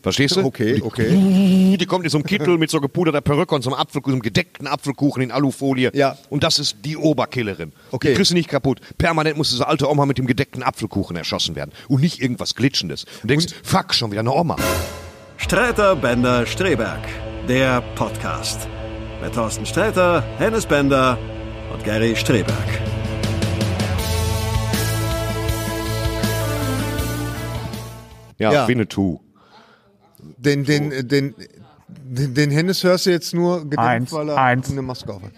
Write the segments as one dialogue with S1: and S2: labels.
S1: Verstehst du?
S2: Okay,
S1: Die-
S2: okay.
S1: Die kommt in so einem Kittel mit so gepuderter Perücke und so einem, Apfelkuchen, so einem gedeckten Apfelkuchen in Alufolie.
S2: Ja.
S1: Und das ist die Oberkillerin.
S2: Okay.
S1: Die kriegst du nicht kaputt. Permanent muss diese alte Oma mit dem gedeckten Apfelkuchen erschossen werden. Und nicht irgendwas Glitschendes. Und denkst, fuck, schon wieder eine Oma.
S3: Streiter, Bender, Streberg, der Podcast. Mit Thorsten Streiter, Hennes Bender und Gary Streberg.
S1: Ja,
S2: Ja.
S1: Winnetou.
S2: Den, den, äh, den, den, den Hennes hörst du jetzt nur gedämpft,
S4: Eins,
S2: weil er
S4: eins.
S2: eine Maske auf hat.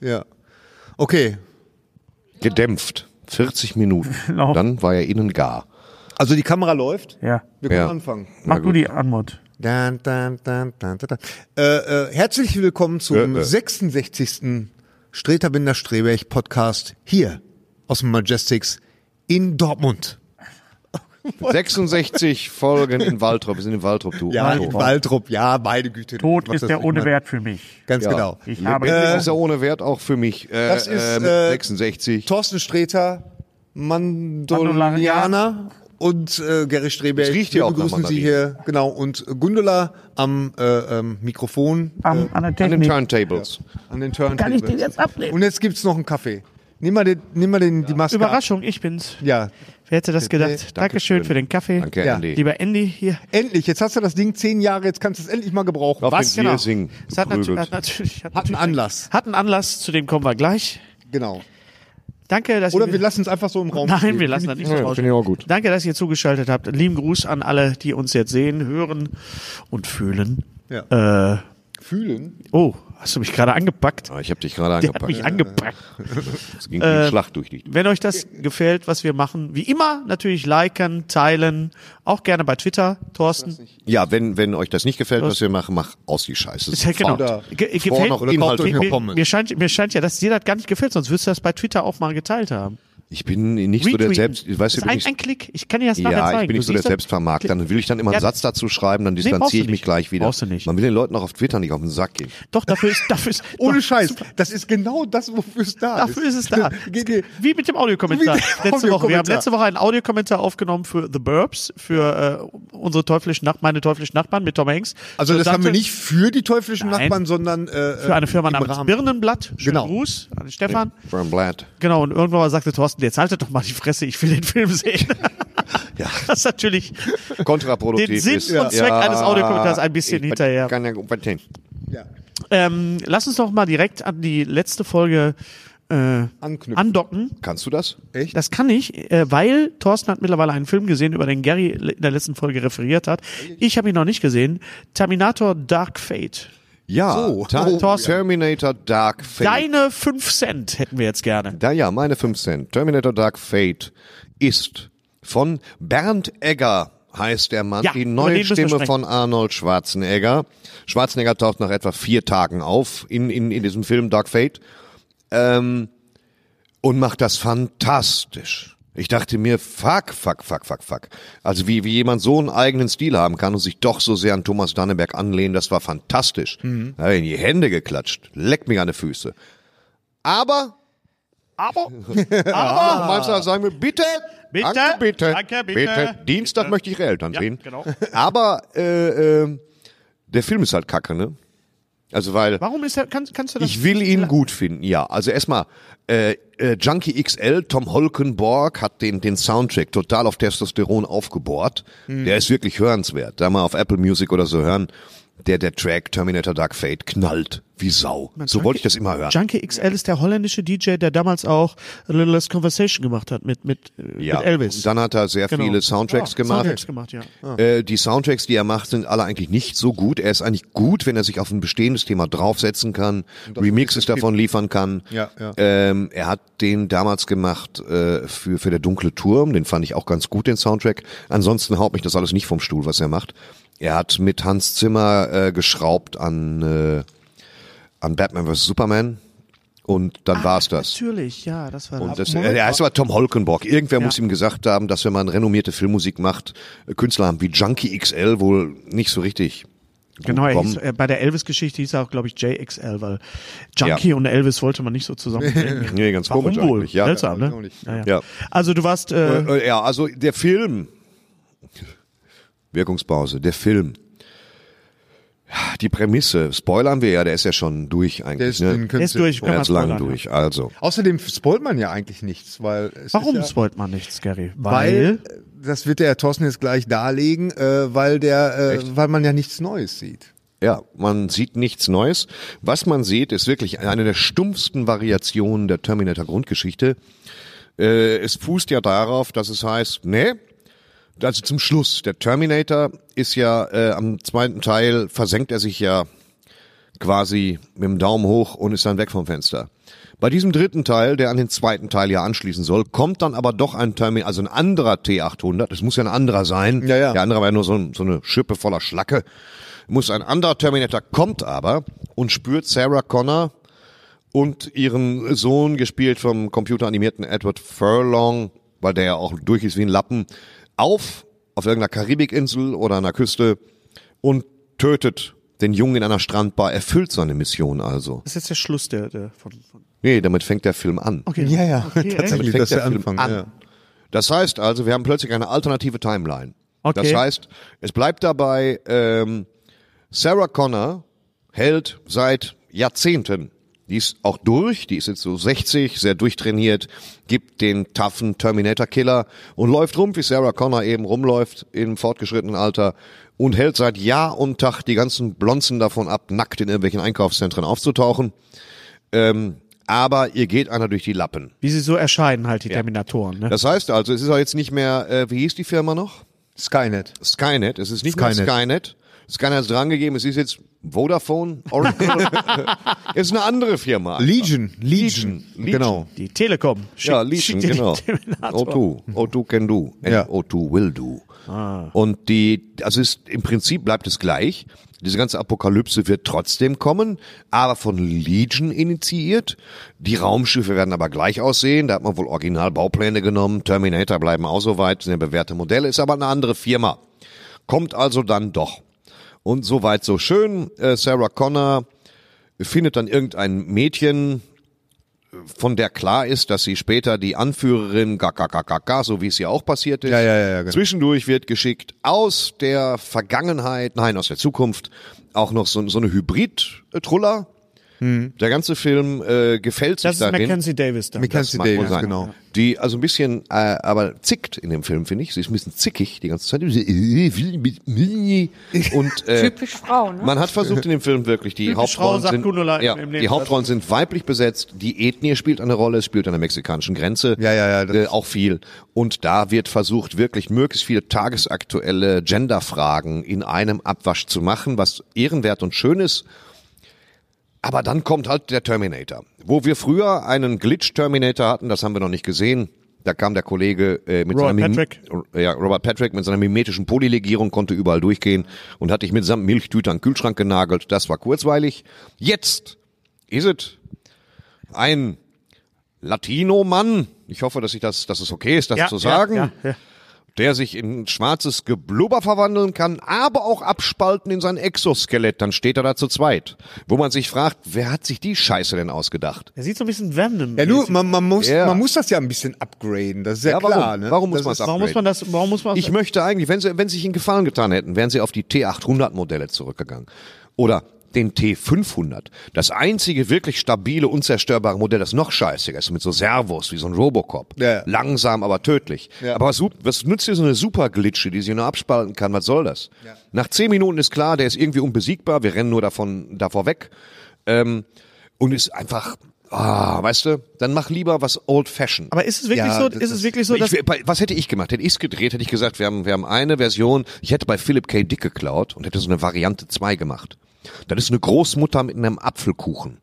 S2: Ja. Okay.
S1: Gedämpft. 40 Minuten.
S4: Genau.
S1: Dann war er innen gar.
S2: Also die Kamera läuft.
S4: Ja.
S2: Wir können
S1: Ja.
S2: anfangen.
S4: Mach du die Anmod.
S2: Dann, dann, dann, dann, dann, dann. Äh, äh, herzlich willkommen zum
S1: Äh, äh.
S2: 66. Streterbinder Streberg Podcast hier aus dem Majestics in Dortmund.
S1: 66 Folgen in Waltrop. Wir sind in Waltrop, du.
S2: Ja, in
S1: Otto.
S2: Waldrop. Ja, meine Güte.
S4: Tod
S2: Was
S4: ist
S2: das
S4: der
S2: nicht
S4: ohne
S2: meint.
S4: Wert für mich.
S2: Ganz
S1: Ja.
S2: genau.
S4: Ich habe
S1: Lebendig
S4: äh,
S1: ist er ohne Wert auch für mich. Äh,
S2: Das ist,
S1: äh, mit
S2: äh,
S1: 66.
S2: Thorsten Streter, Mandolarianer und äh, Gary Streberg.
S1: Es riecht
S2: Wir
S1: hier auch nach
S2: begrüßen Sie hier, genau, und Gundula am äh, ähm, Mikrofon,
S4: am, an der
S1: äh, An den
S4: Technik.
S1: Turntables.
S2: an den Turntables.
S4: Kann ich den jetzt abnehmen?
S2: Und jetzt gibt's noch einen Kaffee. Nimm mal, den, nimm mal den, die Maske
S5: Überraschung, ich bin's.
S2: Ab. Ja,
S5: Wer hätte das gedacht? Dankeschön
S1: schön.
S5: für den Kaffee.
S1: Danke,
S2: Ja.
S1: Andy.
S5: Lieber Andy, hier.
S2: endlich. Jetzt hast du das Ding zehn Jahre, jetzt kannst du es endlich mal gebrauchen.
S1: Auf den Biersing
S5: genau. Es hat, natu
S1: geprügelt.
S5: hat natürlich hat,
S2: Hat einen
S5: natürlich-
S2: Anlass,
S5: hat einen Anlass, zu dem kommen wir gleich.
S2: genau.
S5: Danke, dass
S2: Oder
S5: ihr
S2: wir lassen es einfach so im Raum
S5: Nein,
S2: stehen.
S5: wir lassen das nicht so raus.
S1: finde ich auch gut.
S5: Danke, dass ihr zugeschaltet habt. Lieben Gruß an alle, die uns jetzt sehen, hören und fühlen.
S2: Ja.
S5: Äh,
S2: Fühlen.
S5: oh, hast du mich gerade angepackt?
S1: Ah, Ich habe dich gerade
S5: Der hat
S1: angepackt.
S5: mich angepackt.
S1: Es ging
S5: Äh,
S1: eine Schlacht durch dich.
S5: Wenn euch das gefällt, was wir machen, wie immer natürlich liken, teilen, auch gerne bei Twitter, Thorsten.
S1: Ja, wenn, wenn euch das nicht gefällt, was wir machen, mach aus die Scheiße.
S5: Ist ja genau.
S1: Sofort.
S5: Ge-
S1: Bevor
S5: gefällt-
S1: noch
S5: oder
S1: Inhalt.
S2: kauft euch eine
S5: Mir,
S2: Pommes.
S5: mir, scheint, mir scheint ja, dass dir das gar nicht gefällt, sonst würdest du das bei Twitter auch mal geteilt haben.
S1: Ich bin nicht so der
S5: Retweeten.
S1: Selbst... Weißt du,
S5: ist
S1: bin
S5: ein,
S1: ich,
S5: ein Klick, ich kann dir das nachher zeigen.
S1: ja, ich bin nicht so
S5: Du
S1: der
S5: siehst das-
S1: Selbstvermarkter. Dann will ich dann immer einen
S5: Ja.
S1: Satz dazu schreiben, dann
S5: brauchst du
S1: distanziere ich mich
S5: nicht.
S1: gleich wieder.
S5: Brauchst du nicht.
S1: Man will den Leuten auch auf Twitter nicht auf den Sack gehen.
S5: Doch, dafür ist, dafür ist,
S2: Ohne
S5: doch,
S2: Scheiß. Das ist genau das, wofür es da ist.
S5: Dafür ist es da.
S2: Geht ihr-
S5: Wie mit dem Audiokommentar.
S2: Wie mit dem
S5: letzte Woche. Wir haben
S2: Audiokommentar.
S5: letzte Woche einen Audiokommentar aufgenommen für The Burbs, für äh, unsere teuflischen Nach meine teuflischen Nachbarn mit Tom Hanks.
S2: Also das
S5: Dante-
S2: haben wir nicht für die teuflischen
S5: Nein.
S2: Nachbarn, sondern äh,
S5: für eine Firma
S2: im
S5: namens
S2: Rahmen.
S5: Birnenblatt. Schönen
S2: Genau.
S5: Gruß an Stefan.
S1: From Blatt.
S5: Genau, und irgendwann mal sagte Thorsten, jetzt haltet doch mal die Fresse, ich will den Film sehen.
S1: Ja.
S5: Das ist natürlich
S1: Kontraproduktiv
S5: Den Sinn
S1: ist.
S5: und Zweck eines Audiokommentars ein bisschen
S1: ich
S5: hinterher.
S1: Kann ja gut verstehen.
S2: Ja.
S5: Ähm, lass uns doch mal direkt an die letzte Folge äh,
S2: Anknüpfen.
S5: andocken.
S1: Kannst du das?
S2: Echt?
S5: Das kann ich, äh, weil Thorsten hat mittlerweile einen Film gesehen, über den Gary in der letzten Folge referiert hat. Ich habe ihn noch nicht gesehen. Terminator Dark Fate.
S1: Ja.
S2: So.
S1: Ta-
S2: Oh, ja.
S1: Terminator Dark Fate.
S5: Deine 5 Cent hätten wir jetzt gerne.
S1: Da ja, meine 5 Cent. Terminator Dark Fate ist von Bernd Egger heißt der Mann,
S5: Ja,
S1: die
S5: über
S1: neue
S5: den müssen wir
S1: Stimme
S5: sprechen.
S1: von Arnold Schwarzenegger. Schwarzenegger taucht nach etwa vier Tagen auf in, in, in diesem Film Dark Fate ähm, und macht das fantastisch. Ich dachte mir, fuck, fuck, fuck, fuck, fuck. Also wie, wie jemand so einen eigenen Stil haben kann und sich doch so sehr an Thomas Danneberg anlehnen, das war fantastisch.
S5: Mhm.
S1: Da hab ich in die Hände geklatscht, leck mich an die Füße. Aber
S5: Aber
S1: Ah. Meinst du, sagen wir, bitte
S5: Bitte,
S1: Danke, bitte.
S5: danke, bitte.
S1: Dienstag
S5: Bitte.
S1: möchte ich ihre Eltern
S5: Ja,
S1: sehen.
S5: genau.
S1: Aber äh, ähm, der Film ist halt kacke, ne? Also weil
S5: Warum ist er, kannst, kannst du das?
S1: ich will ihn gut finden, ja. Also erstmal, äh, äh, Junkie XL, Tom Holkenborg hat den, den Soundtrack total auf Testosteron aufgebohrt.
S5: Hm.
S1: Der ist wirklich hörenswert. Da mal auf Apple Music oder so hören, der, der Track Terminator Dark Fate knallt wie Sau. so wollte ich das immer hören.
S5: Junkie XL ist der holländische DJ, der damals auch A Little Less Conversation gemacht hat mit, mit, äh,
S1: ja.
S5: mit Elvis.
S1: Und dann hat er sehr
S5: Genau.
S1: viele Soundtracks
S5: Ah,
S1: gemacht.
S5: Soundtracks gemacht, ja.
S1: Äh, die Soundtracks, die er macht, sind alle eigentlich nicht so gut. Er ist eigentlich gut, wenn er sich auf ein bestehendes Thema draufsetzen kann, Remixes davon liefern kann.
S2: Ja, ja.
S1: Ähm, er hat den damals gemacht äh, für, für der dunkle Turm, den fand ich auch ganz gut, den Soundtrack. Ansonsten haut mich das alles nicht vom Stuhl, was er macht. Er hat mit Hans Zimmer äh, geschraubt an, äh, an Batman vs. Superman und dann war's das.
S5: Natürlich, ja, das war
S1: Und das, äh, der heißt aber Tom Holkenborg. Irgendwer muss ihm gesagt haben, dass wenn man renommierte Filmmusik macht, äh, Künstler haben wie Junkie XL wohl nicht so richtig. gut
S5: Genau, er
S1: kommen.
S5: hieß, äh, bei der Elvis-Geschichte hieß er auch, glaube ich, JXL, weil Junkie und Elvis wollte man nicht so zusammenbringen.
S1: Nee, ganz
S5: Warum
S1: komisch
S5: wohl?
S1: eigentlich, ja.
S5: Seltsam,
S2: Ja,
S5: ne?
S2: eigentlich,
S5: Ja, ja.
S1: Ja.
S5: Also du warst, äh,
S1: Äh, äh, ja, also der Film. Wirkungspause, der Film. Die Prämisse, spoilern wir ja, der ist ja schon durch eigentlich.
S2: Der ist,
S1: ne?
S2: den
S5: er
S2: können
S5: ist
S2: Sie-
S5: durch. kann
S1: Er
S5: man
S1: ist lang
S5: spoilern, ja.
S1: durch, also.
S2: Außerdem spoilt man ja eigentlich nichts, weil es
S5: Warum
S2: ist ja,
S5: spoilt man nichts, Gary?
S2: weil äh, das wird der Herr Thorsten jetzt gleich darlegen, äh, weil der, äh, weil man ja nichts Neues sieht.
S1: Ja, man sieht nichts Neues. Was man sieht, ist wirklich eine der stumpfsten Variationen der Terminator-Grundgeschichte. Äh, es fußt ja darauf, dass es heißt, nee, also zum Schluss, der Terminator ist ja äh, am zweiten Teil, versenkt er sich ja quasi mit dem Daumen hoch und ist dann weg vom Fenster. Bei diesem dritten Teil, der an den zweiten Teil ja anschließen soll, kommt dann aber doch ein Terminator, also ein anderer T800, das muss ja ein anderer sein,
S2: Ja, ja.
S1: der andere war ja nur so, ein, so eine Schippe voller Schlacke, muss ein anderer Terminator, kommt aber und spürt Sarah Connor und ihren Sohn, gespielt vom computeranimierten Edward Furlong, weil der ja auch durch ist wie ein Lappen, auf, auf irgendeiner Karibikinsel oder einer Küste und tötet den Jungen in einer Strandbar, erfüllt seine Mission also.
S5: Das ist jetzt der Schluss der, der von, von
S1: Nee, damit fängt der Film an.
S5: okay.
S2: ja,
S5: Okay, echt?
S2: tatsächlich,
S1: Damit
S2: das ist der
S1: fängt
S2: Anfang.
S1: Film
S2: Ja.
S1: Das heißt also, wir haben plötzlich eine alternative Timeline.
S5: Okay.
S1: Das heißt, es bleibt dabei, ähm, Sarah Connor hält seit Jahrzehnten. Die ist auch durch, die ist jetzt so 60, sehr durchtrainiert, gibt den taffen Terminator-Killer und läuft rum, wie Sarah Connor eben rumläuft im fortgeschrittenen Alter und hält seit Jahr und Tag die ganzen Blonzen davon ab, nackt in irgendwelchen Einkaufszentren aufzutauchen. Ähm, aber ihr geht einer durch die Lappen.
S5: Wie sie so erscheinen halt, die Terminatoren. Ne?
S1: Das heißt also, es ist auch jetzt nicht mehr, äh, wie hieß die Firma noch?
S2: Skynet.
S1: Skynet. Es ist nicht mehr
S2: Skynet.
S1: Skynet. Skynet ist drangegeben, es ist jetzt Vodafone, Oracle. es ist eine andere Firma.
S2: Legion, Legion,
S1: Legion.
S2: genau.
S5: Die Telekom. Schick,
S1: ja, Legion,
S5: dir die
S1: genau.
S5: Terminator.
S1: O2, O2 can do, and
S2: Ja.
S1: O2 will do.
S5: Ah.
S1: Und die, also ist, im Prinzip bleibt es gleich. Diese ganze Apokalypse wird trotzdem kommen, aber von Legion initiiert. Die Raumschiffe werden aber gleich aussehen. Da hat man wohl Originalbaupläne genommen. Terminator bleiben auch soweit, sind ja bewährte Modelle, ist aber eine andere Firma. Kommt also dann doch. Und soweit so schön. Äh, Sarah Connor findet dann irgendein Mädchen, äh, von der klar ist, dass sie später die Anführerin GKKKK, so wie es ja auch passiert ist,
S2: Ja, ja, ja, ja, genau.
S1: zwischendurch wird geschickt aus der Vergangenheit, nein, aus der Zukunft, auch noch so, so eine Hybrid-Truller.
S2: Hm.
S1: Der ganze Film äh, gefällt sich
S5: Das ist
S1: darin.
S5: Mackenzie Davis dann.
S2: Mackenzie-
S1: Das mag wohl
S2: Davis,
S1: sein.
S2: genau.
S1: Die also ein bisschen, äh, aber zickt in dem Film, finde ich. Sie ist ein bisschen zickig die ganze Zeit. äh, Und, äh,
S6: Typisch Frau, ne?
S1: man hat versucht in dem Film wirklich, die
S5: Typisch Frau,
S1: Hauptrollen,
S5: sagt Gundula
S1: sind,
S5: im-
S1: ja,
S5: im
S1: die
S5: Nebensatz.
S1: Hauptrollen sind weiblich besetzt, die Ethnie spielt eine Rolle, es spielt an der mexikanischen Grenze
S2: Ja, ja, ja, das-
S1: äh, auch viel. Und da wird versucht, wirklich möglichst viele tagesaktuelle Genderfragen in einem Abwasch zu machen, was ehrenwert und schön ist. Aber dann kommt halt der Terminator. Wo wir früher einen Glitch-Terminator hatten, das haben wir noch nicht gesehen. Da kam der Kollege äh, mit
S5: Robert
S1: seiner Mim-
S5: Patrick.
S1: ja, Robert Patrick mit seiner mimetischen Polylegierung konnte überall durchgehen und hat dich mitsamt Milchtüte an den Kühlschrank genagelt. Das war kurzweilig. Jetzt ist es ein Latino-Mann. Ich hoffe, dass ich das, dass es okay ist, das
S5: Ja,
S1: zu sagen.
S5: Ja, ja, ja.
S1: der sich in schwarzes Geblubber verwandeln kann, aber auch abspalten in sein Exoskelett. Dann steht er da zu zweit. Wo man sich fragt, wer hat sich die Scheiße denn ausgedacht?
S5: Er sieht so ein bisschen Venom.
S2: Ja, du, man, man, muss,
S1: Ja.
S2: man muss das ja ein bisschen upgraden, das ist ja,
S1: Ja, warum?
S2: klar. Ne?
S1: Warum muss
S2: das
S1: man
S2: ist-
S1: das
S5: Warum muss man das, warum muss man
S1: Ich möchte eigentlich, wenn sie, wenn sie sich einen Gefallen getan hätten, wären sie auf die T800-Modelle zurückgegangen. Oder den T500. Das einzige wirklich stabile, unzerstörbare Modell, das noch scheißiger ist, mit so Servos, wie so ein Robocop.
S2: Ja.
S1: Langsam, aber tödlich. Aber was, sup- was nützt dir so eine Superglitsche, die sie nur abspalten kann? Was soll das? Nach zehn Minuten ist klar, der ist irgendwie unbesiegbar, wir rennen nur davon, davor weg. Ähm, und ist einfach, ah, weißt du, dann mach lieber was old fashioned.
S5: aber ist es wirklich
S2: Ja,
S5: so,
S2: das-
S5: ist es wirklich so, dass,
S1: Ich, bei- was hätte ich gemacht? Hätte ich es gedreht, hätte ich gesagt, wir haben, wir haben eine Version. Ich hätte bei Philip K. Dick geklaut und hätte so eine Variante 2 gemacht. Das ist eine Großmutter mit einem Apfelkuchen.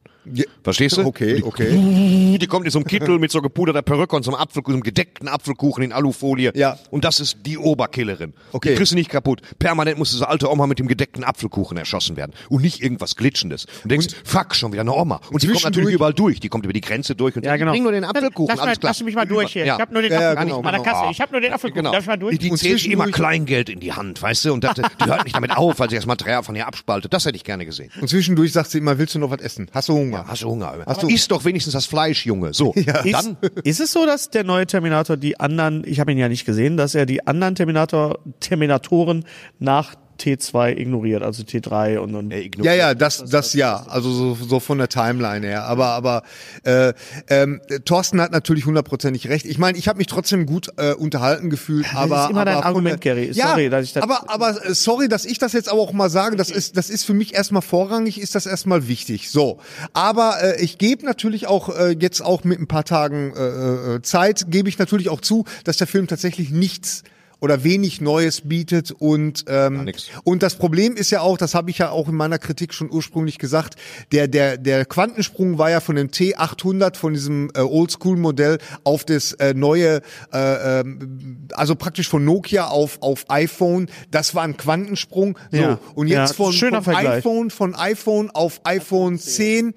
S1: Verstehst du?
S2: Okay,
S1: Die-
S2: okay.
S1: Die kommt in so einem Kittel mit so gepuderter Perücke und so einem Apfelkuchen, so einem gedeckten Apfelkuchen in Alufolie.
S2: Ja.
S1: Und das ist die Oberkillerin.
S2: Okay.
S1: Die kriegst du nicht kaputt. Permanent muss diese alte Oma mit dem gedeckten Apfelkuchen erschossen werden. Und nicht irgendwas Glitschendes. Und denkst, fuck, schon wieder eine Oma. Und die kommt natürlich
S2: zwischendurch-
S1: überall durch. Die kommt über die Grenze durch und
S5: ja,
S1: sagt,
S5: genau.
S1: bring nur den Apfelkuchen.
S5: Lass, mal,
S1: alles klar. Hm.
S5: lass mich mal durch hier.
S1: Ja.
S5: Ich hab nur den
S2: Ja, ja,
S5: Apfelkuchen.
S2: genau,
S5: an der
S2: genau.
S5: Kasse. Ich hab nur den Apfelkuchen.
S1: Genau.
S5: Darf ich mal durch?
S1: Die, die zählt immer
S2: zwischendurch-
S1: Kleingeld in die Hand, weißt du? Und das, die hört nicht damit auf, weil sie das Material von ihr abspaltet. Das hätte ich gerne gesehen.
S2: Und zwischendurch sagt sie immer, willst du noch was essen? Hast du Hunger?
S1: Hast du Hunger?
S2: Hast
S1: Hast
S2: du-
S1: du Isst doch wenigstens das Fleisch, Junge. So, dann...
S5: Ist es so, dass der neue Terminator die anderen, ich habe ihn ja nicht gesehen, dass er die anderen Terminator, Terminatoren nach T2 ignoriert, also T3 und, und
S2: Ja, ja, das, das ja. Also so, so von der Timeline her. Aber, aber äh, ähm, Thorsten hat natürlich hundertprozentig recht. Ich meine, ich habe mich trotzdem gut äh, unterhalten gefühlt. aber
S5: ist immer
S2: aber
S5: dein
S2: von
S5: Argument,
S2: der-
S5: Gary.
S2: Ja,
S5: Sorry, dass ich das-
S2: aber aber äh, sorry, dass ich das jetzt aber auch mal sage. Das ist das ist für mich erstmal vorrangig. Ist das erstmal wichtig. So, aber äh, ich gebe natürlich auch äh, jetzt auch mit ein paar Tagen äh, äh, Zeit gebe ich natürlich auch zu, dass der Film tatsächlich nichts oder wenig Neues bietet und ähm,
S1: nix.
S2: und das Problem ist ja auch, das habe ich ja auch in meiner Kritik schon ursprünglich gesagt, der, der, der Quantensprung war ja von dem T800, von diesem äh, Oldschool-Modell auf das äh, neue, äh, ähm, also praktisch von Nokia auf, auf iPhone. Das war ein Quantensprung. So,
S5: Ja.
S2: Und
S5: Ja,
S2: jetzt von,
S5: schöner
S2: von
S5: Vergleich.
S2: iPhone, von iPhone auf iPhone 10.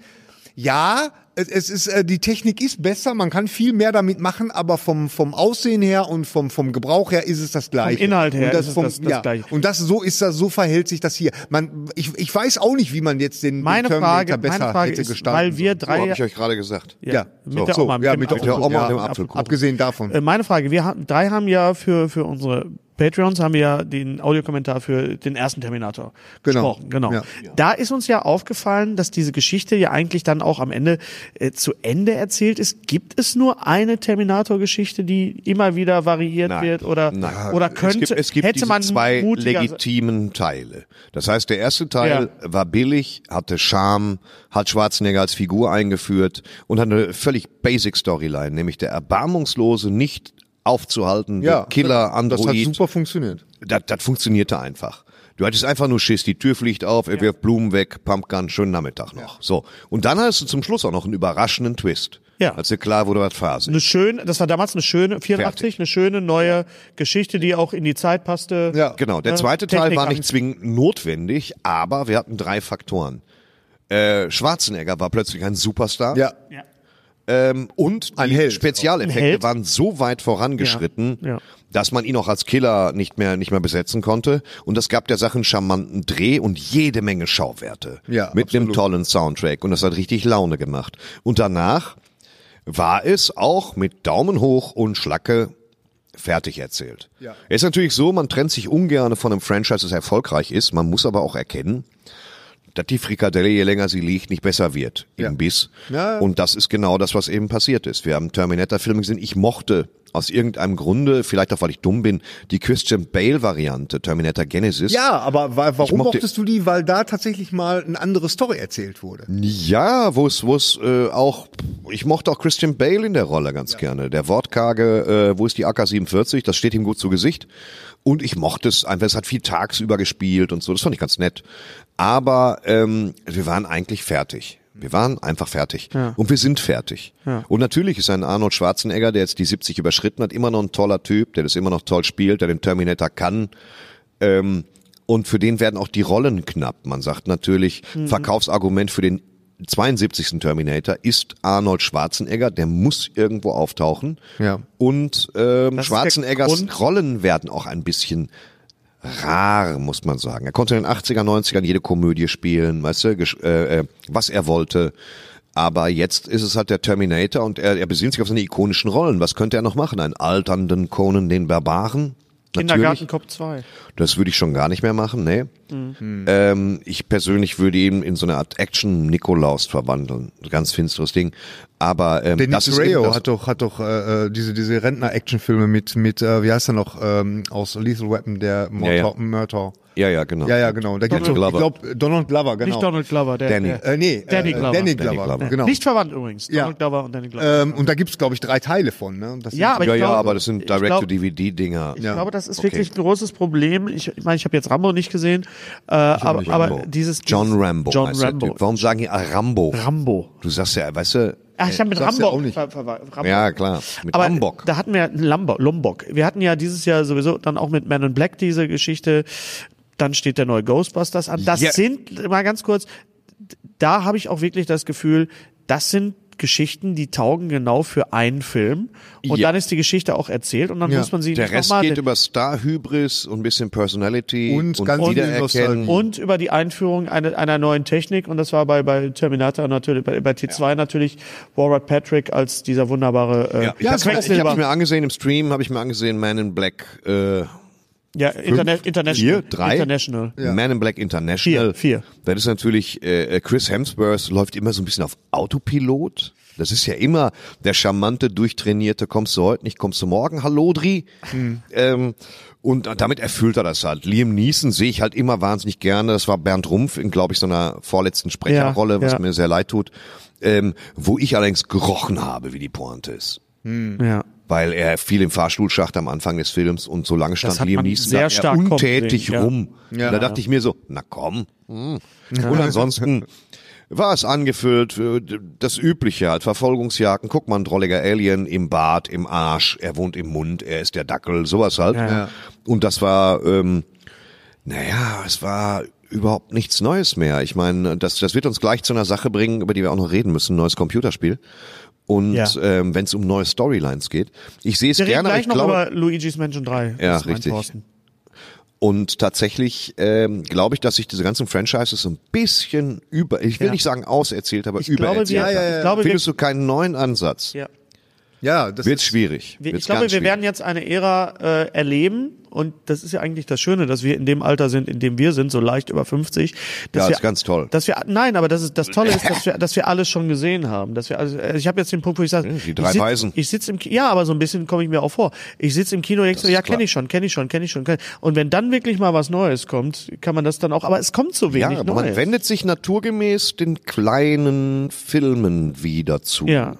S2: Ja, es- es ist äh, die Technik ist besser, man kann viel mehr damit machen, aber vom vom Aussehen her und vom vom Gebrauch her ist es das gleiche.
S5: Inhalt her
S2: und das
S5: ist es
S2: vom,
S5: das- das
S2: ja.
S5: Gleiche.
S2: Und das so ist das, so verhält sich das hier. Man, ich, ich weiß auch nicht, wie man jetzt den,
S5: meine
S2: den Terminator
S5: Frage,
S2: besser
S5: meine Frage
S2: hätte
S5: ist,
S2: gestalten.
S5: weil wir
S2: sollen.
S1: So,
S5: drei
S1: hab ich euch gerade gesagt.
S5: ja,
S2: ja,
S5: mit
S2: so,
S5: der
S2: so,
S5: Oma,
S2: ja,
S5: dem
S2: mit der
S5: Apfelkuchen.
S1: Oma und dem
S5: Ja,
S1: Apfelkuchen.
S2: abgesehen davon.
S5: Äh, meine Frage, wir haben, drei haben ja für, für unsere Patreons haben wir ja den Audiokommentar für den ersten Terminator
S2: Genau.
S5: gesprochen. Genau.
S2: Ja.
S5: Da ist uns ja aufgefallen, dass diese Geschichte ja eigentlich dann auch am Ende äh, zu Ende erzählt ist. Gibt es nur eine Terminator-Geschichte, die immer wieder variiert
S1: Nein.
S5: wird oder
S1: Nein.
S5: oder
S1: es
S5: könnte
S1: gibt, es gibt
S5: hätte
S1: diese
S5: man
S1: zwei
S5: mutiger-
S1: legitimen Teile. Das heißt, der erste Teil war billig, hatte Charme, hat Schwarzenegger als Figur eingeführt und hat eine völlig basic Storyline, nämlich der erbarmungslose, nicht aufzuhaltende
S2: ja,
S1: Killer Android.
S2: Das hat super funktioniert.
S1: das, das funktionierte einfach. Du hattest einfach nur Schiss, die Tür fliegt auf, er wirft Blumen weg, Pumpgun, schönen Nachmittag noch. So. Und dann hast du zum Schluss auch noch einen überraschenden Twist.
S5: Ja.
S1: Als dir klar wurde, was Phase
S5: eine
S1: ist.
S5: schöne, das war damals eine schöne 84,
S1: Fertig.
S5: eine schöne neue Geschichte, die auch in die Zeit passte.
S2: Ja.
S1: Genau, der
S5: Äh,
S1: zweite Teil
S5: Technik
S1: war
S5: an.
S1: nicht zwingend notwendig, aber wir hatten drei Faktoren. Äh, Schwarzenegger war plötzlich ein Superstar.
S2: Ja.
S1: Ähm, und
S2: Ein
S1: die
S2: Held.
S1: Spezialeffekte
S5: Ein Held.
S1: waren so weit vorangeschritten,
S5: Ja, ja.
S1: dass man ihn auch als Killer nicht mehr nicht mehr besetzen konnte. Und das gab der Sache einen charmanten Dreh und jede Menge Schauwerte.
S2: Ja,
S1: mit einem tollen Soundtrack. Und das hat richtig Laune gemacht. Und danach war es auch mit Daumen hoch und Schlacke fertig erzählt.
S2: Ja.
S1: Ist natürlich so, man trennt sich ungern von einem Franchise, das erfolgreich ist. Man muss aber auch erkennen, dass die Frikadelle, je länger sie liegt, nicht besser wird im
S2: Ja.
S1: Biss.
S2: Ja.
S1: Und das ist genau das, was eben passiert ist. Wir haben Terminator-Filme gesehen. Ich mochte aus irgendeinem Grunde, vielleicht auch weil ich dumm bin, die Christian Bale-Variante Terminator Genesis.
S2: Ja, aber wa warum
S1: mochte-
S2: mochtest du die? Weil da tatsächlich mal eine andere Story erzählt wurde.
S1: Ja, wo es, wo es äh, auch, ich mochte auch Christian Bale in der Rolle ganz gerne. Der wortkarge, äh, wo ist die AK-47, das steht ihm gut zu Gesicht. Und ich mochte es einfach, es hat viel tagsüber gespielt und so, das fand ich ganz nett. Aber ähm, wir waren eigentlich fertig. Wir waren einfach fertig. Und wir sind fertig. Und natürlich ist ein Arnold Schwarzenegger, der jetzt die 70 überschritten hat, immer noch ein toller Typ, der das immer noch toll spielt, der den Terminator kann.
S5: Mhm.
S1: Und für den werden auch die Rollen knapp. Man sagt natürlich, Verkaufsargument für den 72. Terminator ist Arnold Schwarzenegger, der muss irgendwo auftauchen.
S2: Ja.
S1: Und ähm,
S5: Das ist der
S1: Schwarzeneggers
S5: Grund.
S1: Rollen werden auch ein bisschen rar, muss man sagen. Er konnte in den 80er, 90ern jede Komödie spielen, weißt du, gesch- äh, äh, was er wollte. Aber jetzt ist es halt der Terminator und er, er besinnt sich auf seine ikonischen Rollen. Was könnte er noch machen? Einen alternden Conan, den Barbaren? Natürlich.
S5: Kindergartenkopf 2.
S1: Das würde ich schon gar nicht mehr machen, nee.
S5: Mhm.
S1: Ähm, ich persönlich würde ihn in so eine Art Action-Nikolaus verwandeln. Ganz finsteres Ding. Aber ähm, das
S2: Dennis
S1: ist eben
S2: Rayo
S1: das,
S2: oh, hat doch, hat doch äh, äh, diese, diese Rentner-Action-Filme mit, mit äh, wie heißt er noch, ähm, aus Lethal Weapon, der Mörder.
S1: Ja, ja.
S2: Mörder.
S1: Ja, ja, genau.
S2: Ja, ja, genau. Da gibt's
S1: Donald
S2: doch, ich
S1: Glover.
S2: glaube, Donald Glover, genau.
S5: Nicht Donald Glover, der.
S1: Danny.
S5: der
S2: äh, nee,
S5: Danny
S2: äh,
S5: Glover.
S2: Danny
S1: Danny
S2: Glover,
S1: Glover.
S2: genau.
S5: Nicht verwandt übrigens.
S2: Ja.
S5: Donald Glover und Danny Glover.
S2: ähm, und da gibt's glaube ich, drei Teile von. Ne? Das
S5: Ja,
S2: sind-
S5: aber ich
S1: ja, ja,
S5: glaube-
S1: aber das sind
S5: ich glaub-
S1: Direct-to-DVD-Dinger.
S5: Ich glaube, das ist
S1: Okay.
S5: wirklich ein großes Problem. Ich, ich meine, ich habe jetzt Rambo nicht gesehen, äh, aber,
S1: Nicht
S5: aber
S1: Rambo.
S5: dieses
S1: John
S5: dieses-
S1: Rambo.
S5: John
S1: heißt der
S5: Rambo.
S1: Typ. Warum sagen die ah, Rambo?
S5: Rambo.
S1: Du sagst ja, weißt du,
S5: Ach, ich habe mit
S2: sagst du
S5: Rambo
S2: Äh, auch nicht.
S5: Ver, ver, ver, Rambo.
S1: ja klar, mit
S5: aber
S1: Rambock.
S5: da hatten wir Lombok, Lombok. Wir hatten ja dieses Jahr sowieso dann auch mit Man in Black diese Geschichte. Dann steht der neue Ghostbusters an. Das
S1: Ja.
S5: sind mal ganz kurz. Da habe ich auch wirklich das Gefühl, das sind Geschichten, die taugen genau für einen Film. Und
S1: Ja.
S5: dann ist die Geschichte auch erzählt und dann muss man sie
S1: Der
S5: nicht
S1: Rest
S5: nochmal-
S1: geht über Star-Hybris und ein bisschen Personality
S2: Und ganz viel
S1: Wiedererkennen.
S2: Nostalgie.
S5: Und über die Einführung einer, einer neuen Technik. Und das war bei, bei Terminator natürlich, bei, bei T2 natürlich, Warwick Patrick als dieser wunderbare äh,
S1: Ja, ich hab's mir- ich
S5: Quecksilber.
S1: habe mir angesehen im Stream, habe ich mir angesehen Man in Black äh,
S5: ja, Interna International.
S1: Vier, drei?
S5: International.
S1: Man in Black International.
S5: Vier, vier.
S1: Das ist natürlich, äh, Chris Hemsworth läuft immer so ein bisschen auf Autopilot. Das ist ja immer der charmante, durchtrainierte, kommst du heute nicht, kommst du morgen, Hallodri.
S5: Hm.
S1: Ähm, und damit erfüllt er das halt. Liam Neeson sehe ich halt immer wahnsinnig gerne. Das war Bernd Rumpf in, glaube ich, so einer vorletzten Sprecherrolle,
S5: Ja,
S1: was
S5: ja.
S1: mir sehr leid tut. Ähm, wo ich allerdings gerochen habe, wie die Pointe ist. Mhm.
S5: Ja.
S1: Weil er fiel im Fahrstuhlschacht am Anfang des Films und so lange stand
S5: hat
S1: Liam
S5: man
S1: Neeson
S5: sehr
S1: da
S5: stark kommen
S1: untätig
S5: sehen, ja.
S1: rum.
S2: Ja.
S1: Und da dachte ich mir so, na komm. hm. Und ansonsten war es angefüllt, äh, das Übliche halt, Verfolgungsjagden, guck mal, ein drolliger Alien im Bart, im Arsch, er wohnt im Mund, er ist der Dackel, sowas halt.
S5: Ja.
S1: Und das war, ähm, naja, es war überhaupt nichts Neues mehr. Ich meine, das, das wird uns gleich zu einer Sache bringen, über die wir auch noch reden müssen, ein neues Computerspiel. Und
S5: Ja.
S1: ähm, wenn es um neue Storylines geht. Ich sehe es
S5: Wir reden
S1: gerne, aber
S5: gleich
S1: ich
S5: noch
S1: glaube,
S5: über Luigi's Mansion 3.
S1: Ja,
S5: Das ist mein
S1: richtig.
S5: Thorsten.
S1: und tatsächlich ähm, glaube ich, dass sich diese ganzen Franchises so ein bisschen über, ich will
S5: Ja.
S1: nicht sagen auserzählt, aber
S5: Ich glaube,
S1: übererzählt.
S5: wir,
S1: haben.
S5: ich glaube, wir,
S1: Findest du keinen neuen Ansatz?
S5: ja.
S2: ja, das
S1: Wird's
S2: ist-
S1: schwierig.
S5: Wir, ich
S1: Wird's
S5: glaube, wir
S1: ganz schwierig.
S5: werden jetzt eine Ära äh, erleben und das ist ja eigentlich das Schöne, dass wir in dem Alter sind, in dem wir sind, so leicht über 50. Dass
S1: Ja,
S5: wir,
S1: ist ganz toll.
S5: Dass wir, nein, aber das ist das Tolle ist, dass wir, dass wir alles schon gesehen haben. Dass wir, also, ich habe jetzt den Punkt, wo ich sage,
S1: die
S5: ich
S1: drei
S5: sitz-
S1: Weisen.
S5: Ich sitze im, Ki- ja, aber so ein bisschen komme ich mir auch vor. Ich sitze im Kino und denk so,
S1: ist
S5: ja,
S1: klar.
S5: kenne ich schon, kenne ich schon, kenne ich schon. Kenn. Und wenn dann wirklich mal was Neues kommt, kann man das dann auch. Aber es kommt so wenig
S1: ja, aber man
S5: Neues.
S1: wendet sich naturgemäß den kleinen Filmen wieder zu.
S5: Ja.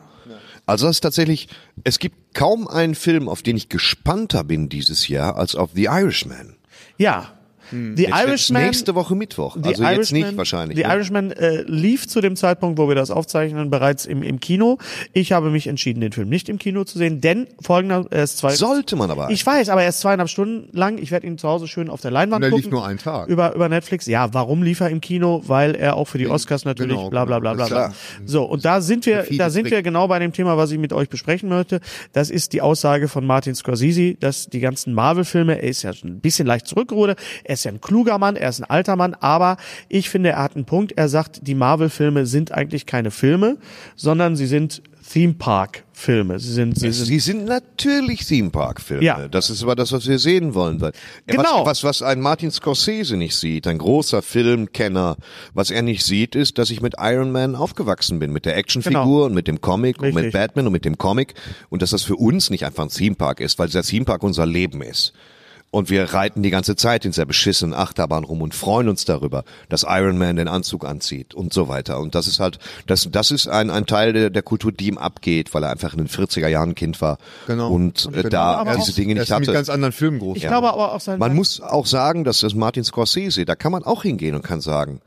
S1: Also das ist tatsächlich, es gibt kaum einen Film, auf den ich gespannter bin dieses Jahr, als auf The Irishman.
S5: ja. The
S1: Hm. Jetzt wird's
S5: Irishman.
S1: Nächste Woche Mittwoch.
S5: The
S1: Also jetzt
S5: Irishman-
S1: nicht wahrscheinlich.
S5: The
S1: ne?
S5: Irishman äh, lief zu dem Zeitpunkt, wo wir das aufzeichnen, bereits im, im Kino. Ich habe mich entschieden, den Film nicht im Kino zu sehen, denn folgender, er ist zwei.
S1: Sollte man aber.
S5: ich weiß, aber er ist zweieinhalb Stunden lang. Ich werde ihn zu Hause schön auf der
S2: Und
S5: Leinwand
S2: er
S5: gucken.
S2: lief nur einen Tag.
S5: Über, über Netflix. Ja, warum lief er im Kino? Weil er auch für die Oscars natürlich
S2: genau,
S5: bla bla bla bla.
S2: genau.
S5: bla.
S2: Klar.
S5: So, und da sind wir,
S2: Perfide
S5: da sind wir
S2: Trick.
S5: genau bei dem Thema, was ich mit euch besprechen möchte. Das ist die Aussage von Martin Scorsese, dass die ganzen Marvel-Filme, er ist ja schon ein bisschen leicht zurückgerudert, er ist ja ein kluger Mann, er ist ein alter Mann, aber ich finde, er hat einen Punkt. Er sagt, die Marvel-Filme sind eigentlich keine Filme, sondern sie sind Theme Park-Filme. Sie sind, sie sind
S1: Sie sind natürlich Theme Park Filme.
S5: Ja.
S1: Das ist aber das, was wir sehen wollen. Weil
S5: Genau.
S1: Was, was, was ein Martin Scorsese nicht sieht, ein großer Filmkenner, was er nicht sieht, ist, dass ich mit Iron Man aufgewachsen bin, mit der Actionfigur
S5: Genau.
S1: und mit dem Comic und
S5: Richtig.
S1: mit Batman und mit dem Comic und dass das für uns nicht einfach ein Theme Park ist, weil dieser Theme Park unser Leben ist. Und wir reiten die ganze Zeit in dieser beschissenen Achterbahn rum und freuen uns darüber, dass Iron Man den Anzug anzieht und so weiter. Und das ist halt, das, das ist ein, ein Teil der, der Kultur, die ihm abgeht, weil er einfach in den 40er Jahren Kind war
S2: Genau.
S1: und äh,
S2: Genau.
S1: da
S2: Er ist-
S1: diese Dinge
S2: er
S1: nicht
S2: ist mit ganz
S1: hatte.
S2: anderen Filmen groß.
S5: ich glaube aber auch sein
S1: Man muss auch sagen, dass das Martin Scorsese, da kann man auch hingehen und kann sagen,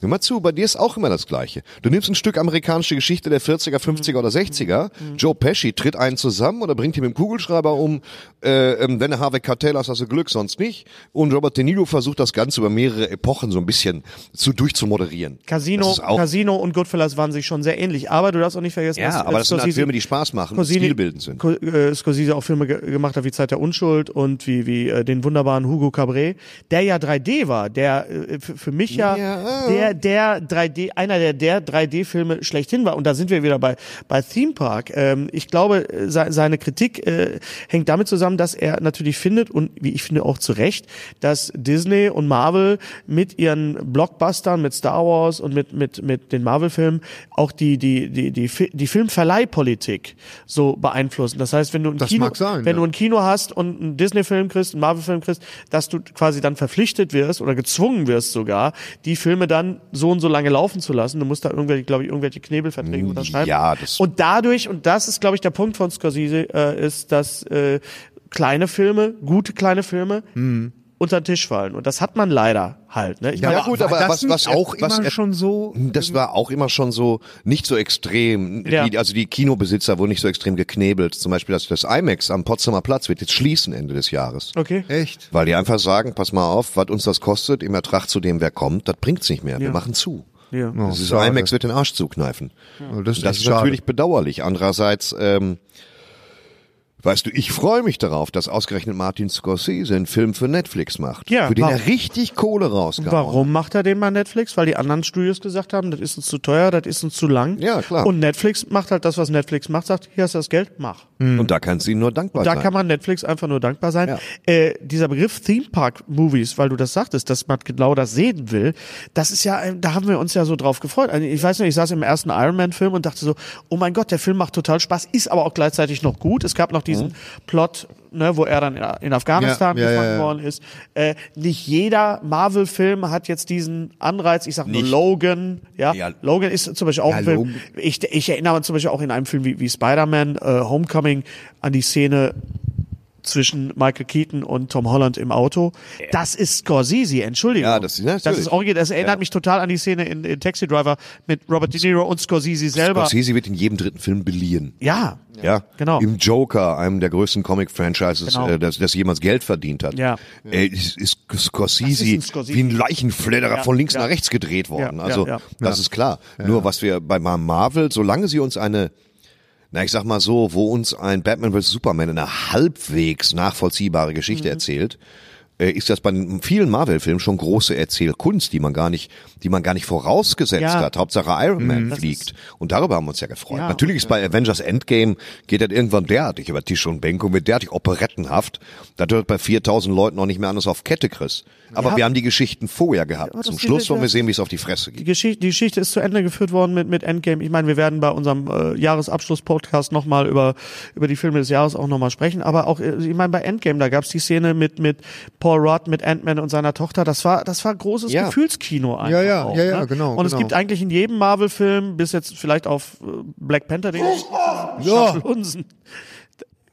S1: Hör mal zu, bei dir ist auch immer das Gleiche. Du nimmst ein Stück amerikanische Geschichte der 40er, 50er
S5: Mhm.
S1: oder 60er. Joe Pesci tritt einen zusammen oder bringt ihn mit dem Kugelschreiber um. Äh, ähm, wenn er Harvey Keitel hast, hast du Glück, sonst nicht. Und Robert De Niro versucht das Ganze über mehrere Epochen so ein bisschen zu durchzumoderieren.
S5: Casino,
S1: Das ist auch,
S5: Casino und Goodfellas waren sich schon sehr ähnlich, aber du darfst auch nicht vergessen,
S1: ja, aber das sind halt
S5: Scorsese-
S1: Filme, die Spaß machen, und
S5: Scorsese-
S1: stilbildend sind.
S5: Co- äh, Scorsese auch Filme ge gemacht hat wie Zeit der Unschuld und wie, wie äh, den wunderbaren Hugo Cabret, der ja 3D war, der äh, f- für mich ja,
S1: Ja. oh.
S5: der der 3D einer der der 3D Filme schlechthin war und da sind wir wieder bei bei Theme Park. Ähm, ich glaube, äh, se seine Kritik äh, hängt damit zusammen, dass er natürlich findet und wie ich finde auch zu Recht, dass Disney und Marvel mit ihren Blockbustern mit Star Wars und mit mit mit den Marvel Filmen auch die die die die Fi- die Filmverleihpolitik so beeinflussen. Das heißt, wenn du ein
S2: Das
S5: Kino
S2: mag sein,
S5: wenn
S2: ja.
S5: du ein Kino hast und einen Disney-Film kriegst, einen Marvel-Film kriegst, dass du quasi dann verpflichtet wirst oder gezwungen wirst sogar, die Filme dann so und so lange laufen zu lassen. Du musst da irgendwelche, glaube ich, irgendwelche Knebelverträge unterschreiben.
S1: Mm, Ja, das-
S5: und dadurch, und das ist, glaube ich, der Punkt von Scorsese, äh, ist, dass äh, kleine Filme, gute kleine Filme, unter den Tisch fallen. Und das hat man leider halt. Ne? Ich
S1: Mm. Ja,
S5: meine,
S1: gut,
S2: war
S1: aber
S2: das
S1: was,
S2: nicht
S1: was er-
S2: auch
S1: was
S2: immer
S1: er-
S2: schon so?
S1: Das war auch immer schon so, nicht so extrem.
S5: Ja.
S1: Die, also die Kinobesitzer wurden nicht so extrem geknebelt. Zum Beispiel das, das IMAX am Potsdamer Platz wird jetzt schließen Ende des Jahres.
S5: okay.
S2: Echt?
S1: Weil die einfach sagen, pass mal auf, was uns das kostet, im Ertrag zu dem, wer kommt, das bringt's nicht mehr. Wir machen zu.
S5: Ja.
S1: das ist,
S2: schade.
S1: IMAX wird den Arsch zukneifen.
S2: Oh, Das ist,
S1: Das
S2: echt
S1: ist
S2: schade.
S1: natürlich bedauerlich. Andererseits, ähm, weißt du, ich freue mich darauf, dass ausgerechnet Martin Scorsese einen Film für Netflix macht.
S5: Ja,
S1: für den
S5: warum?
S1: er richtig Kohle rausgehauen hat.
S5: Warum macht er den bei Netflix? Weil die anderen Studios gesagt haben, das ist uns zu teuer, das ist uns zu lang.
S1: Ja, klar.
S5: Und Netflix macht halt das, was Netflix macht, sagt, hier hast du das Geld, mach.
S1: Und da kannst du ihm nur dankbar
S5: Hm. Da
S1: sein.
S5: kann man Netflix einfach nur dankbar sein.
S1: Ja.
S5: Äh, dieser Begriff Theme Park Movies, weil du das sagtest, dass man genau das sehen will, das ist ja, ein- da haben wir uns ja so drauf gefreut. Also ich weiß nicht, ich saß im ersten Iron Man Film und dachte so, oh mein Gott, der Film macht total Spaß, ist aber auch gleichzeitig noch gut. Es gab noch diesen Plot, ne, wo er dann in, in Afghanistan
S2: Ja, ja,
S5: gefangen
S2: ja, ja.
S5: worden ist. Äh, nicht jeder Marvel Film hat jetzt diesen Anreiz. Ich sag nur
S1: Nicht.
S5: Logan, ja.
S1: Ja.
S5: Logan ist zum Beispiel auch
S1: Ja,
S5: ein Film.
S1: Logan.
S5: Ich, ich erinnere mich zum Beispiel auch in einem Film wie, wie Spider-Man äh, Homecoming an die Szene zwischen Michael Keaton und Tom Holland im Auto. Das ist Scorsese, Entschuldigung.
S1: Ja, das- ja, natürlich.
S5: das ist original. Das erinnert mich total an die Szene in, in Taxi Driver mit Robert De Niro und Scorsese selber.
S1: Scorsese wird in jedem dritten Film beliehen.
S5: Ja.
S1: Ja,
S5: Genau.
S1: Im Joker, einem der größten Comic-Franchises,
S5: Genau.
S1: äh, das, das jemals Geld verdient hat,
S5: Ja.
S1: äh, ist, ist
S5: Das ist
S1: Scorsese,
S5: ein Scorsese.
S1: wie ein Leichenfledderer
S5: Ja,
S1: von links
S5: ja.
S1: nach rechts gedreht worden.
S5: Ja,
S1: also
S5: ja, ja.
S1: das ist klar. Nur was wir bei Marvel, solange sie uns eine na, ich sag mal so, wo uns ein Batman vs. Superman eine halbwegs nachvollziehbare Geschichte
S5: Mhm.
S1: erzählt, äh, ist das bei vielen Marvel-Filmen schon große Erzählkunst, die man gar nicht, die man gar nicht vorausgesetzt
S5: Ja.
S1: hat. Hauptsache Iron
S5: Mhm.
S1: Man fliegt. Und darüber haben wir uns ja gefreut. Natürlich ist bei Avengers Endgame geht das irgendwann derartig über Tisch und Bänke und wird derartig operettenhaft, dass du das bei 4000 Leuten noch nicht mehr anders auf Kette kriegst. Aber wir haben die Geschichten vorher gehabt.
S5: das
S1: Zum
S5: geht
S1: Schluss
S5: nicht,
S1: wollen
S5: ja.
S1: wir sehen, wie es auf die Fresse geht.
S5: die Geschichte, die Geschichte ist zu Ende geführt worden mit, mit Endgame. Ich meine, wir werden bei unserem äh, Jahresabschluss-Podcast nochmal über, über die Filme des Jahres auch nochmal sprechen. Aber auch, äh, ich meine, bei Endgame, da gab es die Szene mit, mit Paul Rudd, mit Ant-Man und seiner Tochter. Das war, das war großes
S1: Ja.
S5: Gefühlskino einfach.
S2: Ja, ja,
S5: auch,
S2: ja, ja,
S5: ne?
S2: genau,
S5: Und es
S2: genau.
S5: gibt eigentlich in jedem Marvel-Film, bis jetzt vielleicht auf äh, Black Panther, den Schablunsen.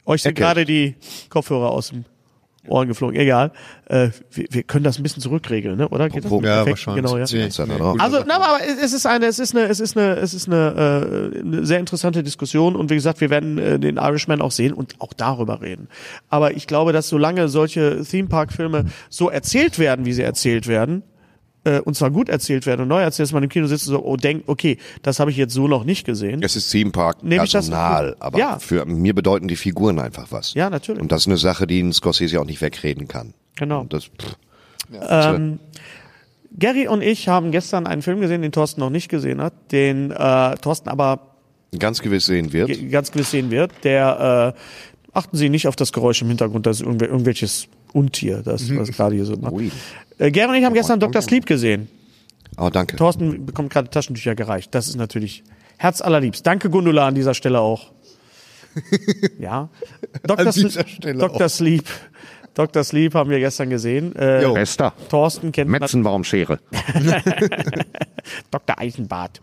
S5: Euch sind
S1: Ecke.
S5: gerade die Kopfhörer aus dem Ohren geflogen. Egal. Äh, wir, wir können das ein bisschen zurückregeln, ne? oder? Geht das?
S1: Punkt.
S2: Ja,
S5: Perfekt,
S2: wahrscheinlich.
S5: Genau, ja.
S2: Nee,
S1: Jetzt hat er
S2: nee,
S1: noch-
S2: gut.
S5: Also, na, aber es es ist eine, es ist eine, es ist eine, es ist eine, äh, eine sehr interessante Diskussion und wie gesagt, wir werden äh, den Irishman auch sehen und auch darüber reden. Aber ich glaube, dass solange solche Theme Park Filme so erzählt werden, wie sie erzählt werden, äh, und zwar gut erzählt werden und neu erzählt, dass man im Kino sitzt und so, oh, denkt, okay, das habe ich jetzt so noch nicht gesehen.
S1: Es ist Theme Park
S5: Nehme ich das-
S1: Personal, aber
S5: Ja.
S1: für mir bedeuten die Figuren einfach was.
S5: Ja, natürlich.
S1: Und das ist eine Sache, die ein Scorsese auch nicht wegreden kann.
S5: Genau.
S1: Und das, pff,
S5: Gary und ich haben gestern einen Film gesehen, den Thorsten noch nicht gesehen hat, den äh, Thorsten aber
S1: ganz gewiss sehen wird.
S5: ge- ganz gewiss sehen wird, der äh, achten Sie nicht auf das Geräusch im Hintergrund, das ist irgendwel irgendwelches Untier, das
S2: Mhm.
S5: was gerade hier so macht.
S1: Ui.
S5: Äh, Gary und ich haben
S2: Oh,
S5: gestern Dr. Sleep gesehen.
S1: Oh, danke.
S5: Thorsten bekommt gerade Taschentücher gereicht. Das ist natürlich herzallerliebst. Danke Gundula an dieser Stelle auch. ja. Dr.
S2: An dieser
S5: Sle-
S2: Stelle
S5: Dr.
S2: auch.
S5: Sleep. Dr. Sleep haben wir gestern gesehen. Äh,
S2: Jo.
S6: Bester.
S5: Thorsten kennt nat-
S6: Metzenbaumschere.
S5: Dr. Eisenbart.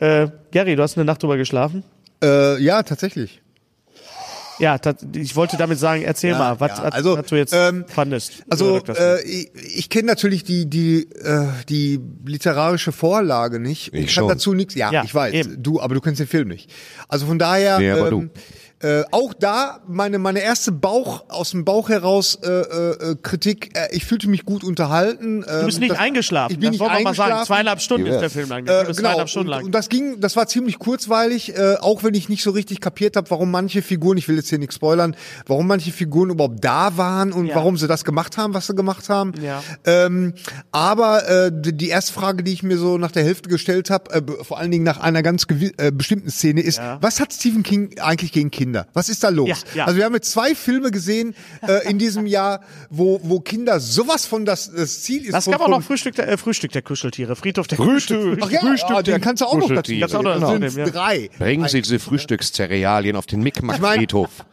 S5: Äh, Gary, du hast eine Nacht drüber geschlafen?
S2: Äh, ja, tatsächlich.
S5: Ja, tat- ich wollte damit sagen, erzähl mal, was,
S2: ja,
S5: was-
S2: also,
S5: was du jetzt
S2: ähm,
S5: fandest.
S2: Also
S5: Oder das-
S2: äh, ich, ich kenne natürlich die die äh, die literarische Vorlage nicht und
S1: Ich
S2: kann
S1: schon.
S2: dazu nichts. Ja,
S5: Ja,
S2: ich weiß.
S5: eben.
S2: Du, aber du kennst den Film nicht. Also von daher.
S1: Nee, aber
S2: ähm, äh, auch da meine meine erste Bauch aus dem Bauch heraus äh, äh, Kritik. Äh, ich fühlte mich gut unterhalten. ähm,
S5: du bist nicht eingeschlafen.
S2: Ich bin
S5: das
S2: nicht
S5: wollen wir mal
S2: eingeschlafen.
S5: sagen. Zweieinhalb Stunden ist der
S1: Divers.
S5: Film lang. Der
S2: Äh,
S5: Film ist
S2: genau.
S5: zweieinhalb Stunden
S2: und,
S5: lang.
S2: und das ging, das war ziemlich kurzweilig, äh, auch wenn ich nicht so richtig kapiert habe, warum manche Figuren, ich will jetzt hier nichts spoilern, warum manche Figuren überhaupt da waren und
S5: Ja.
S2: warum sie das gemacht haben, was sie gemacht haben.
S5: Ja.
S2: Ähm, aber äh, die, die erste Frage, die ich mir so nach der Hälfte gestellt habe, äh, be- vor allen Dingen nach einer ganz gewi- äh, bestimmten Szene, ist,
S5: Ja.
S2: was hat Stephen King eigentlich gegen Kinder? Was ist da los?
S5: Ja, ja.
S2: Also wir haben jetzt zwei Filme gesehen äh, in diesem Jahr, wo, wo Kinder sowas von das, das Ziel ist.
S5: das
S2: von,
S5: gab auch
S2: von-
S5: noch Frühstück der, äh, Frühstück der Kuscheltiere. Friedhof der Kuscheltiere.
S2: Ach ja, ah, den kannst du auch noch dazu.
S1: Kuscheltiere.
S5: Kannst du auch noch
S2: Das
S5: dazu
S2: sind
S5: nehmen, ja.
S2: drei.
S1: Bringen Sie diese Frühstückszerealien auf den Mickmack-Friedhof.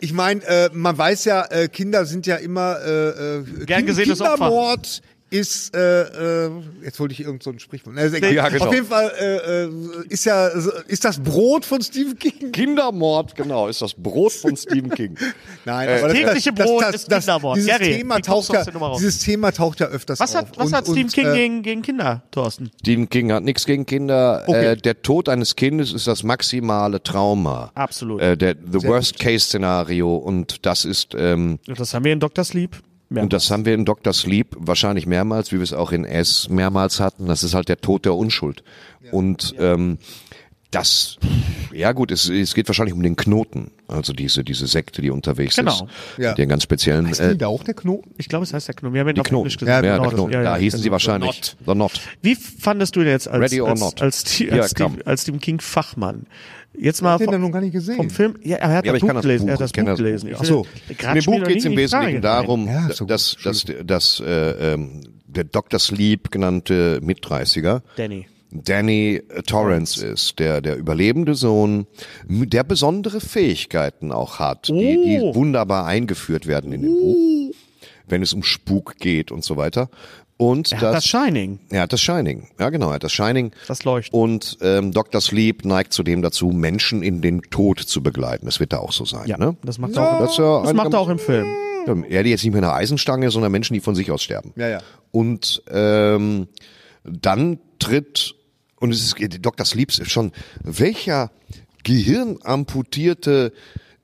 S2: Ich meine, äh, man weiß ja, äh, Kinder sind ja immer äh, äh,
S5: Gern gesehenes Opfer.
S2: Kindermord ist äh, äh, jetzt wollte ich irgend so ein Sprichwort. Na, ist egal.
S1: Ja, genau.
S2: Also, Auf jeden Fall äh, äh, ist ja ist das Brot von Stephen King.
S1: Kindermord, genau, ist das Brot von Stephen King.
S2: Nein, aber das,
S5: Äh, tägliche Brot ist Kindermord.
S2: Dieses
S5: Gary,
S2: Thema
S5: wie
S2: taucht
S5: kommst du aus
S2: ja,
S5: der Nummer raus?
S2: dieses Thema taucht ja öfters
S5: Was
S2: auf.
S5: hat, was
S2: Und-
S5: hat Stephen
S2: und,
S5: King
S2: äh,
S5: gegen, gegen Kinder, Thorsten?
S1: Stephen King hat nichts gegen Kinder.
S2: Okay.
S1: Äh, der Tod eines Kindes ist das maximale Trauma.
S5: Absolut.
S1: Äh, der, the worst case Szenario. Und das ist, ähm,
S5: Und Das haben wir in Dr. Sleep.
S1: und das haben wir in Dr. Sleep wahrscheinlich mehrmals, wie wir es auch in S mehrmals hatten. Das ist halt der Tod der Unschuld. Und ähm, das, ja gut, es, es geht wahrscheinlich um den Knoten. Also diese, diese Sekte, die unterwegs ist.
S5: Genau.
S2: Ja.
S1: Den ganz speziellen.
S2: Ist die
S1: Äh,
S2: da auch der Knoten?
S5: Ich glaube, es heißt der Knoten. Wir haben ihn
S1: die
S5: auf
S1: Knoten.
S5: Englisch gesagt.
S1: ja,
S5: Genau,
S1: der
S5: das-
S1: Knoten.
S5: ja, ja,
S1: da hießen
S5: also
S1: sie wahrscheinlich. The Knot.
S5: Wie fandest du den jetzt als,
S1: Ready or
S5: als,
S1: not?
S5: als, die-
S1: Here
S5: als,
S1: I
S5: die-
S1: come.
S5: als Stephen King Fachmann? Jetzt mal
S2: Den hab ich
S5: vom,
S2: noch gar nicht gesehen.
S5: vom Film. Ja, er hat
S1: Ja, aber
S5: das
S1: ich kann
S5: Buch
S1: das
S5: gelesen.
S1: Buch,
S5: Er hat das
S1: ich kenn
S5: Buch
S1: das Buch.
S5: gelesen.
S2: Ach so.
S1: In dem Buch geht es im Wesentlichen darum,
S2: Ja, so gut,
S1: dass, dass, dass äh, ähm, der Dr. Sleep genannte Mitdreißiger
S5: Danny.
S1: Danny äh, Torrance ist, der, der überlebende Sohn, m- der besondere Fähigkeiten auch hat, die, die
S5: Oh.
S1: wunderbar eingeführt werden in dem Buch, wenn es um Spuk geht und so weiter. Und
S5: Er
S1: das,
S5: hat das Shining.
S1: er hat das Shining. Ja, genau, er hat das Shining.
S5: Das Leuchten.
S1: Und ähm, Dr. Sleep neigt zudem dazu, Menschen in den Tod zu begleiten. Das wird da auch so sein.
S5: Ja,
S1: ne?
S5: das macht er auch,
S1: Das ist ja
S5: das
S1: ein-
S5: macht er auch im Film.
S1: ja, die jetzt nicht mehr eine Eisenstange, sondern Menschen, die von sich aus sterben.
S2: Ja, ja.
S1: Und ähm, dann tritt, und es ist, Dr. Sleeps ist schon, welcher gehirnamputierte,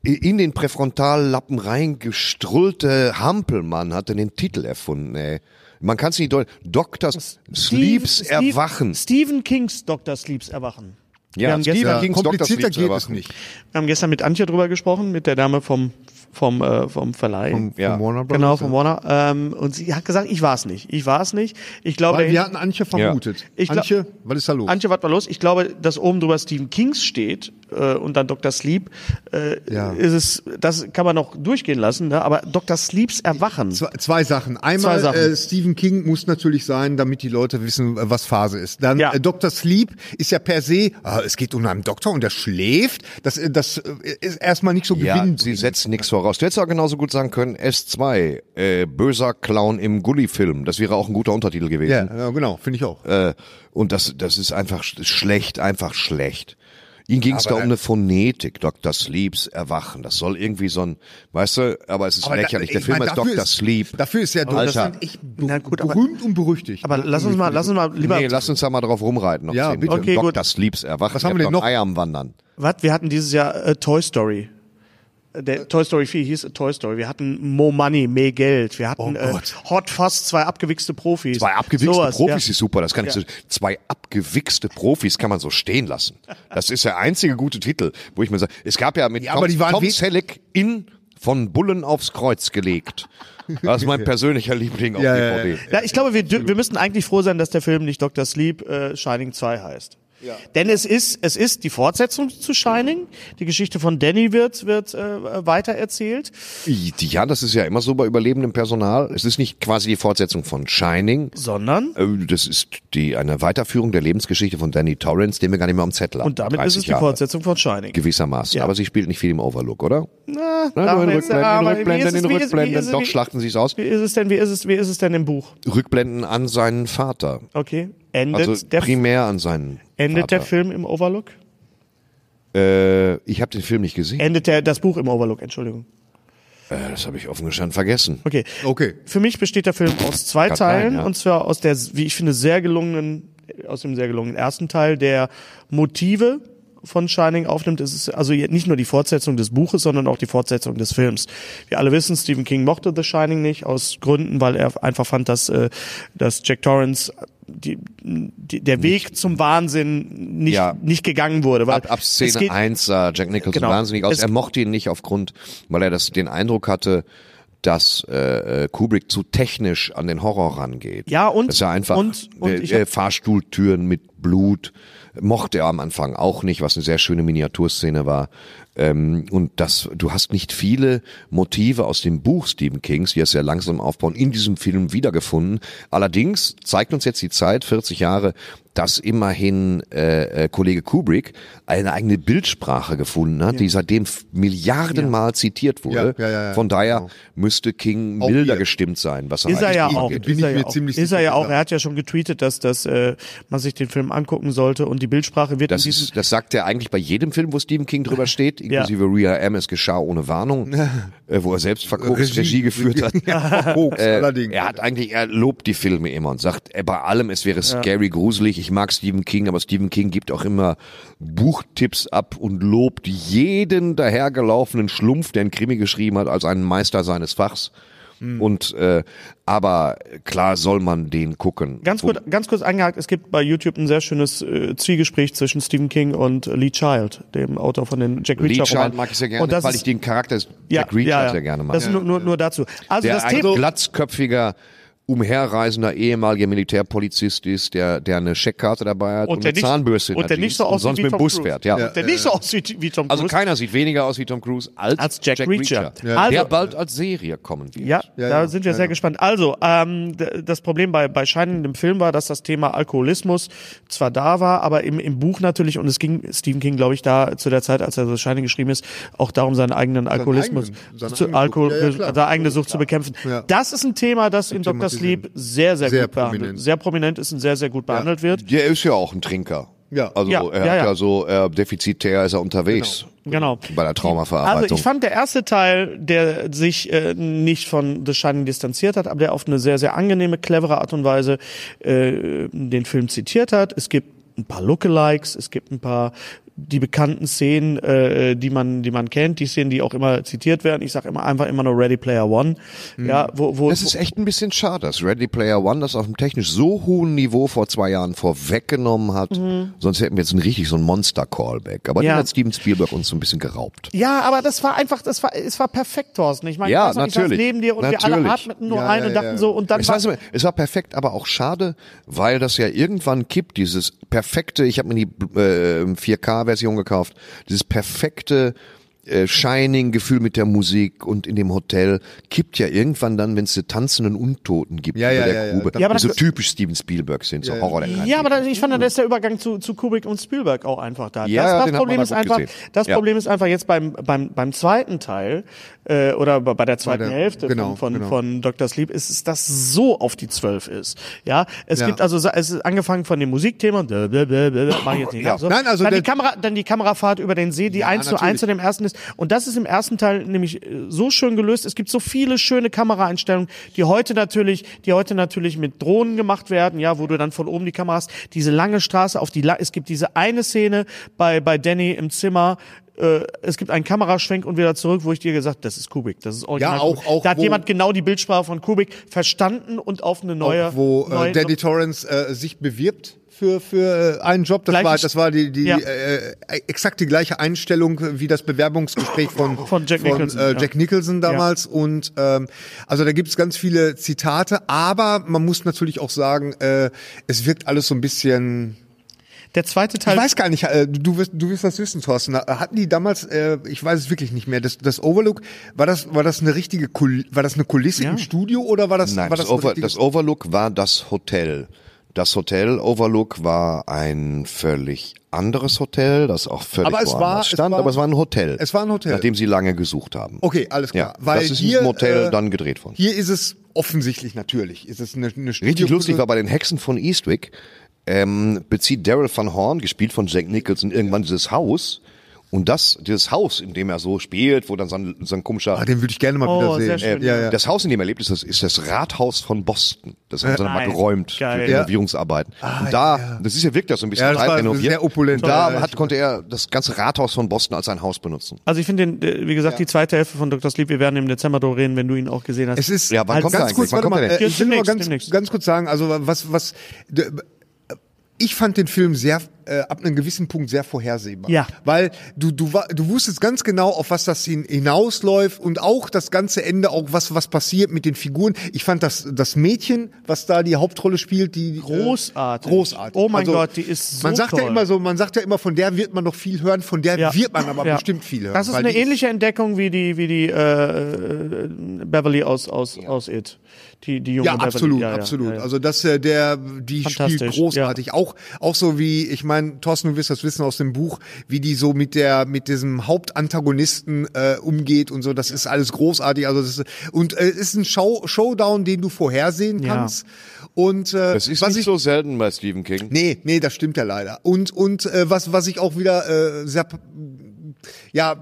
S1: in den Präfrontallappen reingestrullte Hampelmann hat denn den Titel erfunden, ey. Man kann es nicht deuten. Dr. Sleeps
S5: Steve-
S1: Erwachen.
S5: Stephen Kings Dr. Sleeps Erwachen.
S1: Ja,
S5: wir, haben
S1: Stephen King-
S5: gestern,
S1: Kings Dr.
S2: Komplizierter
S1: Sleeps
S2: geht es
S1: erwachen.
S2: nicht.
S5: wir haben gestern mit Antje drüber gesprochen, mit der Dame vom, vom, äh, vom Verleih.
S1: Ja.
S2: Warner Brothers.
S5: genau, von Warner. Ähm, und sie hat gesagt, ich war es nicht. Ich war es nicht. Ich glaube,
S2: Weil
S5: der-
S2: wir hatten Antje vermutet.
S5: Ich glaub-
S2: Antje, was ist da los?
S5: Antje, was war los? Ich glaube, dass oben drüber Stephen Kings steht äh, und dann Dr. Sleep. Äh,
S2: Ja.
S5: ist es, das kann man noch durchgehen lassen, ne? aber Dr. Sleeps Erwachen.
S2: Zwei, zwei Sachen. Einmal,
S5: Zwei Sachen.
S2: Äh, Stephen King muss natürlich sein, damit die Leute wissen, äh, was Phase ist. Dann
S5: Ja.
S2: äh, Dr. Sleep ist ja per se, ah, es geht um einen Doktor und der schläft. Das, äh, das äh, ist erstmal nicht so
S1: Ja,
S2: gewinnend.
S1: sie setzt nichts voraus. Du hättest auch genauso gut sagen können, S2, äh, böser Clown im Gully-Film. Das wäre auch ein guter Untertitel gewesen.
S2: Ja, äh, genau, finde ich auch.
S1: Äh, und das, das ist einfach sch- schlecht, einfach schlecht. Ihnen ging es da
S2: Aber-
S1: um eine Phonetik, Dr. Sleeps Erwachen. Das soll irgendwie so ein, weißt du, aber es ist
S2: Aber da-
S1: lächerlich. Der
S2: ich
S1: Film
S2: mein,
S1: heißt
S2: dafür
S1: Dr.
S2: ist-
S1: Sleep.
S2: Dafür ist ja
S1: Alter.
S2: Deutschland echt be
S5: Na gut, aber-
S2: berühmt und berüchtigt.
S5: Aber lass uns mal, lass uns mal lieber.
S1: nee, lass uns da mal drauf rumreiten. Noch
S2: Ja,
S1: zehn
S2: bitte.
S1: Minuten. Dr.
S5: Okay, gut.
S1: Sleeps Erwachen.
S2: Was haben wir
S1: Ich hab
S2: denn noch?
S1: Eier am Wandern.
S5: was? Wir hatten dieses Jahr äh, Toy Story. Der
S1: Äh.
S5: Toy Story 4 hieß Toy Story. Wir hatten More Money, mehr Geld. Wir hatten
S2: Oh
S5: äh,
S2: Gott.
S5: Hot Fuzz, zwei abgewichste Profis.
S1: Zwei abgewichste
S5: Sowas,
S1: Profis
S5: ja.
S1: ist super, das kann ich
S5: Ja.
S1: so, zwei abgewichste Profis kann man so stehen lassen. Das ist der einzige gute Titel, wo ich mir sage, es gab ja mit
S2: Ja,
S1: Tom,
S2: aber die waren
S1: Tom
S2: we-
S1: Selleck in von Bullen aufs Kreuz gelegt. Das ist mein persönlicher Liebling auf
S2: Ja, ja,
S1: DVD.
S5: Ja, ich glaube, wir, dür- wir müssen eigentlich froh sein, dass der Film nicht Dr. Sleep äh, Shining 2 heißt. Denn es ist, es ist die Fortsetzung zu Shining. Die Geschichte von Danny wird, wird äh, weitererzählt.
S1: Ja, das ist ja immer so bei überlebendem Personal. Es ist nicht quasi die Fortsetzung von Shining.
S5: Sondern,
S1: äh, Das ist die, eine Weiterführung der Lebensgeschichte von Danny Torrance, den wir gar nicht mehr am Zettel haben.
S5: und damit ist
S1: 30
S5: es die
S1: Jahre.
S5: Fortsetzung von Shining.
S1: Gewissermaßen.
S5: Ja.
S1: Aber sie spielt nicht viel im Overlook, oder?
S5: Na,
S1: Na,
S5: darf
S1: nur
S5: man
S1: in
S5: jetzt-
S1: Rückblenden, in
S5: aber wie
S1: Rückblenden,
S5: ist
S1: in
S5: es- wie ist es- wie
S1: Rückblenden.
S5: ist es-
S1: Doch
S5: wie-
S1: schlachten sie es aus.
S5: Wie ist es denn, wie ist es, wie ist es denn im Buch?
S1: Rückblenden an seinen Vater.
S5: Okay. Endet,
S1: Also
S5: der,
S1: primär an seinen
S5: endet
S1: Vater.
S5: der Film im Overlook?
S1: Äh, ich habe den Film nicht gesehen.
S5: Endet der, das Buch im Overlook, Entschuldigung.
S1: Äh, das habe ich offen gestanden vergessen.
S5: Okay.
S2: Okay.
S5: Für mich besteht der Film aus zwei
S1: Kann sein,
S5: Teilen
S1: ja.
S5: und zwar aus der, wie ich finde, sehr gelungenen, aus dem sehr gelungenen ersten Teil, der Motive von Shining aufnimmt. Es ist also nicht nur die Fortsetzung des Buches, sondern auch die Fortsetzung des Films. Wir alle wissen, Stephen King mochte The Shining nicht aus Gründen, weil er einfach fand, dass, äh, dass Jack Torrance die, die, der Weg zum Wahnsinn nicht,
S1: Ja.
S5: nicht gegangen wurde. Weil
S1: Ab, ab
S5: es
S1: Szene
S5: geht-
S1: 1 sah Jack Nicholson
S5: Genau.
S1: wahnsinnig aus.
S5: Es-
S1: er mochte ihn nicht aufgrund, weil er das den Eindruck hatte, dass äh, äh, Kubrick zu technisch an den Horror rangeht.
S5: Ja, und-
S1: Dass er einfach
S5: und- und
S1: äh,
S5: ich
S1: äh,
S5: hab-
S1: Fahrstuhltüren mit Blut mochte er am Anfang auch nicht, was eine sehr schöne Miniaturszene war. Ähm, und das, du hast nicht viele Motive aus dem Buch Stephen Kings, die es sehr langsam aufbauen, in diesem Film wiedergefunden. Allerdings zeigt uns jetzt die Zeit, 40 Jahre, dass immerhin äh, äh, Kollege Kubrick eine eigene Bildsprache gefunden hat, die seitdem f- Milliardenmal zitiert wurde.
S2: Ja, ja, ja, ja.
S1: Von daher müsste King
S2: Auch
S1: milder
S2: hier.
S1: gestimmt sein, was er
S5: Ist er
S1: eigentlich
S5: ja
S1: nicht
S5: auch.
S1: geht.
S2: Bin
S5: ist
S2: ich
S5: er ja
S2: mir
S5: auch.
S2: ziemlich
S5: ist er
S2: sicher,
S5: ja auch.
S2: ja.
S5: Er hat ja schon getweetet, dass, dass äh, man sich den Film angucken sollte und die Bildsprache wird
S1: Das,
S5: in diesem
S1: ist, das sagt er eigentlich bei jedem Film, wo Stephen King drüber steht, inklusive Rhea M. Es geschah ohne Warnung, äh, wo er selbst verkokst Regie, geführt hat. Äh,
S2: Ja, Koks, allerdings.
S1: Er hat eigentlich, er lobt die Filme immer und sagt, äh, bei allem, es wäre scary, gruselig. Ich mag Stephen King, aber Stephen King gibt auch immer Buchtipps ab und lobt jeden dahergelaufenen Schlumpf, der einen Krimi geschrieben hat, als einen Meister seines Fachs.
S5: Hm.
S1: Und äh, aber klar soll man den gucken.
S5: Ganz,
S1: Wo-
S5: gut, ganz kurz angehakt, es gibt bei YouTube ein sehr schönes äh, Zwiegespräch zwischen Stephen King und Lee Child, dem Autor von den Jack
S1: Lee
S5: Reacher
S1: Child
S5: Romanen.
S1: halt mag ich sehr gerne,
S5: und das
S1: weil
S5: ist,
S1: ich den Charakter des
S5: ja,
S1: Jack Reacher
S5: ja, ja.
S1: sehr gerne mag.
S5: Das nur, nur, nur dazu. Also
S1: der
S5: das
S1: ein
S5: Thema
S1: glatzköpfiger, umherreisender ehemaliger Militärpolizist ist, der, der eine Scheckkarte dabei hat und, eine Zahnbürste in
S5: und der
S1: der Jeans
S5: nicht so
S1: und
S5: aussieht
S1: sonst
S5: wie
S1: mit dem
S5: Tom
S1: Bus
S5: Cruise.
S1: fährt. Ja.
S5: Der nicht so aussieht wie Tom Cruise.
S1: Also keiner sieht weniger aus wie Tom Cruise als,
S5: Als Jack Reacher.
S1: Reacher,
S5: Also-
S1: der bald als Serie kommen wird.
S5: Ja,
S2: Ja,
S5: da
S2: ja,
S5: sind wir
S2: ja,
S5: sehr
S2: ja.
S5: gespannt. Also, ähm, d- das Problem bei, bei Shining, dem Film, war, dass das Thema Alkoholismus zwar da war, aber im, im Buch natürlich, und es ging Stephen King, glaube ich, da zu der Zeit, als er so Shining geschrieben ist, auch darum, seinen eigenen Alkoholismus,
S2: eigenen- seine
S5: zu,
S2: eigene
S5: Alkohol,
S2: Sucht. Ja, ja, klar.
S5: seine eigene Sucht zu bekämpfen.
S2: Ja.
S5: Das ist ein Thema, das in Dr. Sleep sehr, sehr,
S2: Sehr
S5: gut behandelt,
S2: prominent.
S5: sehr prominent ist und sehr, sehr gut behandelt wird.
S1: Der ist ja auch ein Trinker.
S2: Ja.
S1: Also
S5: Ja,
S1: er
S5: ja,
S1: hat
S5: ja.
S1: ja, so äh, defizitär ist er unterwegs
S5: Genau.
S1: bei der Traumaverarbeitung.
S5: Also ich fand der erste Teil, der sich äh, nicht von The Shining distanziert hat, aber der auf eine sehr, sehr angenehme, clevere Art und Weise äh, den Film zitiert hat. Es gibt ein paar Lookalikes, es gibt ein paar die bekannten Szenen, äh, die man, die man kennt, die Szenen, die auch immer zitiert werden. Ich sage immer einfach immer nur Ready Player One.
S2: Mhm.
S5: Ja, wo, wo,
S1: Das ist echt ein bisschen schade, dass Ready Player One das auf einem technisch so hohen Niveau vor zwei Jahren vorweggenommen hat. Sonst hätten wir jetzt ein richtig so ein Monster-Callback. Aber
S5: Mhm. Ja.
S1: den hat Steven Spielberg uns so ein bisschen geraubt.
S5: Ja, aber das war einfach, das war, es war perfekt, Thorsten. Ich meine,
S1: Ja,
S5: ich weiß noch, ich saß
S1: natürlich.
S5: neben dir und wir alle
S1: Natürlich.
S5: atmeten nur
S2: Ja,
S5: ein
S2: ja,
S5: und dachten
S2: ja.
S5: so und dann
S1: Es
S5: war-
S1: war, es war perfekt, aber auch schade, weil das ja irgendwann kippt, dieses perfekte, ich habe mir die äh, 4K-Version gekauft, dieses perfekte äh, Shining-Gefühl mit der Musik und in dem Hotel kippt ja irgendwann dann, wenn es die tanzenden Untoten gibt
S2: Ja,
S1: über
S2: ja, ja,
S1: der
S2: ja.
S1: Grube,
S5: Ja, aber
S1: die so
S5: das-
S1: typisch Steven Spielberg sind, so Horror der Kleinen.
S5: Ja, aber da, ich fand, da ist der Übergang zu, zu Kubrick und Spielberg auch einfach da.
S1: Ja,
S5: das
S1: ja,
S5: das
S1: den hat
S5: Problem
S1: man da
S5: ist
S1: gut
S5: einfach,
S1: gesehen.
S5: das
S1: Ja.
S5: Problem ist einfach jetzt beim, beim, beim zweiten Teil äh, oder bei bei der zweiten
S2: der-
S5: Hälfte
S2: genau,
S5: von, von,
S2: genau.
S5: von Dr. Sleep ist, es, dass so auf die Zwölf ist. Ja, es
S2: Ja.
S5: gibt also sa- es ist angefangen von dem Musikthema. und da, da, da, da, da, Mach ich jetzt nicht.
S1: Ja.
S5: ne? So.
S2: Nein, also
S5: dann die
S2: der-
S5: Kamera, dann die Kamerafahrt über den See, die
S2: Ja,
S5: eins zu eins
S2: natürlich.
S5: zu dem ersten ist. Und das ist im ersten Teil nämlich äh, so schön gelöst. Es gibt so viele schöne Kameraeinstellungen, die heute natürlich, die heute natürlich mit Drohnen gemacht werden, ja, wo du dann von oben die Kamera hast. Diese lange Straße auf die, La es gibt diese eine Szene bei, bei Danny im Zimmer, äh, es gibt einen Kameraschwenk und wieder zurück, wo ich dir gesagt, das ist Kubik, das ist original.
S2: Ja, auch-
S5: Kubrick.
S2: auch
S5: da hat
S2: wo-
S5: jemand genau die Bildsprache von Kubik verstanden und auf eine neue,
S2: Auch wo
S5: neue
S2: äh, Danny Torrance äh, sich bewirbt für für äh, einen Job. Das
S5: Gleiches-
S2: war das war die die
S5: Ja.
S2: äh, exakt die gleiche Einstellung äh, wie das Bewerbungsgespräch von
S5: Von Jack Nicholson,
S2: äh,
S5: ja.
S2: Jack Nicholson damals und ähm, also da gibt's ganz viele Zitate, aber man muss natürlich auch sagen, äh, es wirkt alles so ein bisschen
S5: der zweite Teil.
S2: ich weiß gar nicht, äh, du wirst, du wirst das wissen, Thorsten. Hatten die damals, äh, ich weiß es wirklich nicht mehr, das, das Overlook, war das, war das eine richtige, Kul war das eine Kulisse im Studio oder war das,
S1: Nein,
S2: war
S1: das, Over,
S2: ein
S1: das
S2: richtiges-
S1: Overlook war das Hotel. Das Hotel Overlook war ein völlig anderes Hotel, das auch völlig
S2: Aber es
S1: woanders
S2: war- es
S1: stand,
S2: war-
S1: aber es war ein Hotel.
S2: es war ein Hotel.
S1: Nachdem sie lange gesucht haben.
S2: Okay, alles
S1: Ja,
S2: klar. Weil
S1: das ist
S2: hier,
S1: im Hotel
S2: äh,
S1: dann gedreht worden.
S2: Hier ist es offensichtlich natürlich, ist es eine, eine
S1: Richtig lustig war
S2: Studiokulisse.
S1: bei den Hexen von Eastwick, ähm, bezieht Daryl Van Horn, gespielt von Jack Nicholson, irgendwann dieses Haus Und das, dieses Haus, in dem er so spielt, wo dann so ein, so ein komischer
S2: Ah, den würde ich gerne mal
S5: Oh,
S2: wieder sehen.
S5: sehr schön.
S2: Ja, ja.
S1: das Haus, in dem er lebt, ist das, ist das Rathaus von Boston. Das haben sie dann mal
S5: Nice.
S1: geräumt
S5: Geil.
S1: für
S5: Ja.
S1: Renovierungsarbeiten. und da, das ist ja wirkt ja so ein bisschen
S2: Ah, Ja, das war
S1: renoviert.
S2: sehr opulent.
S1: Und da
S2: Toll.
S1: hat, konnte er das ganze Rathaus von Boston als sein Haus benutzen.
S5: Also ich finde, den, äh, wie gesagt, die zweite Hälfte von Dr. Sleep, wir werden im Dezember darüber reden, wenn du ihn auch gesehen hast.
S2: Es ist
S1: Ja, wann
S2: also
S1: kommt er
S2: ganz
S1: eigentlich?
S2: kurz,
S1: Wann
S2: warte
S1: kommt
S2: mal,
S1: er denn?
S2: äh, ich will nur
S5: Demnächst,
S2: ganz,
S5: demnächst.
S2: ganz kurz sagen, also was, was, d- ich fand den Film sehr, äh, ab einem gewissen Punkt sehr vorhersehbar.
S5: Ja.
S2: Weil du, du, wa- du wusstest ganz genau, auf was das hin, hinausläuft und auch das ganze Ende, auch was, was passiert mit den Figuren. Ich fand das, das Mädchen, was da die Hauptrolle spielt, die.
S5: Großartig.
S2: Äh, großartig.
S5: Oh mein Gott, die ist so
S2: Man sagt ja
S5: toll.
S2: immer so, man sagt ja immer, von der wird man noch viel hören, von der
S5: Ja.
S2: wird man aber
S5: Ja.
S2: bestimmt viel hören.
S5: Das ist
S2: weil
S5: eine
S2: die
S5: ähnliche Entdeckung wie die, wie die äh, äh, Beverly aus, aus, aus It. Die, die junge
S2: Ja,
S5: Beverly.
S2: absolut,
S5: ja, ja,
S2: absolut.
S5: ja, ja.
S2: Also das äh, der die
S5: Fantastisch,
S2: spielt großartig. Auch auch so wie ich meine, Thorsten, du wirst das wissen aus dem Buch, wie die so mit der mit diesem Hauptantagonisten äh, umgeht und so. Das ist alles großartig. Also das ist, und äh, es ist ein Show, Showdown, den du vorhersehen
S5: Ja.
S2: kannst. Und äh,
S1: Das ist
S2: was
S1: nicht
S2: ich
S1: so selten bei Stephen King.
S2: Nee, nee, das stimmt ja leider. Und und äh, was was ich auch wieder äh, sehr p- ja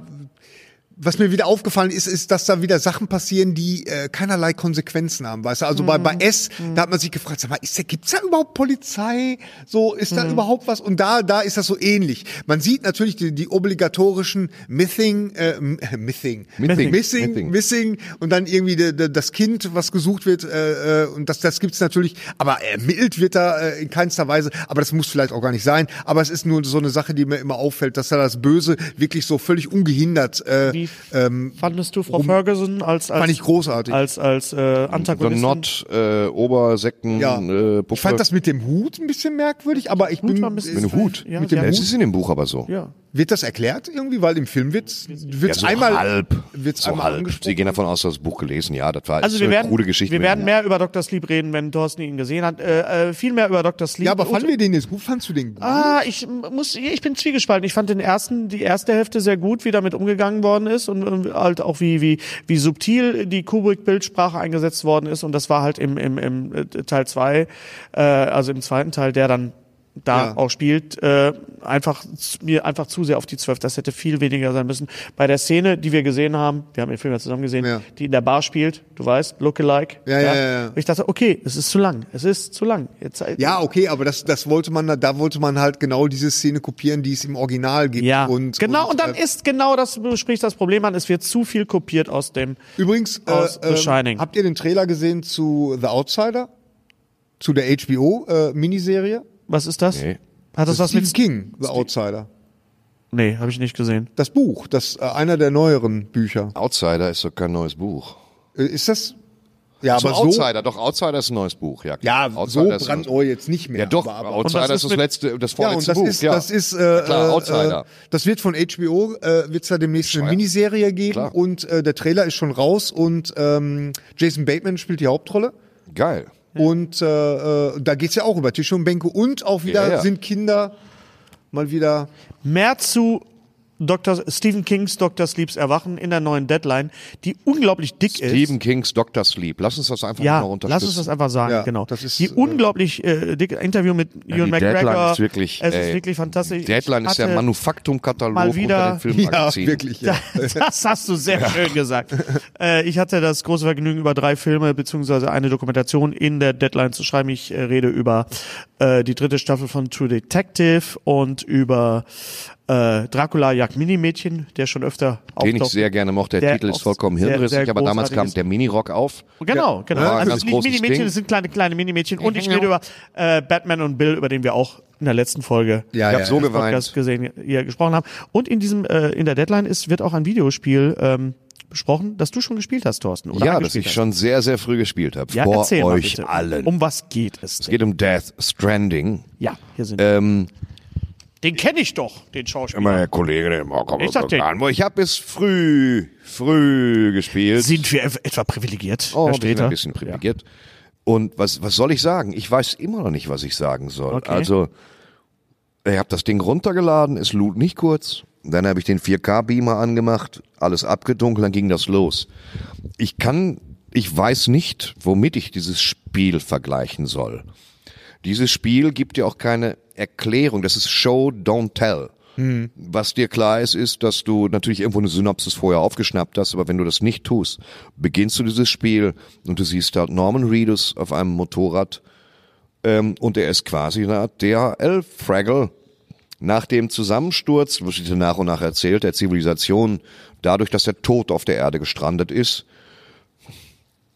S2: was mir wieder aufgefallen ist, ist, dass da wieder Sachen passieren, die äh, keinerlei Konsequenzen haben, weißt du? Also bei, bei S, da hat man sich gefragt, sag mal, ist da, gibt's da überhaupt Polizei? So, ist da überhaupt was? Und da, da ist das so ähnlich. Man sieht natürlich die, die obligatorischen Mything, äh, M- Mything,
S1: Mything.
S2: Missing,
S1: Mything.
S2: Missing und dann irgendwie de, de, das Kind, was gesucht wird, äh, äh, und das, das gibt's natürlich, aber ermittelt wird da äh, in keinster Weise, aber das muss vielleicht auch gar nicht sein, aber es ist nur so eine Sache, die mir immer auffällt, dass da das Böse wirklich so völlig ungehindert äh,
S5: Wie fandest du Frau Ferguson als, als
S2: Fand ich großartig.
S5: als, als äh,
S1: The
S5: Antagonistin?
S1: Not, äh, Obersekten,
S2: Ja.
S1: äh, Puppe.
S2: ich fand das mit dem Hut ein bisschen merkwürdig, aber ich bin.
S5: war ein bisschen-
S2: ist-
S1: mit dem Hut.
S5: Ja,
S2: mit
S5: sie
S2: dem
S5: hat-
S1: es
S2: Hut.
S1: ist in dem Buch aber so.
S5: Ja.
S2: Wird das erklärt irgendwie? Weil im Film wird's,
S1: Ja,
S2: wird's
S1: so
S2: einmal.
S1: halb.
S2: Wird's
S1: so
S2: einmal
S1: halb.
S2: angesprochen.
S1: Sie gehen davon aus, dass das Buch gelesen. Ja, das war
S5: Also
S1: ist
S5: wir
S1: eine
S5: werden,
S1: coole Geschichte.
S5: wir
S1: mit
S5: werden
S1: ihm.
S5: mehr über Dr. Sleep reden, wenn Thorsten ihn gesehen hat. Äh, äh, viel mehr über Dr. Sleep.
S2: Ja, aber
S5: und-
S2: fanden wir den jetzt gut? Fandst du den gut?
S5: Ah, ich m- muss, ich bin zwiegespalten. Ich fand den ersten, die erste Hälfte sehr gut, wie damit umgegangen worden ist und, und halt auch wie wie wie subtil die Kubrick-Bildsprache eingesetzt worden ist und das war halt im im, im äh, Teil zwei, äh, also im zweiten Teil, der dann da
S2: Ja.
S5: auch spielt, äh, einfach z- mir einfach zu sehr auf die zwölf. Das hätte viel weniger sein müssen. Bei der Szene, die wir gesehen haben, wir haben den Film ja zusammen gesehen,
S2: Ja.
S5: die in der Bar spielt, du weißt, Lookalike.
S2: Ja, ja, ja, ja.
S5: Und Ich dachte, okay, es ist zu lang, es ist zu lang. Jetzt, äh,
S2: Ja, okay, aber das, das wollte man, da wollte man halt genau diese Szene kopieren, die es im Original gibt.
S5: Ja,
S2: und,
S5: genau. Und, dann
S2: äh,
S5: ist genau das, du sprichst das Problem an, es wird zu viel kopiert aus dem.
S2: Übrigens, äh,
S5: aus The
S2: ähm,
S5: Shining.
S2: habt ihr den Trailer gesehen zu The Outsider? Zu der HBO-Miniserie?
S5: Was ist das?
S1: Nee.
S5: Hat das, was
S2: äh, Stephen
S5: mit.
S2: King, The Outsider.
S5: Nee, habe ich nicht gesehen.
S2: Das Buch, das äh, einer der neueren Bücher.
S1: Outsider ist doch kein neues Buch.
S2: Äh, Ist das? Ja,
S1: Ach so,
S2: aber so,
S1: Outsider, doch, Outsider ist ein neues Buch, ja. klar.
S2: ja, so
S1: Outsider ist ein neues
S2: brandneu jetzt nicht mehr.
S1: Ja, doch,
S2: aber, aber,
S5: Und
S1: Outsider
S5: das
S1: ist
S5: ist
S1: das
S5: mit-
S1: letzte, das
S2: ja,
S1: vorletzte
S2: und das
S1: Buch,
S2: ist,
S1: ja.
S2: das ist, äh,
S1: ja, klar,
S2: äh,
S1: Outsider.
S2: Äh, das wird von HBO, äh, wird's da demnächst eine
S1: Schwein.
S2: Miniserie geben
S1: Klar.
S2: und äh, der Trailer ist schon raus und ähm, Jason Bateman spielt die Hauptrolle.
S1: Geil.
S5: Hm.
S2: Und äh, äh, da geht's ja auch über Tische und Bänke und auch wieder
S1: Ja, ja.
S2: sind Kinder mal wieder.
S5: Mehr zu Dr. Stephen Kings Dr. Sleeps Erwachen in der neuen Deadline, die unglaublich dick ist.
S1: Stephen Kings Dr. Sleep. Lass uns das einfach
S5: Ja,
S1: mal unterstützen.
S5: lass uns das einfach sagen,
S2: Ja,
S5: genau.
S2: das ist,
S5: die
S2: äh,
S5: unglaublich äh, dicke Interview mit Ewan
S1: die
S5: McGregor.
S1: Deadline ist wirklich,
S5: es ist
S1: ey,
S5: wirklich fantastisch.
S1: Deadline ist der
S5: Hatte- mal
S1: Manufaktumkatalog unter
S5: wieder-
S1: den Filmmagazinen.
S2: Ja.
S5: Das hast du sehr schön gesagt. Äh, ich hatte das große Vergnügen, über drei Filme beziehungsweise eine Dokumentation in der Deadline zu schreiben. Ich äh, rede über äh, die dritte Staffel von True Detective und über äh, Dracula jagt Minimädchen, der schon öfter
S1: Den ich
S5: auftaucht.
S1: sehr gerne mochte. Der,
S5: Der
S1: Titel ist
S5: auch
S1: vollkommen
S5: sehr,
S1: hirnrissig,
S5: sehr
S1: aber damals
S5: großartig
S1: kam
S5: ist.
S1: der Minirock auf.
S5: Genau, genau.
S1: war ein
S5: also
S1: ganz
S5: nicht
S1: großes
S5: Minimädchen,
S1: Ding.
S5: das sind kleine, kleine Minimädchen. Und ich rede über äh, Batman und Bill, über den wir auch in der letzten Folge
S2: Ja, ja,
S1: ich habe so
S2: ja.
S5: Podcast
S1: geweint.
S5: gesehen, ihr gesprochen haben. Und in diesem, äh, in der Deadline ist, wird auch ein Videospiel ähm, besprochen, das du schon gespielt hast, Thorsten. Oder
S1: Ja, das
S5: angespielt
S1: ich
S5: hast.
S1: schon sehr, sehr früh gespielt habe.
S5: Ja,
S1: vor
S5: erzähl mal
S1: euch
S5: bitte.
S1: allen.
S5: Um was geht es
S1: es
S5: denn?
S1: geht um Death Stranding.
S5: Ja, hier sind
S1: Ähm,
S5: Den kenne ich doch, den Schauspieler.
S1: immer der Kollege, der immer kommt.
S5: Ich sag dir-
S1: an. Ich habe es früh, früh gespielt.
S5: Sind wir ev- etwa privilegiert?
S1: Oh,
S5: da
S1: ich bin
S5: steht
S1: ein
S5: er.
S1: bisschen privilegiert. Und was, was soll ich sagen? Ich weiß immer noch nicht, was ich sagen soll.
S5: Okay.
S1: Also, ich habe das Ding runtergeladen, es lud nicht kurz. Dann habe ich den 4K-Beamer angemacht, alles abgedunkelt, dann ging das los. Ich kann, ich weiß nicht, womit ich dieses Spiel vergleichen soll. Dieses Spiel gibt dir auch keine Erklärung. Das ist Show, Don't Tell. Was dir klar ist, ist, dass du natürlich irgendwo eine Synopsis vorher aufgeschnappt hast, aber wenn du das nicht tust, beginnst du dieses Spiel und du siehst dort Norman Reedus auf einem Motorrad ähm, und er ist quasi eine Art DHL-Fraggle. Nach dem Zusammensturz, was ich dir nach und nach erzählt, der Zivilisation, dadurch, dass der Tod auf der Erde gestrandet ist,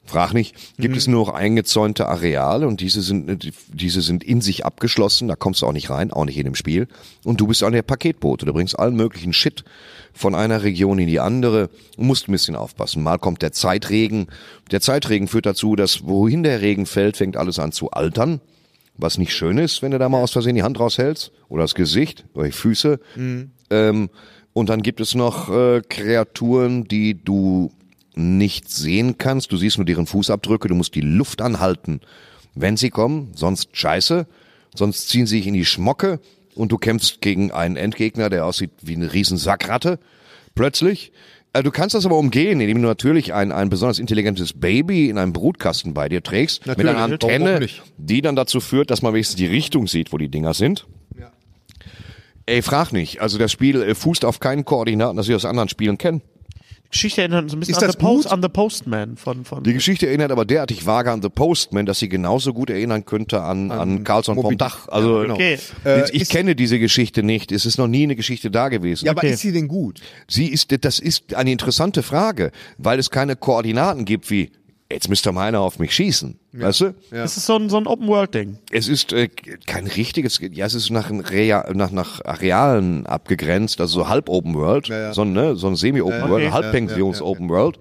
S1: frag nicht, gibt es nur noch eingezäunte Areale und diese sind, äh, diese sind in sich abgeschlossen, da kommst du auch nicht rein, auch nicht in dem Spiel. Und du bist an der Paketbote, du bringst allen möglichen Shit von einer Region in die andere und musst ein bisschen aufpassen. Mal kommt der Zeitregen. Der Zeitregen führt dazu, dass wohin der Regen fällt, fängt alles an zu altern. Was nicht schön ist, wenn du da mal aus Versehen die Hand raushältst oder das Gesicht oder die Füße. Ähm, und dann gibt es noch äh, Kreaturen, die du nicht sehen kannst. Du siehst nur deren Fußabdrücke, du musst die Luft anhalten, wenn sie kommen, sonst scheiße, sonst ziehen sie dich in die Schmocke und du kämpfst gegen einen Endgegner, der aussieht wie eine riesen Sackratte. Plötzlich. Äh, Du kannst das aber umgehen, indem du natürlich ein, ein besonders intelligentes Baby in einem Brutkasten bei dir trägst,
S2: Natürlich,
S1: mit einer
S2: warum
S1: Antenne,
S2: nicht?
S1: die dann dazu führt, dass man wenigstens die Richtung sieht, wo die Dinger sind. Ey, frag nicht. Also das Spiel äh, fußt auf keinen Koordinaten, das ich aus anderen Spielen kenne.
S5: Geschichte erinnert so ein bisschen
S2: Ist
S5: an,
S2: das
S5: the Post,
S2: gut?
S5: an The Postman von, von
S1: Die Geschichte erinnert aber derartig vage an The Postman, dass sie genauso gut erinnern könnte an, an Carlson
S2: Moby
S1: vom
S2: Dick.
S1: Dach. Also
S5: Okay.
S1: äh, ich kenne diese Geschichte nicht. Es ist noch nie eine Geschichte da gewesen.
S2: Ja, aber
S5: Okay.
S2: ist sie denn gut?
S1: Sie ist, das ist eine interessante Frage, weil es keine Koordinaten gibt wie, jetzt müsste mal einer auf mich schießen. Weißt du?
S5: Das ist so ein, so ein Open-World-Ding.
S1: Es ist äh, kein richtiges, ja, es ist nach, einem Rea, nach, nach Arealen abgegrenzt, also so halb Open World, So, ein, ne, so ein Semi-Open World,
S5: Okay.
S1: Halbpensions Open World.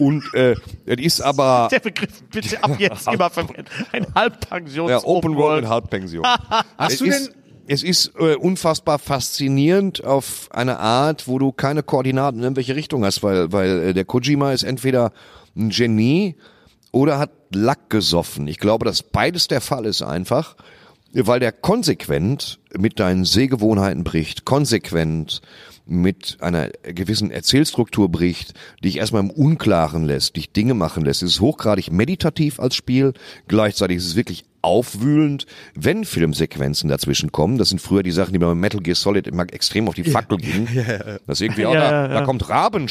S1: Und äh, es ist aber
S5: Der Begriff bitte ab jetzt immer verwenden. Ein Halbpensions
S1: Ja, Open World und Halbpension. Hast es
S2: du
S1: ist,
S2: denn-
S1: Es ist äh, unfassbar faszinierend auf eine Art, wo du keine Koordinaten in irgendwelche Richtung hast, weil, weil äh, der Kojima ist entweder ein Genie oder hat Lack gesoffen. Ich glaube, dass beides der Fall ist einfach, weil der konsequent mit deinen Sehgewohnheiten bricht, konsequent mit einer gewissen Erzählstruktur bricht, dich erstmal im Unklaren lässt, dich Dinge machen lässt. Es ist hochgradig meditativ als Spiel, gleichzeitig ist es wirklich aufwühlend, wenn Filmsequenzen dazwischen kommen. Das sind früher die Sachen, die mir bei Metal Gear Solid immer extrem auf die Fackel gingen. Das ist irgendwie auch,
S5: Ja,
S1: da,
S5: ja, ja.
S1: da kommt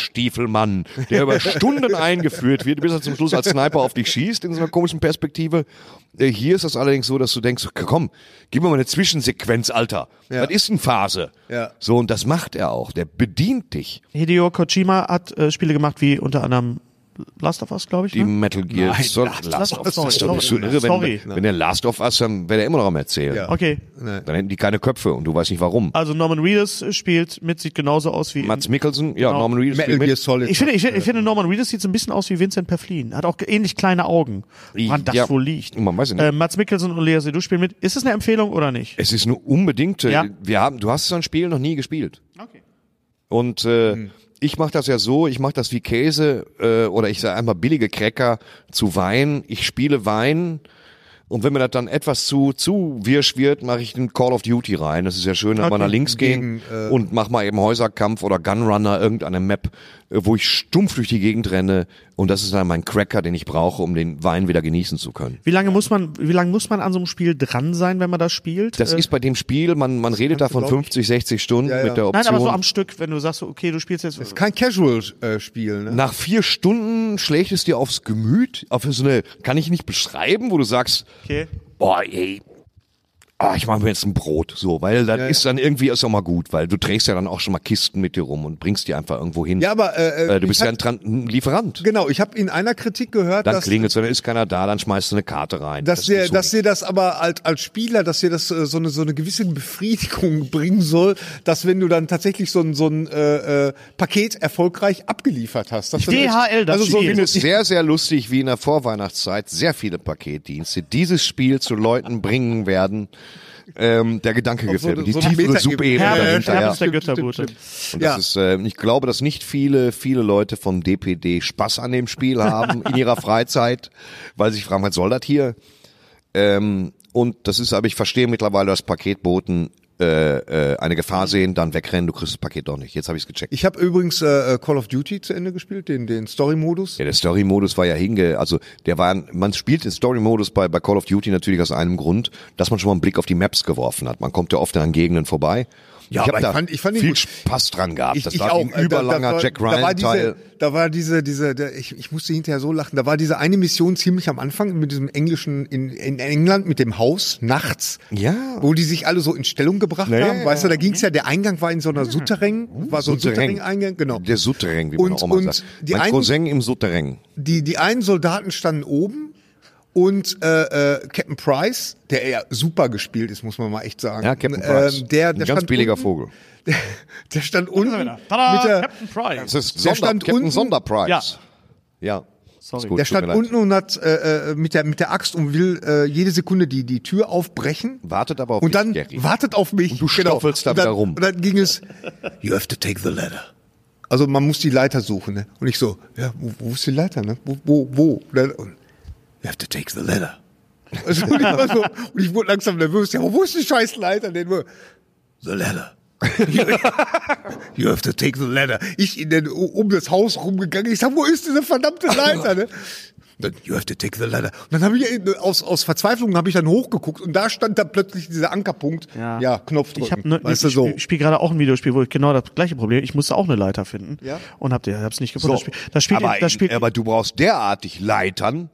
S1: Rabenstiefelmann, der über Stunden eingeführt wird, bis er zum Schluss als Sniper auf dich schießt in so einer komischen Perspektive. Äh, Hier ist das allerdings so, dass du denkst, komm, gib mir mal eine Zwischensequenz, Alter. Das ist eine Phase.
S2: Ja.
S1: So, und das macht er auch. Der bedient dich.
S5: Hideo Kojima hat äh, Spiele gemacht wie unter anderem Last of Us, glaube ich.
S1: Die
S5: Ne?
S1: Metal Gear
S2: Hm? Nein,
S1: Solid.
S2: Last
S5: of Us,
S1: das ist doch nicht so
S5: sorry,
S1: irre, wenn,
S5: sorry.
S1: wenn der Last of Us, dann wäre der immer noch am Erzählen.
S2: Ja. Ah.
S5: Okay.
S1: Dann hätten die keine Köpfe und du weißt nicht warum.
S5: Also Norman Reedus spielt mit, sieht genauso aus wie. in-
S1: Mats Mikkelsen, ja,
S5: Genau.
S1: Norman Reedus
S2: Metal
S1: spielt
S2: Gear
S1: mit.
S2: Solid.
S5: ich finde, ich, finde- ich finde, Norman Reedus sieht so ein bisschen aus wie Vincent Perflin. Hat auch ähnlich kleine Augen. Woran das
S1: Ja.
S5: wohl liegt.
S1: Man weiß es nicht.
S5: Äh, Mats Mikkelsen und Lea Seydoux spielen mit. Ist das eine Empfehlung oder nicht?
S1: Es ist nur unbedingte.
S5: Ja.
S1: Wir haben, du hast so ein Spiel noch nie gespielt.
S5: Okay.
S1: Und äh, ich mache das ja so, ich mache das wie Käse äh, oder ich sage einmal billige Cracker zu Wein. Ich spiele Wein und wenn mir das dann etwas zu zu wirsch wird, mache ich den Call of Duty rein. Das ist ja schön, wenn man nach links gehen
S5: äh
S1: und mach mal eben Häuserkampf oder Gunrunner irgendeine Map, äh, wo ich stumpf durch die Gegend renne und das ist dann mein Cracker, den ich brauche, um den Wein wieder genießen zu können.
S5: Wie lange muss man, wie lange muss man an so einem Spiel dran sein, wenn man das spielt?
S1: Das
S5: Äh,
S1: ist bei dem Spiel, man man redet da von 50, 60 Stunden mit der Option.
S5: Nein, aber so am Stück, wenn du sagst, so, okay, du spielst jetzt.
S2: Kein Casual-Spiel, ne?
S1: Nach vier Stunden schlägt es dir aufs Gemüt, auf so eine, kann ich nicht beschreiben, wo du sagst,
S5: Okay.
S1: boah, ey, ah, ich mache mir jetzt ein Brot, so, weil dann ist dann irgendwie ist auch mal gut, weil du trägst ja dann auch schon mal Kisten mit dir rum und bringst die einfach irgendwo hin.
S2: Ja, aber äh,
S1: äh, du
S2: ich
S1: bist ja
S2: hab-
S1: ein, Tran ein Lieferant.
S2: Genau, ich habe in einer Kritik gehört,
S1: Dann
S2: dass
S1: klingelt dann ist keiner da, dann schmeißt du eine Karte rein.
S2: dass
S1: ist
S2: dir,
S1: so
S2: dass dir das aber als, als Spieler, dass dir das äh, so eine so eine gewisse Befriedigung bringen soll, dass wenn du dann tatsächlich so ein so ein äh, äh, Paket erfolgreich abgeliefert hast, dass du dann echt-
S5: DHL, das
S2: also so
S5: Spiel.
S1: Ich finde es sehr, sehr lustig, wie in der Vorweihnachtszeit sehr viele Paketdienste dieses Spiel zu Leuten bringen werden. Ähm, der Gedanke
S2: Auf so
S1: gefällt mir.
S2: eine-
S1: Die
S2: so eine
S1: tiefe
S2: Meta-
S1: Subebene
S2: Ja,
S5: Herbst,
S1: dahinter. Ja.
S5: Herbst der Götterbote.
S1: Und das
S2: Ja.
S1: ist, äh, ich glaube, dass nicht viele, viele Leute von DPD Spaß an dem Spiel haben in ihrer Freizeit, weil sie sich fragen, was soll das hier? Ähm, und das ist, aber ich verstehe mittlerweile, dass Paketboten äh, äh, eine Gefahr sehen, dann wegrennen, du kriegst das Paket doch nicht. Jetzt habe ich es gecheckt.
S2: Ich habe übrigens äh, äh, Call of Duty zu Ende gespielt, den den Story-Modus.
S1: Ja, der Story-Modus war ja hinge, also der war, man spielt den Story-Modus bei, bei Call of Duty natürlich aus einem Grund, dass man schon mal einen Blick auf die Maps geworfen hat. Man kommt ja oft an Gegenden vorbei
S2: Ja,
S1: ich
S2: aber
S1: habe
S2: ich
S1: da
S2: fand- ich fand ihn
S1: viel
S2: gut.
S1: Spaß dran gehabt. das
S2: ich
S1: war
S2: auch.
S1: ein
S2: Äh, da- da
S1: überlanger
S2: war-
S1: Jack
S2: Da war
S1: Ryan-Teil.
S2: diese, da war diese, diese, der, ich, ich musste hinterher so lachen. Da war diese eine Mission ziemlich am Anfang mit diesem englischen in, in England mit dem Haus nachts.
S1: Ja.
S2: Wo die sich alle so in Stellung gebracht
S1: Ja,
S2: haben.
S1: ja,
S2: Weißt du, da ging's ja. Der Eingang war in so einer Souterrain, war so ein
S1: Souterrain.
S2: Souterrain-Eingang, genau.
S1: Der Souterrain, wie man
S2: Und-
S1: auch mal
S2: und
S1: sagt.
S2: die
S1: mein
S2: einen-
S1: Cousin im Souterrain.
S2: die, die einen Soldaten standen oben und äh, äh, Captain Price, der ja super gespielt ist, muss man mal echt sagen.
S1: Ja, Captain Price.
S2: Ähm, der, der
S1: ein ganz
S2: stand
S1: billiger
S2: unten,
S1: Vogel.
S2: Der, der stand unten mit
S5: Tada,
S2: der,
S5: Captain Price.
S1: Das ist
S2: Der
S1: Sonder,
S2: stand
S1: Captain
S2: unten-
S1: Sonderpreis.
S5: Ja.
S1: Ja.
S5: Sorry.
S1: Ist gut,
S2: der
S1: tut mir
S2: stand
S1: leid.
S2: unten und hat äh, äh, mit, der, mit der Axt und will äh, jede Sekunde die, die Tür aufbrechen.
S1: Wartet aber auf
S2: Und dann
S1: mich, Gary.
S2: wartet auf mich. Genau.
S1: Und du stoffelst da
S2: und dann,
S1: wieder rum.
S2: Und dann ging es, you have to take the ladder. Also man muss die Leiter suchen. Ne? Und ich so, ja, wo, wo ist die Leiter? Ne? Wo, wo, wo? Und dann- und, you have to take the ladder. Also, und, ich war so, und ich wurde langsam nervös. Ja, aber wo ist die scheiß Leiter? Den wir, the ladder. You have to take the ladder. Ich in den, um das Haus rumgegangen. Ich sag, wo ist diese verdammte Leiter? Ne? Dann, you have to take the ladder. Und dann habe ich äh, aus, aus Verzweiflung habe ich dann hochgeguckt und da stand da plötzlich dieser Ankerpunkt. Ja, Knopf drücken.
S5: Ich habe ne,
S2: weißt du
S5: ich
S2: so.
S5: spiel- spiel gerade auch ein Videospiel, wo ich genau das gleiche Problem. Ich musste auch eine Leiter finden
S2: Ja.
S5: und hab die- hab's nicht gefunden.
S1: So.
S5: Das Spiel, das Spiel,
S1: aber,
S5: das Spiel,
S1: aber du brauchst derartig Leitern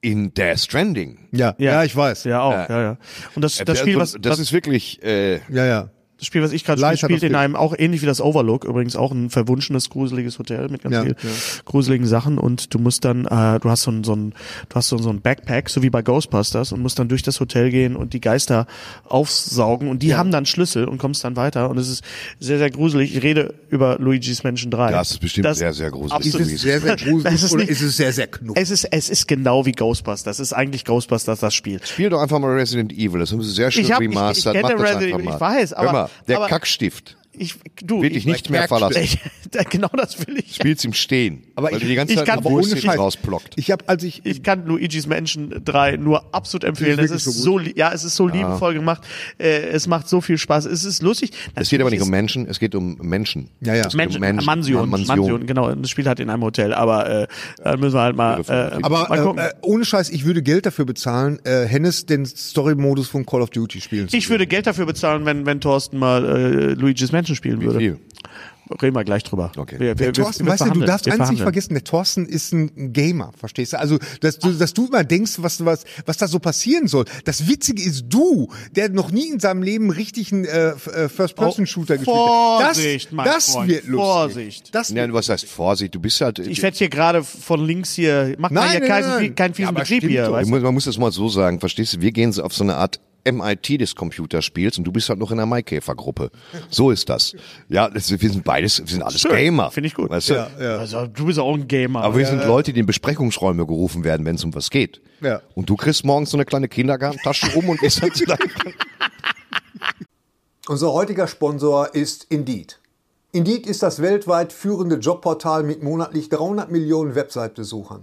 S1: in Death Stranding. Äh,
S2: Ja, ja, ich weiß.
S5: Ja auch, ja ja. Und das, das Spiel, was
S1: das, ist wirklich äh,
S2: ja, ja.
S5: Das Spiel, was ich gerade
S2: Leiter
S5: spiele, spielt
S2: das
S5: in
S2: Bild.
S5: einem auch ähnlich wie das Overlook, übrigens auch ein verwunschenes, gruseliges Hotel mit ganz
S2: Ja,
S5: viel
S2: ja.
S5: gruseligen Sachen und du musst dann, äh, du hast so ein, so ein, du hast so, so ein Backpack, so wie bei Ghostbusters und musst dann durch das Hotel gehen und die Geister aufsaugen und die haben dann Schlüssel und kommst dann weiter und es ist sehr, sehr gruselig. Ich rede über Luigi's Mansion 3.
S1: Das ist bestimmt sehr, sehr gruselig
S5: Absolut.
S1: gewesen.
S2: Ist es sehr, sehr gruselig
S5: Das ist
S2: oder
S5: nicht-
S2: ist es sehr, sehr knuffig?
S5: Es ist, es ist genau wie Ghostbusters. Es ist eigentlich Ghostbusters, das Spiel.
S1: Spiel doch einfach mal Resident Evil. Das haben sie sehr schön
S5: Ich hab- ich- ich
S1: remastert.
S5: kenne
S1: Mach das
S5: Resident
S1: einfach
S5: Evil,
S1: mal.
S5: ich weiß, aber-
S1: Hör mal, der
S5: aber-
S1: Kackstift.
S5: Ich, du,
S1: Will dich nicht mehr verlassen.
S5: Ich, genau das will ich.
S1: Spielt's im Stehen.
S2: Aber
S1: weil
S2: ich-
S1: du die ganze
S5: ich
S1: Zeit
S5: kann-
S1: eine
S5: aber ohne
S1: Wurst hinten
S2: Scheiß.
S1: rausplockt.
S2: Ich habe, als ich,
S5: ich kann Luigi's Mansion 3 nur absolut empfehlen.
S2: Das
S5: Es
S2: ist
S5: ist
S2: wirklich so Ah.
S5: so, lie- ja, es ist so liebevoll gemacht. Äh, es macht so viel Spaß. Es ist lustig.
S1: Es geht aber nicht um
S5: Natürlich ist-
S1: Menschen, es geht um Menschen.
S2: Ja, ja.
S1: Es geht
S5: Mensch,
S1: um Menschen.
S5: Mansion,
S1: Ja,
S5: Mansion. genau. Das Spiel halt in einem Hotel, aber äh, da müssen wir halt mal. Äh,
S2: aber
S5: mal gucken.
S2: äh, äh, ohne Scheiß, ich würde Geld dafür bezahlen, äh, Hennes den Story-Modus von Call of Duty spielen zu
S5: ich würde Geld dafür bezahlen, wenn, wenn Thorsten mal äh, Luigi's Mansion spielen würde.
S1: Viel.
S5: Reden wir gleich drüber.
S1: Okay.
S2: Der Thorsten, weißt du, du
S5: verhandeln.
S2: darfst
S5: Wir
S2: eins nicht
S5: verhandeln.
S2: vergessen, der Thorsten ist ein Gamer, verstehst du? Also, dass du, dass du immer denkst, was, was, was da so passieren soll. Das Witzige ist du, der noch nie in seinem Leben richtig einen äh, F- äh, First-Person-Shooter gespielt hat. Das-
S5: Oh, Vorsicht, mein
S2: Das
S5: Freund,
S2: wird lustig.
S5: Vorsicht.
S2: Das
S1: Nein, was heißt Vorsicht? Du bist halt.
S5: Ich werde hier gerade von links hier. Macht man
S2: Nein,
S5: hier
S2: nein,
S5: keinen,
S2: nein.
S5: keinen fiesen
S2: Ja, aber
S5: Betrieb
S2: stimmt
S5: hier.
S2: doch.
S5: Weißt du?
S1: man muss das mal so sagen, verstehst du? Wir gehen so auf so eine Art MIT des Computerspiels und du bist halt noch in der Maikäfergruppe. So ist das. Ja, das, wir sind beides, wir sind alles
S5: Schön.
S1: Gamer.
S5: Finde ich gut.
S1: Weißt du?
S5: Also, du bist auch ein Gamer. ne?
S1: Aber wir sind Leute, die in Besprechungsräume gerufen werden, wenn es um was geht.
S2: Ja.
S1: Und du kriegst morgens so eine kleine Kindergartentasche um und gehst dann zu deinem
S7: Unser heutiger Sponsor ist Indeed. Indeed ist das weltweit führende Jobportal mit monatlich 300 Millionen Website-Besuchern.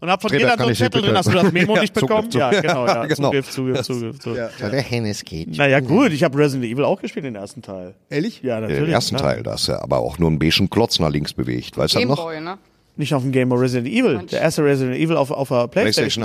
S5: Und hab von
S1: Streber
S5: dir
S1: kann
S5: dann so einen
S1: ich nicht
S5: Zettel drin.
S1: bitte.
S5: Hast du das Memo
S1: Ja,
S5: nicht
S1: Zugriff,
S5: bekommen?
S1: Zugriff.
S5: Ja, genau. Ja.
S1: Ja, genau.
S5: Zugriff, Zugriff, Zugriff. Zugriff.
S1: Der Hennes geht.
S5: Naja gut, ich habe Resident Evil auch gespielt, den ersten Teil.
S2: Ehrlich?
S5: Ja, natürlich. ne?
S1: Den ersten
S5: klar.
S1: Teil, da hast du aber auch nur einen beigen Klotz nach links bewegt. Weißt du das noch?
S6: Gameboy, ne?
S5: Nicht auf dem Game of Resident Evil. Der erste Resident Evil auf, auf der Playstation.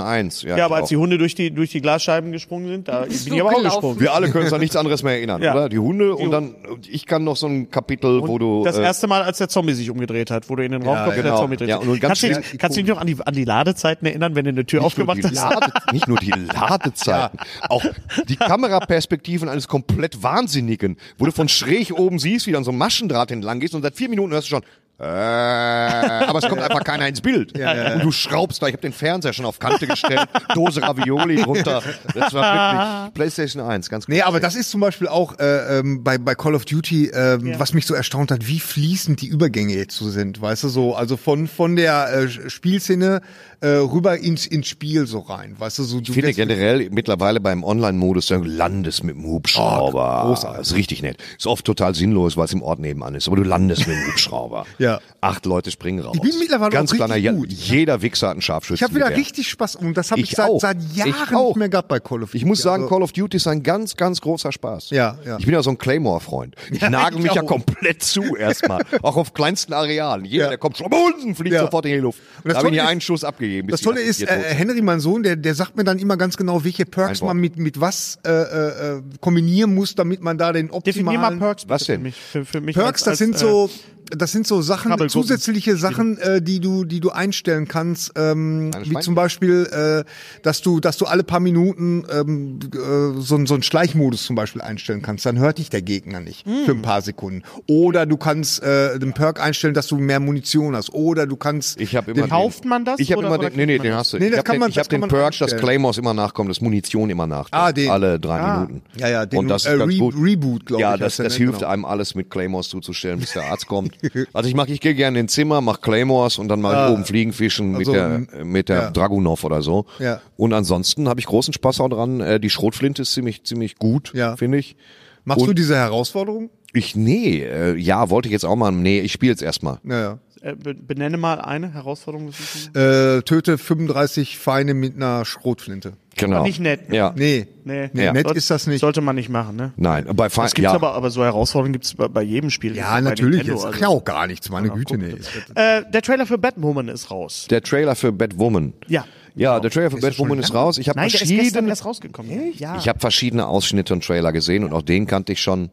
S1: PlayStation 1. Ja, genau.
S5: Ja, aber
S1: ich
S5: als die Hunde durch die, durch die Glasscheiben gesprungen sind, da
S6: Bist
S5: bin
S6: du
S5: ich aber auch
S6: gelaufen?
S5: gesprungen.
S1: Wir alle können uns an nichts anderes mehr erinnern,
S5: Ja.
S1: oder? Die Hunde und dann, ich kann noch so ein Kapitel, wo du.
S5: das
S1: äh,
S5: erste Mal, als der Zombie sich umgedreht hat, wo du in den Raum kommst und der
S1: genau.
S5: Zombie dreht
S1: Ja,
S5: sich.
S1: und nun ganz
S5: kannst, du
S1: schnell
S5: dich-
S1: die
S5: kannst du dich noch an die, an die Ladezeiten erinnern, wenn du eine Tür
S1: nicht nur, die
S5: aufgemacht hast?
S1: Lade, nicht nur die Ladezeiten, auch die Kameraperspektiven eines komplett Wahnsinnigen, wo du von schräg oben siehst, wie du an so einem Maschendraht entlang gehst und seit vier Minuten hörst du schon, äh, aber es kommt einfach keiner ins Bild. Und du schraubst da, ich habe den Fernseher schon auf Kante gestellt, Dose Ravioli runter. Das war wirklich PlayStation 1, ganz gut.
S2: Nee, aber das ist zum Beispiel auch äh, ähm, bei, bei Call of Duty, ähm, was mich so erstaunt hat, wie fließend die Übergänge jetzt so sind, weißt du, so, also von, von der äh, Spielszene äh, rüber ins, ins Spiel so rein, weißt du, so du
S1: Ich finde
S2: wirst-
S1: generell mittlerweile beim Online-Modus, da landest mit dem Hubschrauber.
S2: Oh, großartig.
S1: Ist richtig nett. Ist oft total sinnlos, weil es im Ort nebenan ist. Aber du landest mit dem Hubschrauber.
S2: Ja.
S1: Acht Leute springen raus.
S2: Ich bin mittlerweile
S1: Ganz
S2: auch richtig
S1: kleiner, Ja-
S2: gut.
S1: jeder Wichser hat einen Scharfschützen.
S2: ich habe wieder
S1: mit der.
S2: richtig Spaß und das habe ich,
S1: Ich auch.
S2: seit, seit
S1: Ich
S2: Jahren
S1: auch.
S2: nicht mehr gehabt bei Call of Duty.
S1: Ich muss sagen,
S2: also,
S1: Call of Duty ist ein ganz, ganz großer Spaß.
S2: Ja, ja.
S1: Ich bin ja so ein Claymore-Freund. Ich nagel
S2: ich
S1: mich ja
S2: auch.
S1: komplett zu erstmal. auch auf kleinsten Arealen. Jeder,
S2: Ja.
S1: der kommt, Schraubunsen, fliegt
S2: Ja.
S1: sofort in die Luft.
S2: das
S1: Da habe ich
S2: Tolle
S1: nie
S2: ist-
S1: einen Schuss abgegeben. bis
S2: das
S1: die
S2: Tolle
S1: Affen
S2: ist,
S1: hier
S2: äh,
S1: tot sind.
S2: Henry, mein Sohn, der, der sagt mir dann immer ganz genau, welche Perks
S1: Ein Wort.
S2: man mit, mit was äh, äh, äh, kombinieren muss, damit man da den
S5: Definier mal
S2: optimalen...
S5: Perks. bitte
S1: Was denn?
S5: Für mich, für, für mich
S2: Perks, das
S5: als- als,
S2: sind
S5: äh,
S2: so, das sind so Sachen,
S5: Kabelgruppen.
S2: zusätzliche Sachen, äh, die du, die du einstellen kannst, ähm, wie zum Beispiel, äh, dass du, dass du alle paar Minuten ähm, äh, so, einen- so einen Schleichmodus zum Beispiel einstellen kannst, dann hört dich der Gegner nicht
S5: Hm.
S2: für ein paar Sekunden. Oder du kannst äh, den Perk einstellen, dass du mehr Munition hast. Oder du kannst,
S1: Ich habe immer den,
S5: Kauft man das
S1: Ich habe
S5: oder-
S1: immer
S5: oder
S1: den, nee, nee,
S5: kriegt man
S1: den hast du.
S2: Nee,
S1: ich
S2: das
S1: habe
S2: kann
S1: den,
S2: man-
S1: ich
S2: das
S1: hab
S2: kann
S1: den
S2: man
S1: Perk, dass
S2: einstellen.
S1: Claymores immer nachkommen, dass Munition immer nachkommt.
S2: Ah, den.
S1: Alle drei Minuten.
S2: ja, ja, den,
S1: Und das
S2: äh,
S1: ist ganz
S2: Re-
S1: gut.
S2: Reboot, glaub
S1: Ja,
S2: ich,
S1: das,
S2: heißt der,
S1: das
S2: ne?
S1: hilft
S2: Genau.
S1: einem alles mit Claymores zuzustellen, bis der Arzt kommt. Also ich mache, ich gehe gerne in ein Zimmer, mache Claymores und dann mal oben Fliegenfischen
S2: Ah. also,
S1: mit der, mit der
S2: ja.
S1: Dragunov oder so.
S2: Ja.
S1: Und ansonsten habe ich großen Spaß auch dran. Äh, Die Schrotflinte ist ziemlich, ziemlich gut,
S2: Ja.
S1: finde ich.
S2: machst du
S1: und-
S2: diese Herausforderung?
S1: Ich, nee, äh, ja, wollte ich jetzt auch mal, nee, ich spiele jetzt erstmal.
S2: Naja.
S5: Äh, be- benenne mal eine Herausforderung. das ist-
S2: Äh, töte 35 Feinde mit einer Schrotflinte.
S1: Genau.
S5: nicht nett. ne?
S1: Ja.
S2: Nee,
S5: Nee,
S2: nee
S1: Ja.
S2: nett
S5: Sollt-
S2: ist das nicht.
S5: Sollte man nicht machen, ne?
S1: Nein, bei Fe
S5: Es gibt's
S1: ja.
S5: aber, aber so Herausforderungen gibt's bei, bei jedem Spiel.
S2: Ja,
S5: Bei
S2: natürlich.
S5: Nintendo,
S2: Jetzt
S5: also.
S2: ja auch gar nichts, meine Güte, nee.
S5: Äh, der Trailer für Batwoman ist raus.
S1: Der Trailer für Batwoman.
S5: Ja. Genau.
S1: Ja, der Trailer für Batwoman ist raus. Ich habe
S5: Nein, der ist gestern
S1: verschiedene,
S5: erst rausgekommen. Ja.
S1: ich habe verschiedene Ausschnitte und Trailer gesehen und auch den kannte ich schon.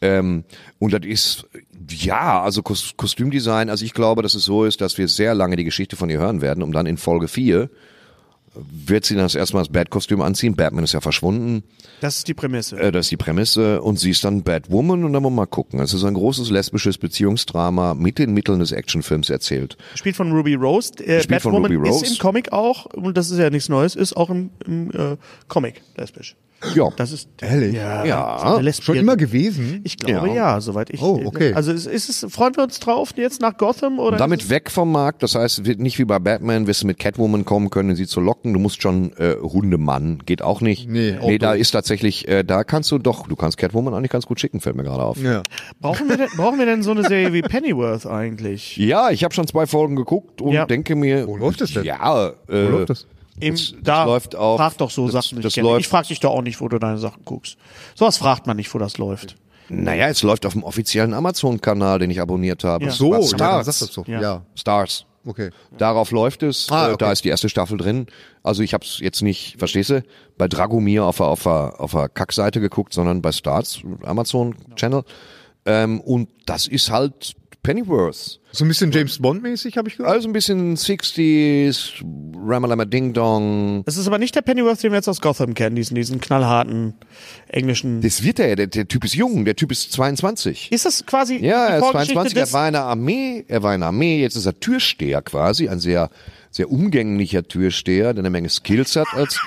S1: Ähm, und das ist, ja, also Kos Kostümdesign, also ich glaube, dass es so ist, dass wir sehr lange die Geschichte von ihr hören werden, um dann in Folge 4 wird sie dann das erste Mal das Bat-Kostüm anziehen. Batman ist ja verschwunden.
S5: Das ist die Prämisse.
S1: Äh, das ist die Prämisse. Und sie ist dann Batwoman und dann wollen wir mal gucken. Es ist ein großes lesbisches Beziehungsdrama mit den Mitteln des Actionfilms erzählt.
S5: Spielt von Ruby Rose. Äh,
S1: Gespielt von
S5: Batwoman
S1: Ruby Rose.
S5: ist im Comic auch, und das ist ja nichts Neues, ist auch im, im äh, Comic lesbisch.
S1: Ja.
S5: Das ist
S2: Ehrlich?
S5: ja,
S1: Ja.
S5: so eine Lesbie-
S2: Schon immer gewesen?
S5: Ich glaube ja, soweit ich.
S2: Oh, okay.
S5: Also ist, ist es, freuen wir uns drauf jetzt nach Gotham oder?
S1: Damit weg vom Markt, das heißt, wird nicht wie bei Batman, wirst du mit Catwoman kommen können, um sie zu locken. Du musst schon äh, Hundemann, geht auch nicht.
S2: Nee, auch
S1: nee da
S2: doof.
S1: ist tatsächlich, äh, da kannst du doch, du kannst Catwoman eigentlich ganz gut schicken, fällt mir gerade auf.
S2: ja.
S5: brauchen wir denn, brauchen wir denn so eine Serie wie Pennyworth eigentlich?
S1: Ja, ich habe schon zwei Folgen geguckt und
S5: Ja.
S1: denke mir,
S2: Wo läuft das denn?
S1: Ja, äh,
S2: läuft das?
S5: Im,
S1: das läuft auf-
S5: Frag doch so
S1: das-
S5: Sachen.
S1: das
S5: nicht gerne.
S1: läuft-
S5: ich frag dich doch auch nicht, wo du deine Sachen guckst. Sowas fragt man nicht, wo das läuft.
S1: Naja, es läuft auf dem offiziellen Amazon-Kanal, den ich abonniert habe.
S5: Ja.
S2: So,
S1: Was
S2: ja, dann
S1: Stars.
S2: sagst du das doch.
S5: Ja.
S2: Ja.
S1: Stars.
S2: okay.
S1: Darauf läuft es.
S2: Ah,
S1: Äh,
S2: okay.
S1: Da ist die erste Staffel drin. Also ich habe es jetzt nicht, verstehst du, bei Dragomir auf der, auf der, auf der Kackseite geguckt, sondern bei Starz, Amazon Channel. Ähm, und das ist halt Pennyworth.
S2: So ein bisschen James Bond-mäßig, habe ich gehört.
S1: Also ein bisschen 60s, Ramalama Ding Dong.
S5: Es ist aber nicht der Pennyworth, den wir jetzt aus Gotham kennen, diesen, diesen knallharten englischen.
S1: Das wird er, der, der Typ ist jung, der Typ ist 22.
S5: ist das quasi
S1: Ja,
S5: die
S1: er ist
S5: Vorgeschichte
S1: 22, er
S5: des-
S1: war in der Armee, er war in der Armee, jetzt ist er Türsteher quasi, ein sehr, sehr umgänglicher Türsteher, der eine Menge Skills hat als,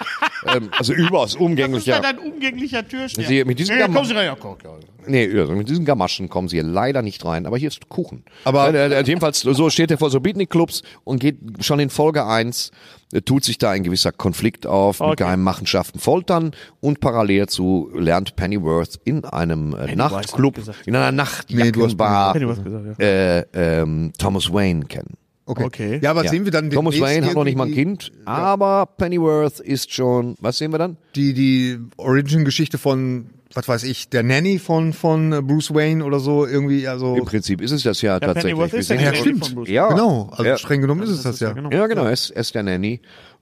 S1: ähm, also überaus umgänglicher.
S5: ein umgänglicher Türsteher.
S1: Sie, mit diesen
S5: Ja, komm,
S1: Gamaschen,
S5: Sie rein, ja, komm, komm.
S1: nee, also mit diesen Gamaschen kommen sie hier leider nicht rein, aber hier ist Kuchen.
S2: Aber-
S1: äh, äh, jedenfalls, so steht er vor so Beatnik-Clubs und geht schon in Folge eins äh, tut sich da ein gewisser Konflikt auf mit
S5: Okay.
S1: geheimen Machenschaften, Foltern und parallel zu lernt Pennyworth in einem äh, Nachtclub, in einer Nachtjackenbar
S5: Pennyworth gesagt, ja.
S1: äh, ähm, Thomas Wayne kennen.
S2: Okay.
S5: okay.
S2: Ja, aber
S1: Ja.
S2: sehen wir dann
S1: Thomas
S2: demnächst
S1: Wayne hat noch nicht mal ein
S2: irgendwie
S1: Kind, aber Pennyworth ist schon, was sehen wir dann?
S2: Die, die Origin-Geschichte von was weiß ich, der Nanny von, von äh, Bruce Wayne oder so, irgendwie, also.
S1: Im Prinzip ist es das ja, tatsächlich.
S5: Pennyworth
S1: Wir
S5: ist
S1: sehen
S5: der
S1: ja,
S2: ja,
S5: Nanny
S1: schon-
S5: von
S2: stimmt.
S5: Bruce.
S1: Ja.
S2: Genau, also
S1: Ja.
S2: streng genommen ist es
S5: Das
S2: das
S5: ist ja
S2: ja.
S5: genau.
S1: Ja, genau, er ist, er ist der Nanny.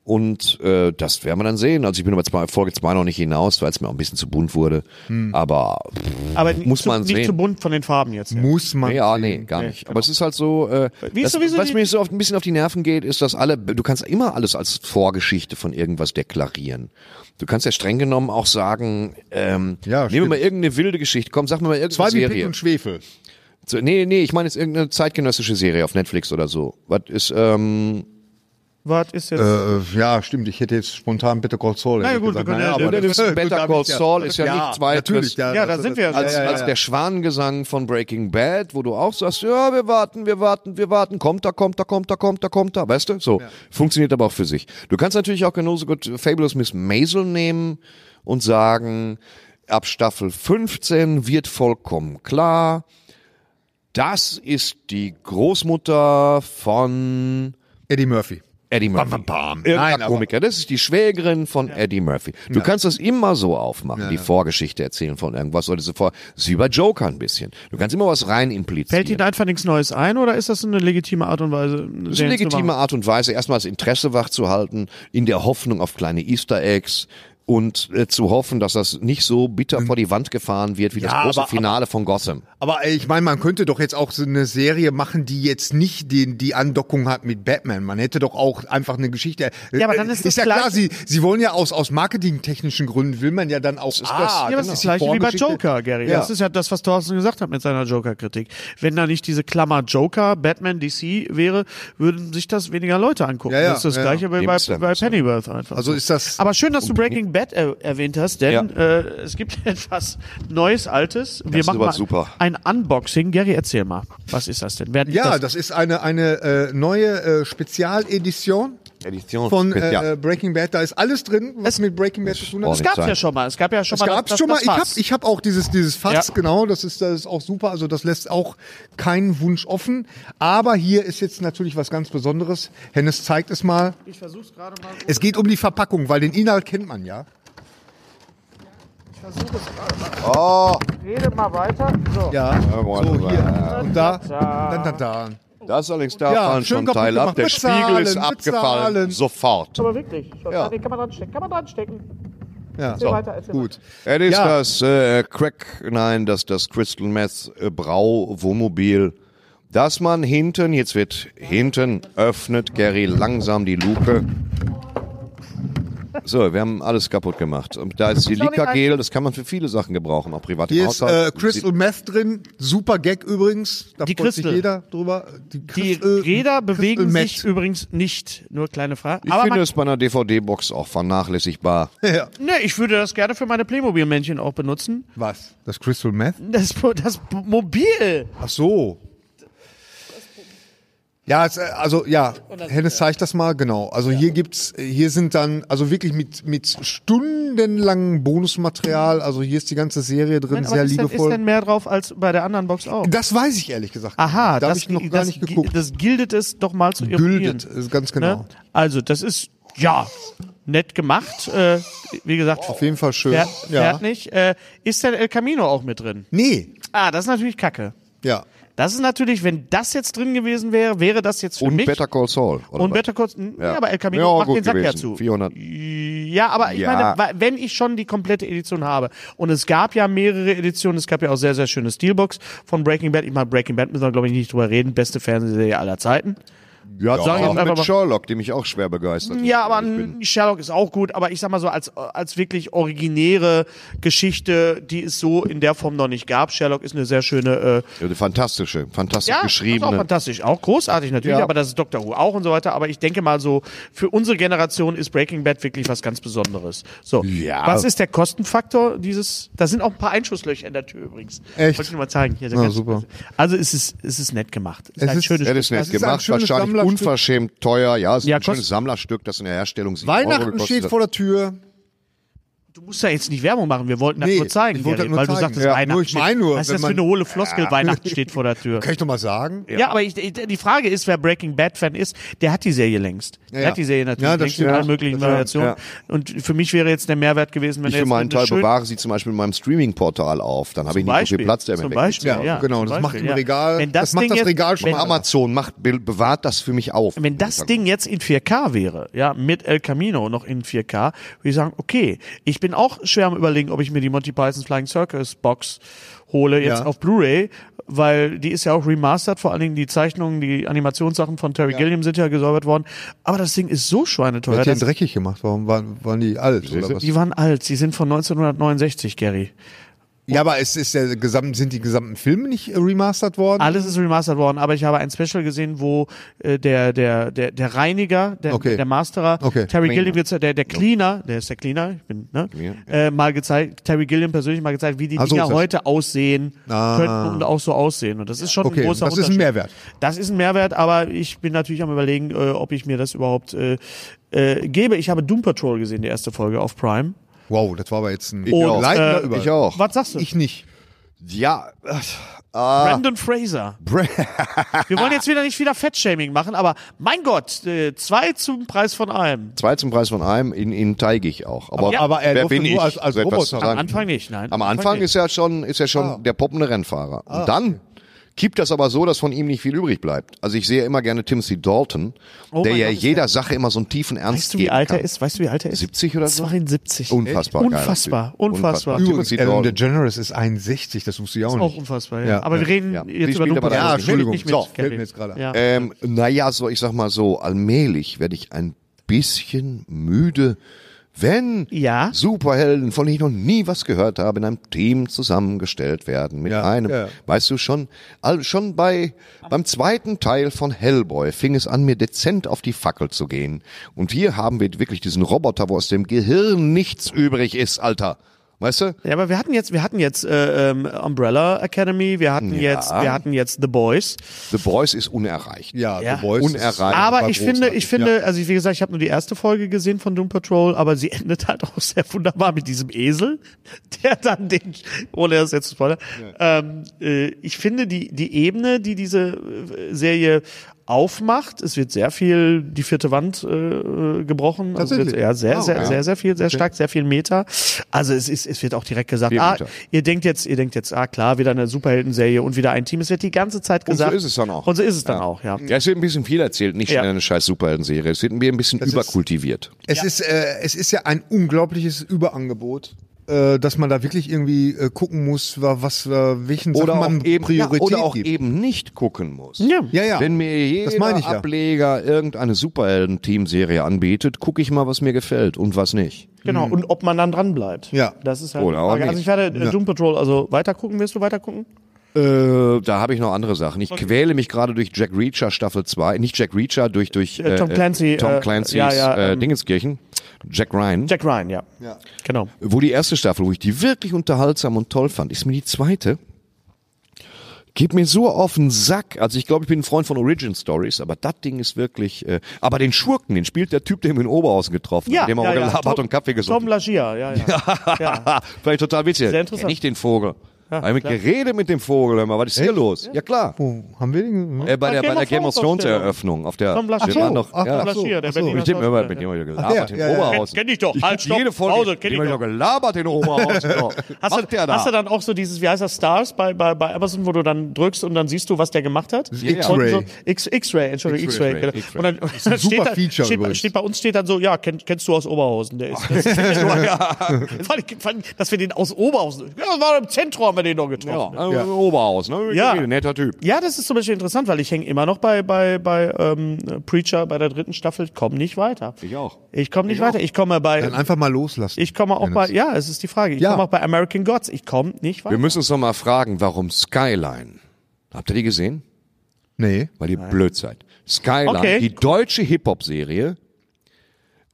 S1: Und äh, das werden wir dann sehen. Also ich bin über zwei, Folge zwei noch nicht hinaus, weil es mir auch ein bisschen zu bunt wurde.
S2: Hm.
S1: Aber pff,
S5: Aber
S1: Muss
S5: zu,
S1: man
S5: nicht
S1: sehen.
S5: zu bunt von den Farben jetzt. her.
S2: Muss man.
S1: ja,
S2: sehen.
S1: nee, gar nicht. Aber es ist halt so, äh,
S5: Wie ist
S1: das,
S5: sowieso
S1: was
S5: die-
S1: mir so oft ein bisschen auf die Nerven geht, ist, dass alle, du kannst immer alles als Vorgeschichte von irgendwas deklarieren. Du kannst ja streng genommen auch sagen, ähm,
S2: Ja,
S1: nehmen wir
S2: stimmt.
S1: mal irgendeine wilde Geschichte, komm, sag mir mal
S2: Zwei
S1: irgendeine
S2: Pit
S1: Serie.
S2: und Schwefel.
S1: So, nee, nee, ich meine jetzt irgendeine zeitgenössische Serie auf Netflix oder so. Was ist, ähm,
S5: Was ist jetzt?
S2: Äh, ja, stimmt. Ich hätte jetzt spontan Better Call Saul.
S5: Na ja,
S2: hätte ich
S5: gut, wir
S2: gesagt.
S5: können ja-
S2: aber
S5: ja,
S2: das-
S1: das- Better
S2: gut, da
S1: Call
S2: hab ich
S1: Saul ist ja nichts Weiteres.
S2: Natürlich,
S5: Ja,
S2: das- also
S5: da sind wir
S2: das-
S5: ja
S1: als,
S5: schon.
S1: als der Schwanengesang von Breaking Bad, wo du auch sagst, ja, wir warten, wir warten, wir warten, kommt da, kommt da, kommt da, kommt da, kommt da, weißt du? So, funktioniert aber auch für sich. Du kannst natürlich auch genauso gut Fabulous Miss Maisel nehmen und sagen, ab Staffel 15 wird vollkommen klar, das ist die Großmutter von
S2: Eddie Murphy.
S1: Eddie Murphy.
S2: Bam, bam, bam.
S1: Irgendein
S2: Nein, aber-
S1: Komiker. Das ist die Schwägerin von Eddie Murphy. Du kannst das immer so aufmachen, die Vorgeschichte erzählen von irgendwas oder so vor. Das ist wie bei Joker ein bisschen. Du kannst immer was rein implizieren.
S5: Fällt Ihnen einfach nichts Neues ein oder ist das eine legitime Art und Weise?
S1: das ist eine legitime Art und Weise, erstmal das Interesse wachzuhalten, in der Hoffnung auf kleine Easter Eggs und äh, zu hoffen, dass das nicht so bitter vor die Wand gefahren wird wie das
S2: Mhm. Ja,
S1: große
S2: aber-
S1: Finale von Gotham.
S2: Aber äh, ich meine, man könnte doch jetzt auch so eine Serie machen, die jetzt nicht den, die Andockung hat mit Batman. Man hätte doch auch einfach eine Geschichte.
S5: Ja, aber dann
S2: Äh,
S5: ist das
S2: ist ja
S5: gleich-
S2: klar, sie, sie wollen ja aus, aus marketingtechnischen Gründen will man ja dann auch. Ah, genau,
S1: ist das-
S5: Ja, aber das ist das gleiche wie bei
S2: Vorgeschichte-
S5: Joker, Gary.
S2: Ja.
S5: Das ist ja das, was Thorsten gesagt hat mit seiner Joker-Kritik. Wenn da nicht diese Klammer Joker, Batman, DC wäre, würden sich das weniger Leute angucken.
S2: Ja, ja,
S5: das ist das
S2: ja,
S5: gleiche
S2: ja.
S5: bei,
S1: Dem
S5: bei,
S1: ist ja
S5: bei
S1: nicht so.
S5: Pennyworth einfach.
S2: Also ist das-
S5: Aber schön, dass du Breaking Bad er erwähnt hast, denn
S1: Ja.
S5: äh, es gibt etwas Neues, Altes. Wir
S1: ist
S5: machen
S1: aber
S5: mal
S1: super.
S5: ein Unboxing. Gary, erzähl mal. Was ist das denn? Wer hat
S2: Ja, das, ist eine, eine äh, neue äh, Spezialedition
S1: Edition
S2: von äh,
S1: ja.
S2: äh, Breaking Bad. Da ist alles drin, was mit Breaking Bad zu tun hat.
S5: das gab's ja schon mal. Es gab ja schon
S2: Es
S5: mal.
S2: gab's
S5: das,
S2: schon mal.
S5: das,
S2: Ich habe
S5: Fass.
S2: ich hab auch dieses dieses Fass
S5: Ja.
S2: genau. Das ist das ist auch super. Also das lässt auch keinen Wunsch offen. Aber hier ist jetzt natürlich was ganz Besonderes. Hennes zeigt es mal.
S5: ich versuch's gerade mal.
S2: Es geht um die Verpackung, weil den Inhalt kennt man ja.
S5: Rede mal weiter. So.
S2: Ja. So hier und da.
S5: Da.
S2: Da, da, da.
S1: Das allerdings da
S2: Ja,
S1: fallen
S2: schön
S1: schon
S2: kaputt
S1: Teile ab.
S2: gemacht.
S1: Der
S2: Bezahlen,
S1: Spiegel ist abgefallen.
S2: bezahlen.
S1: Sofort.
S5: Aber wirklich. Schau,
S1: Ja.
S5: nee, Kann man dranstecken. Kann man dranstecken.
S2: Ja.
S5: Erzähl weiter, erzähl
S2: Gut.
S1: Es ist
S2: Ja.
S1: das äh, Crack, nein, das das Crystal Meth äh, Brau Wohnmobil, dass man hinten, jetzt wird hinten öffnet Gary langsam die Luke. So, wir haben alles kaputt gemacht. Und da ist Silikagel, das kann man für viele Sachen gebrauchen, auch privat im
S2: Hier ist äh,
S1: Haushalt.
S2: Crystal Meth drin. Super Gag übrigens. Da
S5: Die
S2: freut sich
S5: Crystal.
S2: jeder drüber.
S5: Die
S2: Crystal-
S5: Räder bewegen
S2: Crystal Meth.
S5: sich übrigens nicht. Nur kleine Frage.
S1: Ich
S5: Aber
S1: finde
S5: man,
S1: es bei einer DVD-Box auch vernachlässigbar.
S2: Ja.
S5: ne, ich würde das gerne für meine Playmobil-Männchen auch benutzen.
S2: Was? Das Crystal Meth?
S5: Das, das Mobil.
S2: Ach so. Ja, es, äh, also ja, Hennes zeigt das mal, genau. Also hier gibt's, äh, hier sind dann, also wirklich mit, mit stundenlangem Bonusmaterial, also hier ist die ganze Serie drin,
S5: Nein, aber
S2: sehr
S5: ist, denn, ist
S2: liebevoll.
S5: denn mehr drauf als bei der anderen Box auch?
S2: das weiß ich ehrlich gesagt.
S5: Aha,
S2: da habe
S5: das,
S2: ich noch gar
S5: das,
S2: nicht geguckt.
S5: Das gildet es doch mal zu irritieren.
S2: Güldet, ist ganz genau.
S5: Ne? Also, das ist, ja, nett gemacht. Äh, wie gesagt,
S2: Auf jeden Fall schön.
S5: fährt,
S2: ja.
S5: fährt nicht. Äh, ist denn El Camino auch mit drin?
S2: Nee,
S5: Ah, das ist natürlich kacke.
S2: ja.
S5: Das ist natürlich, wenn das jetzt drin gewesen wäre, wäre das jetzt für
S1: Und
S5: mich.
S1: Better Call Saul. oder
S5: und
S1: was?
S5: Better Call Saul. Ja. aber El Camino
S1: Ja,
S5: macht
S1: gut
S5: den Sack ja
S1: gewesen.
S5: zu.
S1: 400.
S5: Ja, aber ich
S1: Ja.
S5: meine, wa- wenn ich schon die komplette Edition habe, und es gab ja mehrere Editionen, es gab ja auch sehr, sehr schöne Steelbox von Breaking Bad. Ich meine, Breaking Bad müssen wir, glaube ich, nicht drüber reden. Beste Fernsehserie aller Zeiten.
S1: Ja,
S5: sag ich jetzt
S1: auch
S5: einfach
S1: mit
S5: mal-
S1: Sherlock, die mich auch schwer begeistert.
S5: Ja, aber
S1: Ich bin-
S5: n- Sherlock ist auch gut, aber ich sag mal so, als, als wirklich originäre Geschichte, die es so in der Form noch nicht gab. Sherlock ist eine sehr schöne äh,
S1: Ja, die fantastische, fantastisch
S5: ja, Das ist auch
S1: geschriebene.
S5: fantastisch, auch großartig natürlich,
S1: Ja.
S5: aber das ist Doctor Who auch und so weiter. Aber ich denke mal so, für unsere Generation ist Breaking Bad wirklich was ganz Besonderes. So,
S1: Ja.
S5: was ist der Kostenfaktor dieses? Da sind auch ein paar Einschusslöcher in der Tür übrigens.
S2: Echt?
S5: Wollte ich nur mal zeigen. Hier, der
S2: Na,
S5: ganze-
S2: super.
S5: Also es ist, es ist nett gemacht. Es ist
S2: Es
S5: ein
S2: ist-
S5: schönes
S1: Ja, das ist
S5: Stück.
S1: nett
S2: Das ist ein
S1: gemacht,
S2: schönes
S1: wahrscheinlich
S2: Sammlerstück.
S1: unverschämt teuer. Ja, es ist
S5: Ja,
S1: ein schönes
S5: kost-
S1: Sammlerstück, das in der Herstellung sieben Euro
S2: Weihnachten
S1: gekostet
S2: steht
S1: hat.
S2: vor der Tür.
S5: Du musst ja jetzt nicht Werbung machen, wir wollten das
S2: Nee,
S5: nur zeigen,
S2: ich wollte
S5: Gerrit,
S2: das nur
S5: weil du
S2: zeigen.
S5: sagtest,
S2: Ja,
S5: Weihnachten
S2: nur ich
S5: steht.
S2: meine nur,
S5: was ist
S2: wenn
S5: das für
S2: man-
S5: eine hohle Floskel, Weihnachten steht vor der Tür.
S2: Kann ich doch mal sagen?
S5: Ja, aber ich, ich, die Frage ist, wer Breaking Bad Fan ist, der hat die Serie längst. Der
S2: ja.
S5: hat die Serie natürlich
S2: Ja, das
S5: längst in
S2: stimmt.
S5: allen möglichen
S2: Ja,
S5: Variationen.
S1: ja.
S5: Und für mich wäre jetzt der Mehrwert gewesen, wenn
S1: Ich
S5: er
S1: für
S5: jetzt
S1: meinen
S5: eine
S1: Teil
S5: schön-
S1: bewahre sie zum Beispiel in meinem Streaming-Portal auf. Dann habe ich nicht
S5: Zum
S1: so viel
S5: Beispiel,
S1: Platz, der mir
S5: zum
S1: weg
S5: Beispiel,
S2: Ja,
S5: ja,
S2: genau.
S5: zum
S2: Das macht im
S5: Beispiel, ja.
S2: Regal,
S5: Wenn
S2: das,
S5: das
S2: macht
S5: Ding
S2: das
S5: jetzt-
S2: Regal schon
S5: wenn-
S2: mal anders.
S1: Amazon macht, be- bewahrt das für mich auf.
S5: Wenn das Ding jetzt in 4K wäre, ja, mit El Camino noch in 4K, würde ich sagen, okay, ich bin auch schwer am überlegen, ob ich mir die Monty Python's Flying Circus Box hole jetzt
S2: Ja.
S5: auf Blu-ray, weil die ist ja auch remastered, vor allen Dingen die Zeichnungen, die Animationssachen von Terry Gilliam sind ja gesäubert worden, aber das Ding ist so schweineteuer,
S2: Wer hat den
S5: dass
S2: dreckig gemacht? Warum waren, waren die alt oder was?
S5: die waren alt, sie sind von 1969, Gary.
S2: Ja, aber es ist der gesamten, sind die gesamten Filme nicht äh, remastert worden?
S5: Alles ist remastered worden, aber ich habe ein Special gesehen, wo äh, der, der, der, der Reiniger, der,
S2: Okay.
S5: der Masterer,
S2: Okay.
S5: Terry Gilliam, geze- der, der Cleaner, der ist der Cleaner, ich bin, ne? Äh, mal gezeigt, Terry Gilliam persönlich mal gezeigt, wie die
S2: Ah, so
S5: Dinger
S2: ist das. Ah.
S5: heute aussehen könnten und auch so aussehen. Und das ist schon
S2: Okay,
S5: ein großer
S2: das ist ein
S5: Unterschied.
S2: Mehrwert.
S5: Das ist ein Mehrwert, aber ich bin natürlich am überlegen, äh, ob ich mir das überhaupt äh, äh, gebe. Ich habe Doom Patrol gesehen, die erste Folge auf Prime.
S2: Wow, das war aber jetzt ein
S1: auch.
S2: leitender
S5: äh,
S2: Übergang.
S1: ich auch.
S5: Was sagst du?
S2: Ich nicht.
S1: Ja,
S5: Brandon Fraser. Wir wollen jetzt wieder nicht wieder Fettshaming machen, aber mein Gott, äh, zwei zum Preis von einem.
S1: zwei zum Preis von einem in, in Teigig auch. Aber,
S2: aber er
S1: wer
S2: durfte
S1: bin
S2: nur
S1: ich?
S2: als- als
S1: So etwas
S2: Roboter.
S1: zu
S2: Am
S1: sagen.
S5: Am Anfang nicht, nein.
S1: Am Anfang ist ja schon, ist ja schon der poppende Rennfahrer. Und dann kippt das aber so, dass von ihm nicht viel übrig bleibt. Also ich sehe immer gerne Timothy Dalton, der
S5: Oh mein
S1: ja
S5: Gott, ist
S1: jeder Sache immer so einen tiefen Ernst
S5: Weißt du, wie
S1: geben
S5: alt
S1: kann.
S5: er ist? Weißt du, wie alt er ist?
S1: 70 oder so?
S5: 72.
S1: Unfassbar. geiler
S5: Unfassbar,
S1: Typ.
S5: unfassbar.
S1: Timothy
S2: Übrigens, Ellen
S1: Dalton.
S2: DeGeneres ist 61, das wusste ich auch,
S5: Auch
S2: nicht.
S5: unfassbar, ja.
S2: Ja,
S5: aber wir
S2: ja,
S5: reden
S1: ja. Die
S5: jetzt über
S1: spielt
S5: Lupe.
S1: aber da
S2: Ja,
S5: Rede ich
S2: Entschuldigung.
S5: nicht
S2: So,
S5: mit, Gary.
S2: fällt mir jetzt gerade ein.
S5: Ja.
S1: Ähm, naja, so, ich sag mal so, allmählich werde ich ein bisschen müde, wenn
S5: Ja.
S1: Superhelden, von denen ich noch nie was gehört habe, in einem Team zusammengestellt werden. Mit
S2: Ja,
S1: einem,
S2: ja.
S1: weißt du schon, all- schon bei, beim zweiten Teil von Hellboy fing es an, mir dezent auf die Fackel zu gehen. Und hier haben wir wirklich diesen Roboter, wo aus dem Gehirn nichts übrig ist, Alter. Weißt du?
S5: Ja, aber wir hatten jetzt, wir hatten jetzt äh, ähm, Umbrella Academy, wir hatten
S1: Ja.
S5: jetzt, wir hatten jetzt The Boys.
S1: The Boys ist unerreicht.
S2: Ja,
S5: Ja.
S2: The Boys ist-
S1: Unerreicht.
S5: Aber
S2: war
S5: ich finde,
S2: großartig,
S5: ich finde, also wie gesagt, ich habe nur die erste Folge gesehen von Doom Patrol, aber sie endet halt auch sehr wunderbar mit diesem Esel, der dann den, ohne das jetzt zu spoilern, ähm, äh, ich finde die, die Ebene, die diese äh, Serie aufmacht, es wird sehr viel die vierte Wand äh, gebrochen. Also wird,
S2: Tatsächlich?
S5: ja, sehr,
S2: Ah,
S5: sehr,
S2: okay.
S5: sehr, sehr viel, sehr stark, sehr viel Meta. Also es ist, es wird auch direkt gesagt,
S1: Viel
S5: ah,
S1: Meta.
S5: ihr denkt jetzt, ihr denkt jetzt, ah klar, wieder eine Superhelden-Serie und wieder ein Team. Es wird die ganze Zeit gesagt.
S1: ist es dann auch.
S5: Und so ist es dann auch, ja.
S1: Ja, es wird ein bisschen viel erzählt, nicht
S5: Ja.
S1: schnell eine scheiß Superhelden-Serie. Es wird mir ein bisschen überkultiviert.
S2: Es, ist, äh, es ist ja ein unglaubliches Überangebot, äh, dass man da wirklich irgendwie äh, gucken muss, wa- was, äh, welchen
S1: Oder
S2: Sachen
S1: auch,
S2: man
S1: eben, ja,
S2: Priorität
S1: oder auch
S2: gibt.
S1: eben nicht gucken muss.
S5: Ja.
S2: Ja, ja.
S1: Wenn mir
S2: Das meine
S1: jeder
S2: ich ja.
S1: Ableger irgendeine Superhelden-Teamserie anbietet, gucke ich mal, was mir gefällt und was nicht.
S5: Genau, und ob man dann dran bleibt.
S2: Ja.
S5: Das ist halt
S1: Oder
S5: die
S1: auch
S5: Frage.
S1: nicht.
S5: Also ich werde äh, Doom Patrol also weitergucken, wirst du weitergucken?
S1: Äh, da habe ich noch andere Sachen. Ich quäle mich gerade durch Jack Reacher Staffel 2, nicht Jack Reacher, durch, durch
S5: Äh, Tom Clancy,
S1: Tom
S5: äh,
S1: Clancy's
S5: ja, ja,
S1: äh,
S5: ähm,
S1: Dingenskirchen, Jack Ryan.
S5: Jack Ryan, ja. Ja. Genau.
S1: wo die erste Staffel, wo ich die wirklich unterhaltsam und toll fand, ist mir die zweite. Geht mir so auf den Sack. Also ich glaube, ich bin ein Freund von Origin Stories, aber das Ding ist wirklich. Äh, aber den Schurken, den spielt der Typ, der ihn in Oberhausen getroffen hat, mit dem er auch gelabert
S5: Tom-
S1: und Kaffee
S5: Tom
S1: gesoffen hat.
S5: Lagier, ja, ja. ja.
S1: Vielleicht total witzig.
S5: Sehr interessant.
S1: Kenn ich den Vogel. Hab ich mit geredet mit dem Vogel, hör mal, was ist hier los? Ja, klar.
S2: Oh, haben wir den?
S1: Äh, bei,
S5: Bei
S1: der, bei
S5: Game
S1: der
S5: of
S1: Game of
S5: Thrones
S1: Thrones Eröffnung auf der.
S5: Tom Lasch-
S1: wir
S5: Ach so,
S1: waren noch,
S2: ach,
S1: ja,
S2: ach so,
S5: Lagier, der
S2: ach so.
S5: Berliner
S1: mit dem,
S5: Schauspieler,
S1: mit dem
S5: ja.
S1: hab ich
S2: Ach, der,
S1: gelabert, in
S2: ja, ja.
S1: Oberhausen.
S5: Kenn ich doch. Halt,
S1: hab jede
S5: stopp, Pause,
S1: Folge,
S5: kenn
S1: den
S5: ich
S1: hab ich
S5: doch.
S1: doch gelabert, den Oberhausen.
S5: Hast,
S1: Macht
S5: du,
S1: der da?
S5: hast du dann auch so dieses, wie heißt das, Stars bei, bei, bei Amazon, wo du dann drückst und dann siehst du, was der gemacht hat?
S2: ja.
S5: Und so-
S2: X-Ray.
S5: X- X-Ray, Entschuldigung,
S1: X-Ray,
S5: X-Ray. genau.
S1: X-Ray.
S5: Und dann, und
S2: super
S5: dann steht, da,
S2: Feature
S5: steht,
S2: übrigens.
S5: steht bei uns steht dann so, ja, kenn, kennst du aus Oberhausen. Der ist, das, kennst du, ja. fand ich, fand, ich, dass wir den aus Oberhausen, ja, war im Zentrum haben wir den noch getroffen.
S1: Ja, ja. Oberhaus, ne?
S5: Ja.
S1: Netter Typ.
S5: Ja, das ist zum Beispiel interessant, weil ich hänge immer noch bei, bei, bei ähm, Preacher bei der dritten Staffel, komm nicht weiter.
S1: Ich auch.
S5: Ich komme nicht weiter. Ich komme
S2: Dann
S5: bei.
S2: einfach mal loslassen.
S5: Ich komme auch bei. Ja, es ist die Frage. Ich
S2: Ja.
S5: komme auch bei American Gods. Ich komme nicht
S1: Wir
S5: weiter.
S1: müssen uns noch mal fragen, warum Skyline? Habt ihr die gesehen?
S2: Nee.
S1: Weil ihr blöd seid. Skyline,
S5: Okay.
S1: die deutsche Hip-Hop-Serie,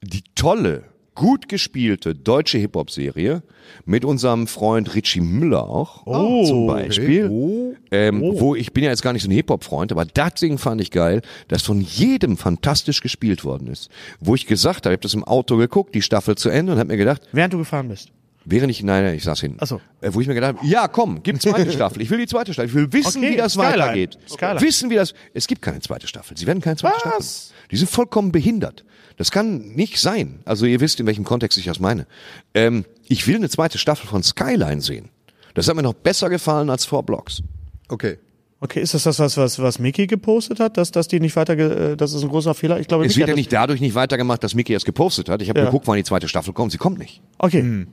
S1: die tolle, gut gespielte deutsche Hip-Hop-Serie mit unserem Freund Richie Müller auch
S5: Oh,
S1: zum Beispiel.
S2: Oh.
S1: Ähm, Wo ich bin ja jetzt gar nicht so ein Hip-Hop-Freund, aber das Ding fand ich geil, dass von jedem fantastisch gespielt worden ist. Wo ich gesagt habe, ich habe das im Auto geguckt, die Staffel zu Ende und habe mir gedacht,
S5: Während du gefahren bist.
S1: Während ich, nein, nein, ich saß hinten.
S5: Ach so.
S1: Äh, wo ich mir gedacht habe, ja komm, gib zweite Staffel. Ich will die zweite Staffel. Ich will wissen,
S5: Okay,
S1: wie das
S5: Skyline.
S1: weitergeht.
S5: Skyline.
S1: Wissen, wie das, es gibt keine zweite Staffel. Sie werden keine zweite Staffel. Die sind vollkommen behindert. Das kann nicht sein. Also ihr wisst, in welchem Kontext ich das meine. Ähm, ich will eine zweite Staffel von Skyline sehen. Das hat mir noch besser gefallen als Four Blocks.
S2: Okay.
S5: Okay, ist das das, was, was, was Mickey gepostet hat, dass, dass die nicht weiter, ge- äh, das ist ein großer Fehler? Ich glaube,
S1: Es
S5: Mickey
S1: wird ja
S5: hat
S1: nicht dadurch nicht weitergemacht, dass Mickey es gepostet hat. Ich habe
S5: Ja.
S1: geguckt, wann die zweite Staffel kommt. Sie kommt nicht.
S5: das- Okay.
S1: Hm.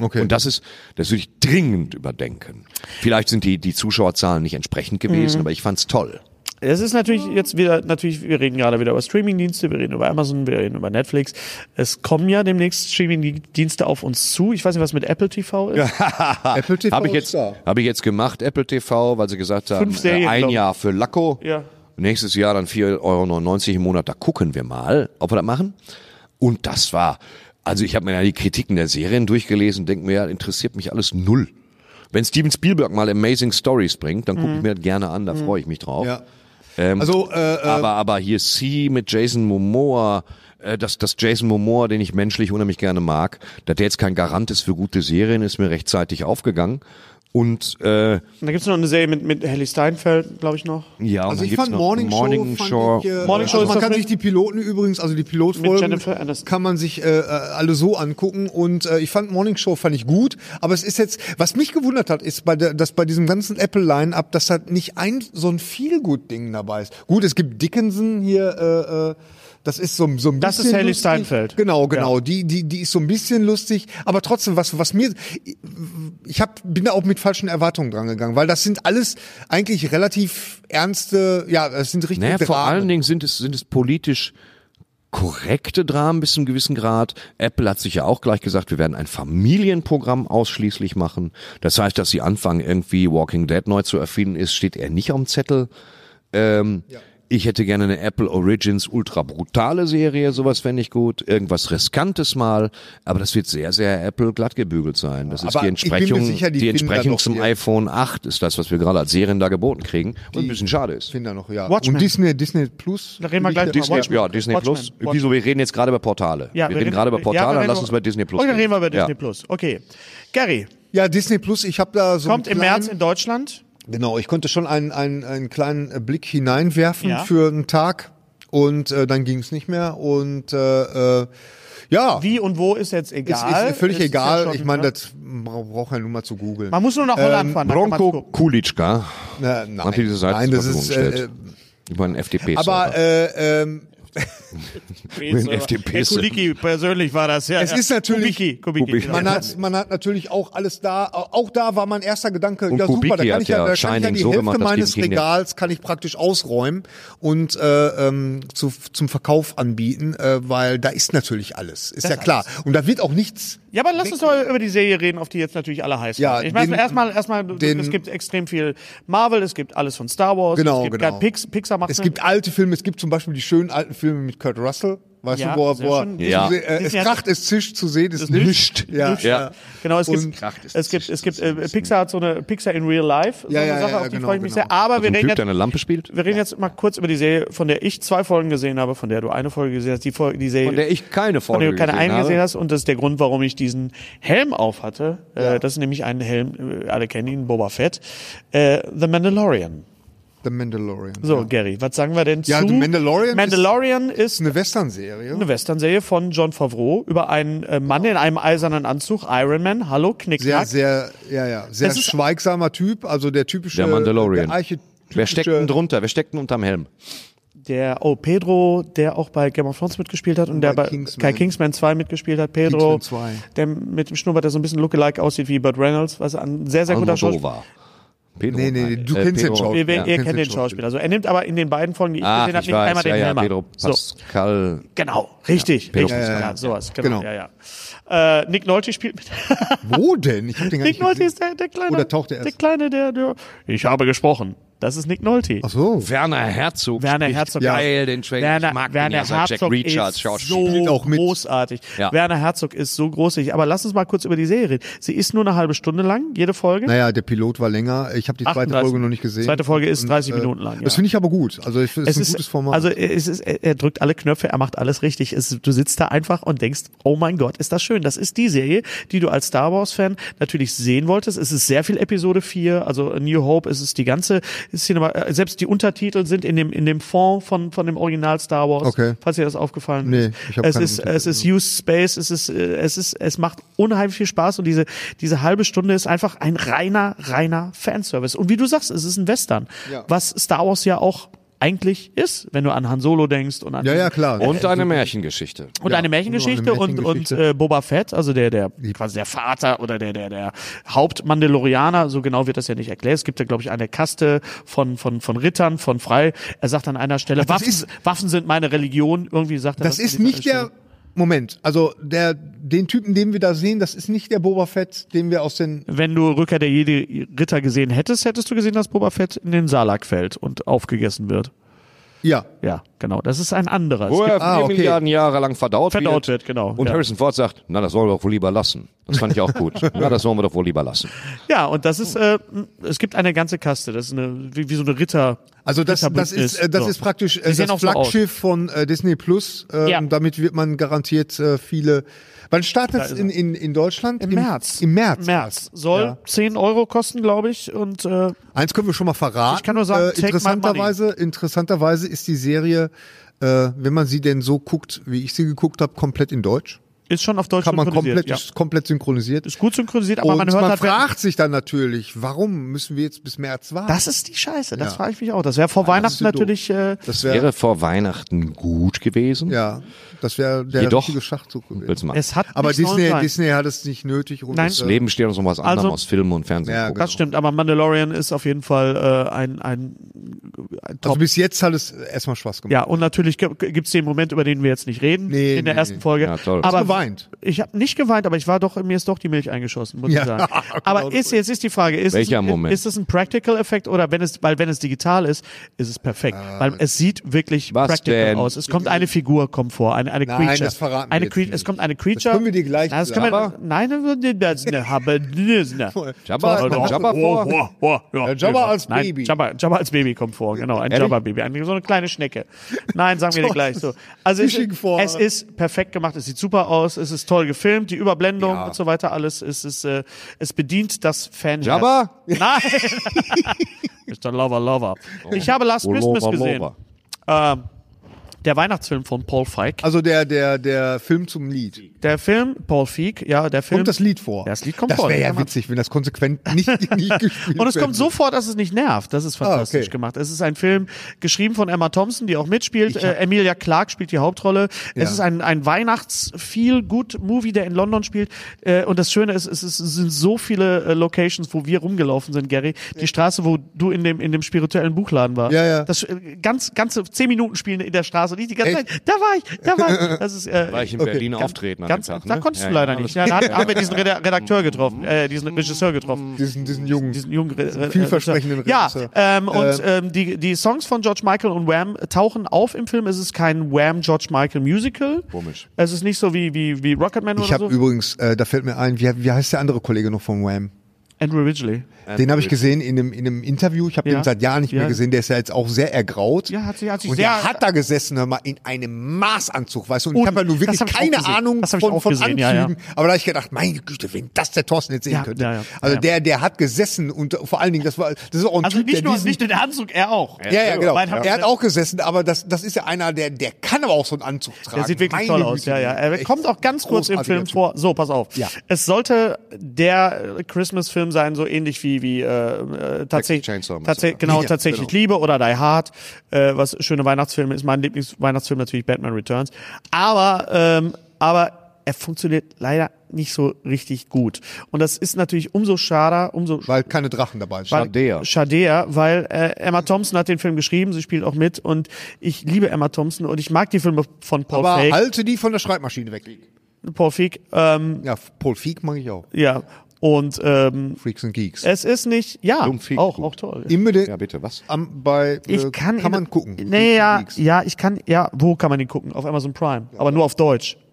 S2: Okay.
S1: Und das ist, das würde ich dringend überdenken. Vielleicht sind die, die Zuschauerzahlen nicht entsprechend gewesen,
S5: Mhm.
S1: aber ich fand's toll.
S5: Es ist natürlich jetzt wieder, natürlich, wir reden gerade wieder über Streamingdienste, wir reden über Amazon, wir reden über Netflix. Es kommen ja demnächst Streamingdienste auf uns zu. Ich weiß nicht, was mit Apple TV ist.
S2: Apple TV
S1: Habe ich,
S2: ist
S1: jetzt,
S2: da.
S1: hab ich jetzt gemacht, Apple TV, weil sie gesagt haben,
S5: Fünf Serien,
S1: äh, ein
S5: glaub ich.
S1: Jahr für Lacko,
S5: Ja.
S1: nächstes Jahr dann 4,99 Euro im Monat, da gucken wir mal, ob wir das machen. Und das war, also ich habe mir ja die Kritiken der Serien durchgelesen, denke mir, ja, interessiert mich alles null. Wenn Steven Spielberg mal Amazing Stories bringt, dann gucke
S5: Mhm.
S1: ich mir das gerne an, da freue ich mich drauf.
S2: Ja.
S1: Ähm,
S2: Also, äh, äh,
S1: aber, aber hier C mit Jason Momoa, äh, dass, dass Jason Momoa, den ich menschlich unheimlich gerne mag, dass der jetzt kein Garant ist für gute Serien, ist mir rechtzeitig aufgegangen. Und äh,
S5: Und da gibt's noch eine Serie mit, mit Haley Steinfeld, glaube ich, noch.
S1: ja, und
S2: Also
S1: dann
S2: ich
S1: gibt's
S2: fand
S1: noch
S2: Morning Show,
S1: Morning
S2: fand
S1: Show.
S2: Ich, äh,
S5: Morning Show
S2: also
S5: ist
S2: man
S5: das
S2: kann
S5: mit-
S2: sich die Piloten übrigens, also die Pilotfolgen,
S5: Jennifer Aniston.
S2: kann man sich äh, äh, alle so angucken und äh, ich fand Morning Show fand ich gut, aber es ist jetzt, was mich gewundert hat, ist, bei der, dass bei diesem ganzen Apple Line-Up, dass halt nicht ein so ein viel gut Ding dabei ist. Gut, es gibt Dickinson hier. Äh, äh, das ist so, ein- so ein bisschen
S5: Das ist Haley
S2: lustig.
S5: Steinfeld.
S2: Genau, genau. Die, die, die ist so ein bisschen lustig, aber trotzdem, was, was mir, ich hab, bin da auch mit falschen Erwartungen dran gegangen, weil das sind alles eigentlich relativ ernste, ja, das sind richtig
S1: Naja, Ne, vor
S2: Dramen.
S1: allen Dingen sind es, sind es politisch korrekte Dramen bis zu einem gewissen Grad. Apple hat sich ja auch gleich gesagt, wir werden ein Familienprogramm ausschließlich machen. Das heißt, dass sie anfangen, irgendwie Walking Dead neu zu erfinden ist, steht eher nicht am Zettel. Ähm, Ich hätte gerne eine Apple Origins ultra brutale Serie, sowas fände ich gut. Irgendwas Riskantes mal, aber das wird sehr, sehr Apple glatt gebügelt sein. Das ist
S2: Aber
S1: die
S2: ich bin mir
S1: Entsprechung,
S2: sicher, die
S1: die
S2: finden da
S1: Entsprechung
S2: doch
S1: zum
S2: hier-
S1: iPhone 8 ist das, was wir gerade als Serien da geboten kriegen. Und ein bisschen schade ist.
S2: Finder noch, ja.
S5: Watchmen.
S2: Und Disney, Disney Plus.
S5: Da reden wir gleich
S1: Disney,
S5: Watchmen.
S1: ja, Disney
S5: Watchmen.
S1: Plus.
S5: Watchmen.
S1: Wieso, wir reden jetzt gerade über Portale. wir, reden gerade über Portale,
S5: wir
S1: dann
S5: reden
S1: lass
S5: über-
S1: uns über Disney Plus
S5: Okay, dann reden wir über Disney
S1: Ja.
S5: Plus. Okay. Gary,
S2: Ja, Disney Plus, ich habe da so.
S5: kommt
S2: einen
S5: im März
S2: kleinen-
S5: in Deutschland.
S2: Genau, ich konnte schon einen, einen, einen kleinen äh, Blick hineinwerfen
S5: Ja.
S2: für einen Tag und äh, dann ging es nicht mehr und äh, äh, ja.
S5: Wie und wo ist jetzt
S2: Ist,
S5: egal.
S2: ist völlig
S5: Ist
S2: egal.
S5: ja schon,
S2: ich meine,
S5: ne?
S2: das ähm, bra- braucht ja nur mal zu googeln.
S5: Man muss nur nach Holland fahren. dann kann man's
S1: Bronco
S5: gucken.
S1: Kulitschka
S2: Äh, nein,
S1: hat diese Seite
S2: nein,
S1: zur
S2: das
S1: Verfügung
S2: ist. Äh,
S1: gestellt. über einen FDP. -Server.
S2: aber äh, ähm,
S1: Mit FDP
S5: Herr Kuliki, persönlich war das ja.
S2: Es
S5: ja.
S2: ist natürlich-
S5: Kubicki, Kubicki,
S1: Kubicki.
S5: genau.
S2: man hat man hat natürlich auch alles da. Au- Auch da war mein erster Gedanke.
S1: Und
S2: ja super, da
S1: Kubicki
S2: kann
S1: hat
S2: ich ja,
S1: ja
S2: da kann ich ja
S1: Shining
S2: die
S1: so
S2: Hälfte
S1: gemacht, dass die
S2: meines
S1: gegen den-
S2: Regals kann ich praktisch ausräumen und äh, ähm, zu, zum Verkauf anbieten, äh, weil da ist natürlich alles. Ist ja klar. Und da wird auch nichts.
S5: Ja, aber lass uns doch über die Serie reden, auf die jetzt natürlich alle heiß
S2: Ja,
S5: waren. Ich meine,
S2: den-
S5: erstmal, erstmal,
S2: den-
S5: es gibt extrem viel Marvel, es gibt alles von Star Wars,
S2: Genau,
S5: es gibt
S2: genau.
S5: gerade Pix, Pixar macht
S2: Es
S5: eine-
S2: gibt alte Filme. Es gibt zum Beispiel die schönen alten Filme mit Kurt Russell. Weißt
S5: Ja,
S2: du, wo er,
S5: sehr
S2: wo er
S5: schön.
S1: Ja.
S2: äh, es
S5: Disney hat-
S2: kracht, es zischt zu sehen, ist nischt. Ja,
S5: Nischt.
S2: ja.
S5: Genau, es
S2: Und-
S5: gibt,
S1: Kracht ist
S5: es gibt,
S1: zwischen-
S5: es gibt, äh, Pixar hat so eine Pixar in Real Life, so
S2: Ja,
S5: eine
S2: ja,
S5: Sache,
S2: ja,
S5: auf die
S2: genau,
S5: freue ich mich
S2: genau.
S5: sehr. Aber wir
S1: ein
S5: reden
S1: Typ, der
S5: jetzt,
S1: eine Lampe spielt?
S5: wir reden jetzt mal kurz über die Serie, von der ich zwei Folgen gesehen habe, von der du eine Folge gesehen hast, die Folge, die Serie.
S1: Von der ich keine
S5: von der
S1: Folge
S5: du keine
S1: gesehen
S5: eine gesehen
S1: habe.
S5: hast und das ist der Grund, warum ich diesen Helm auf hatte. Äh, das ist nämlich ein Helm, äh, alle kennen ihn, Boba Fett. Äh, The Mandalorian.
S2: The Mandalorian.
S5: So, Gary, was sagen wir denn
S2: Ja,
S5: zu?
S2: The Mandalorian ist-
S5: Mandalorian ist,
S2: Ist eine Western-Serie.
S5: eine Western-Serie von John Favreau über einen äh, Mann in einem eisernen Anzug, Iron Man. Hallo,
S2: sehr,
S5: Knickknack.
S2: sehr, ja, ja, sehr
S5: Es ist-
S2: schweigsamer Typ, also der typische.
S1: Der Mandalorian.
S2: Der archetypische,
S1: Wer steckt denn drunter? Wer steckt denn unterm Helm?
S5: Der, oh, Pedro, der auch bei Game of Thrones mitgespielt hat und, der
S2: bei
S5: bei
S2: Kingsman.
S5: Kai Kingsman 2 mitgeschspielt hat. Pedro,
S2: Kingsman 2.
S5: der mit dem Schnurrbart, der so ein bisschen lookalike aussieht wie Burt Reynolds, was ein sehr, sehr guter Schauspieler
S1: Almodovar. Pedro,
S2: Nee, nee,
S1: nein,
S2: du
S1: äh,
S2: kennst den
S1: Pedro-
S2: Schauspieler.
S5: Ihr, ihr
S2: Ja.
S5: ihr
S2: Kennst
S5: kennt
S2: den
S5: den Schauspieler. Also er nimmt aber in den beiden Folgen, die ich
S1: Ach,
S5: gesehen habe,
S1: ich
S5: nicht einmal
S1: weiß, ja,
S5: den
S1: ja,
S5: Helm ab.
S1: Pedro
S5: so.
S1: Pascal.
S5: Genau, richtig,
S1: Pedro
S5: richtig.
S1: Pascal.
S5: Ja, sowas, genau.
S2: Genau.
S5: Ja, ja. Äh, Nick Nolte spielt mit.
S2: Wo denn? Ich hab den gar
S5: Nick
S2: nicht
S5: Nolte
S2: gesehen.
S5: ist der, der kleine.
S2: Oder taucht er erst?
S5: Der kleine, der, der. Ich habe gesprochen. Das ist Nick Nolte.
S2: Ach so.
S1: Werner Herzog.
S5: Werner
S1: spielt
S5: Herzog.
S1: Geil, den Trailer.
S5: Werner,
S1: ich mag
S5: Werner
S1: den ja, seit
S5: Herzog
S1: halt Jack Reacher als
S5: ist
S1: Schauspieler.
S5: so
S2: auch mit.
S5: großartig.
S1: Ja.
S5: Werner Herzog ist so großartig. Aber lass uns mal kurz über die Serie reden. Sie ist nur eine halbe Stunde lang, jede Folge.
S2: Naja, der Pilot war länger. Ich habe die zweite
S5: 38.
S2: Folge noch nicht gesehen.
S5: Zweite Folge ist 30
S2: äh,
S5: Minuten lang,
S2: Das
S5: ja.
S2: finde ich aber gut. Also ich, find, es ist ein gutes Format.
S5: Also es ist, er er drückt alle Knöpfe, er macht alles richtig. Es, du sitzt da einfach und denkst, oh mein Gott, ist das schön. Das ist die Serie, die du als Star Wars-Fan natürlich sehen wolltest. Es ist sehr viel Episode 4, also A New Hope, es ist die ganze Cinema, äh, selbst die Untertitel sind in dem, in dem Fond von, von dem Original Star Wars,
S2: Okay.
S5: falls dir das aufgefallen
S2: Nee,
S5: ist.
S2: ich hab
S5: es
S2: keine
S5: ist, äh,
S2: Untertitel.
S5: es ist Use Space, es ist, äh, es ist, es macht unheimlich viel Spaß und diese, diese halbe Stunde ist einfach ein reiner, reiner Fanservice. Und wie du sagst, es ist ein Western. Was Star Wars ja auch eigentlich ist, wenn du an Han Solo denkst und an
S2: ja, ja, klar.
S1: Und eine Märchengeschichte.
S5: und eine Märchengeschichte
S2: und eine
S5: und, und
S2: Märchengeschichte.
S5: äh, Boba Fett, also der, der quasi der Vater oder der, der, der Hauptmandalorianer, so genau wird das ja nicht erklärt. Es gibt ja, glaube ich, eine Kaste von, von, von Rittern, von Frei. Er sagt an einer Stelle,
S2: das
S5: Waffen,
S2: ist-
S5: Waffen sind meine Religion. Irgendwie sagt er
S2: das
S5: an
S2: ist
S5: dieser
S2: nicht der
S5: Stelle.
S2: Moment. Also der den Typen, den wir da sehen, das ist nicht der Boba Fett, den wir aus den
S5: Wenn du Rückkehr der Jedi Ritter gesehen hättest, hättest du gesehen, dass Boba Fett in den Salak fällt und aufgegessen wird.
S2: ja.
S5: Ja, genau. Das ist ein anderer.
S1: Wo
S5: Es
S1: er
S5: gibt-
S1: vier
S2: Ah, okay.
S1: Milliarden Jahre lang verdaut,
S5: Verdaut wird, genau,
S1: Und
S5: ja.
S1: Harrison Ford sagt, na, das sollen wir doch wohl lieber lassen. Das fand ich auch gut. na, das sollen wir doch wohl lieber lassen.
S5: ja, und das ist, äh, es gibt eine ganze Kaste. Das ist eine, wie, wie so eine Ritter.
S2: Also das, das
S5: Ritterbündnis.
S2: ist äh, das
S5: So.
S2: ist praktisch
S5: Die
S2: äh,
S5: sehen
S2: das
S5: auch so aus.
S2: Flaggschiff von äh, Disney Plus. Äh,
S5: Ja.
S2: und Damit wird man garantiert äh, viele. Wann startet es in, in, in Deutschland?
S5: Im März.
S2: Im März.
S5: März. Soll 10 Euro kosten, glaube ich. Und äh,
S2: Eins können wir schon mal verraten. Äh,
S5: Ich kann nur sagen, take my
S2: interessanterweise, interessanterweise ist die Serie, äh, wenn man sie denn so guckt, wie ich sie geguckt habe, komplett in Deutsch.
S5: ist schon auf Deutsch
S2: Kann man
S5: synchronisiert.
S2: komplett,
S5: ja.
S2: ist komplett synchronisiert.
S5: Ist gut synchronisiert, aber
S2: Und
S5: man hört halt. wenn-
S2: fragt sich dann natürlich, warum müssen wir jetzt bis März warten?
S5: das ist die Scheiße. Das
S2: Ja.
S5: frage ich mich auch. Das wäre vor Weihnachten
S2: ja doof.
S5: natürlich. Äh,
S2: das
S1: Wäre vor Weihnachten gut gewesen.
S2: ja, das wäre der
S1: Jedoch-
S2: richtige Schachzug gewesen.
S1: Willst du mal.
S5: es hat
S2: Aber
S5: nichts
S2: Disney,
S5: Neues.
S2: Disney hat es nicht nötig. Und
S5: Nein.
S2: es,
S1: das
S2: äh,
S1: Leben steht uns noch was anderem
S5: Also-
S1: aus Filmen und Fernsehen.
S2: Ja,
S1: gucken.
S5: Das stimmt, aber Mandalorian ist auf jeden Fall äh, ein, ein
S2: also bis jetzt hat es erstmal Spaß gemacht.
S5: Ja, und natürlich gibt es den Moment, über den wir jetzt nicht reden,
S2: Nee,
S5: in der
S2: nee,
S5: ersten
S2: nee.
S5: Folge.
S1: Ja, toll.
S5: Aber
S2: Hast du geweint?
S5: Ich habe nicht geweint, aber ich war doch, mir ist doch die Milch eingeschossen, muss
S2: Ja,
S5: ich sagen.
S2: genau
S5: Aber ist, jetzt ist die Frage, ist
S1: Welcher
S5: es,
S1: Moment?
S5: ist es ein Practical-Effekt oder wenn es, weil wenn es digital ist, ist es perfekt. weil es sieht wirklich
S1: Was
S5: practical
S1: denn?
S5: aus. Es kommt eine Figur, kommt vor, eine, eine
S2: Nein,
S5: Creature.
S2: das verraten wir
S5: eine
S2: jetzt
S5: Crea-
S2: nicht.
S5: Es kommt eine Creature.
S2: können wir dir gleich
S5: Na, das kann man,
S2: sagen.
S5: nein, das das- das- habe das-
S1: Jabba,
S2: Toll.
S1: kommt Jabba vor.
S5: Also
S1: Äh,
S5: Boah, boah, ja,
S2: Ja, Jabba als
S5: Nein,
S2: Baby.
S5: Jabba, Jabba als Baby kommt vor, genau. Ein
S1: Ehrlich?
S5: Jabba-Baby, eine- so eine kleine Schnecke. Nein, sagen wir dir gleich so. Also es,
S2: Fishing vor.
S5: es ist perfekt gemacht, es sieht super aus, es ist toll gefilmt, die Überblendung und so weiter, alles. Es, ist, äh, es bedient das Fan.
S1: Jabba?
S5: Nein! Mr. Lover Lover. Ich habe Last
S1: Oh, Lover,
S5: Christmas
S1: Lover.
S5: gesehen. Ähm, der Weihnachtsfilm von Paul Feig.
S2: Also der, der, der Film zum Lied.
S5: Der Film, Paul Feig, ja, der Film.
S2: Kommt das Lied vor?
S5: Das Lied kommt
S2: das
S5: vor.
S2: wäre
S5: kann
S2: ja
S5: man-
S2: witzig, wenn das konsequent nicht, nicht gespielt
S5: Und es
S2: werden
S5: kommt so vor, dass es nicht nervt. Das ist fantastisch
S2: Ah, okay.
S5: gemacht. Es ist ein Film geschrieben von Emma Thompson, die auch mitspielt. Äh, Emilia Clarke spielt die Hauptrolle. Es ist ein, ein Weihnachts-Feel-Good-Movie, der in London spielt. Äh, und das Schöne ist, es, ist, es sind so viele äh, Locations, wo wir rumgelaufen sind, Gary. Die Straße, wo du in dem, in dem spirituellen Buchladen warst.
S2: Ja, ja.
S5: Das, äh, ganz, ganze zehn Minuten spielen in der Straße. Nicht die ganze
S2: Echt?
S5: Zeit. Da war ich, da war ich. Das ist, äh,
S1: Gleich in Berlin auftreten
S5: Ganz,
S1: an dem Tag.
S5: da
S1: ne?
S5: konntest
S1: Ja,
S5: du
S1: ja. Mhm.
S5: leider nicht. Ja, da hat- haben wir diesen Reda- Redakteur getroffen, äh, diesen Regisseur getroffen
S2: diesen, diesen Jungen.
S5: diesen jungen Re äh,
S2: vielversprechenden Regisseur.
S5: Ja, ähm, und ähm, die, die Songs von George Michael und Wham tauchen auf im Film. Es ist kein Wham George Michael Musical.
S1: Komisch.
S5: Es ist nicht so wie wie wie Rocketman
S2: ich
S5: oder
S2: habe
S5: so.
S2: übrigens, äh, da fällt mir ein, wie, wie heißt der andere Kollege noch von Wham?
S5: Andrew Ridgely.
S2: Den habe ich gesehen in einem, in einem Interview. Ich habe
S5: Ähm, äh, Ja.
S2: den seit Jahren nicht
S5: Ja.
S2: mehr gesehen. Der ist ja jetzt auch sehr ergraut.
S5: Ja, hat sich- hat sich
S2: und
S5: sehr-
S2: der hat da gesessen, hör mal, in einem Maßanzug, weißt du. Und,
S5: Und
S2: ich habe ja nun
S5: das
S2: wirklich
S5: hab ich auch
S2: keine
S5: gesehen.
S2: Ahnung
S5: Das hab
S2: von,
S5: ich auch
S2: von Anzügen.
S5: gesehen, ja,
S2: Aber da habe ich gedacht, meine Güte, wenn das der Thorsten jetzt sehen
S5: Ja,
S2: könnte.
S5: ja, ja.
S2: also
S5: Ja.
S2: der, der hat gesessen und vor allen Dingen, das war, das ist auch ein
S5: Also
S2: Typ,
S5: nicht
S2: der
S5: nur
S2: diesen,
S5: nicht nur der Anzug, er auch. Äh,
S2: ja, ja, genau.
S5: Weil-
S2: Er hat auch gesessen, aber das, das ist ja einer, der, der kann aber auch so einen Anzug tragen.
S5: Der sieht wirklich
S2: Meine
S5: toll aus,
S2: Güte,
S5: ja, ja. Er
S2: echt
S5: kommt auch ganz kurz im
S2: großartiger
S5: Film
S2: Typ.
S5: vor. So, pass auf.
S2: Ja.
S5: Es sollte der äh, Christmas-Film sein, so ähnlich wie, wie äh, äh, tatsächlich,
S1: Chainsaw
S5: tatsä genau,
S2: Ja,
S5: tatsächlich Liebe oder Die Hard, äh, was schöne Weihnachtsfilme ist. Mein Lieblingsweihnachtsfilm natürlich Batman Returns. Aber, ähm, aber er funktioniert leider nicht so richtig gut. Und das ist natürlich umso schader, umso
S2: Weil keine Drachen dabei sind.
S1: Schadea.
S5: Shadea, weil äh, Emma Thompson hat den Film geschrieben, sie spielt auch mit und ich liebe Emma Thompson und ich mag die Filme von Paul
S2: Aber halt
S5: Feig.
S2: halte die von der Schreibmaschine weg.
S5: Paul Feig, ähm,
S2: Ja, Paul Feig mag ich auch.
S5: ja. Und ähm,
S2: Freaks and Geeks.
S5: es ist nicht, ja,
S1: Dumm, Freak,
S5: auch,
S1: gut.
S5: auch toll.
S2: Immer den,
S1: Ja, bitte, was?
S2: am, bei, äh,
S5: Ich kann,
S2: kann
S5: ihn-
S2: man gucken.
S5: Nee, ja,
S2: Freaks and
S5: ja, ich kann, ja, wo kann man den gucken? Auf Amazon Prime, aber nur auf Deutsch.
S2: Geeks.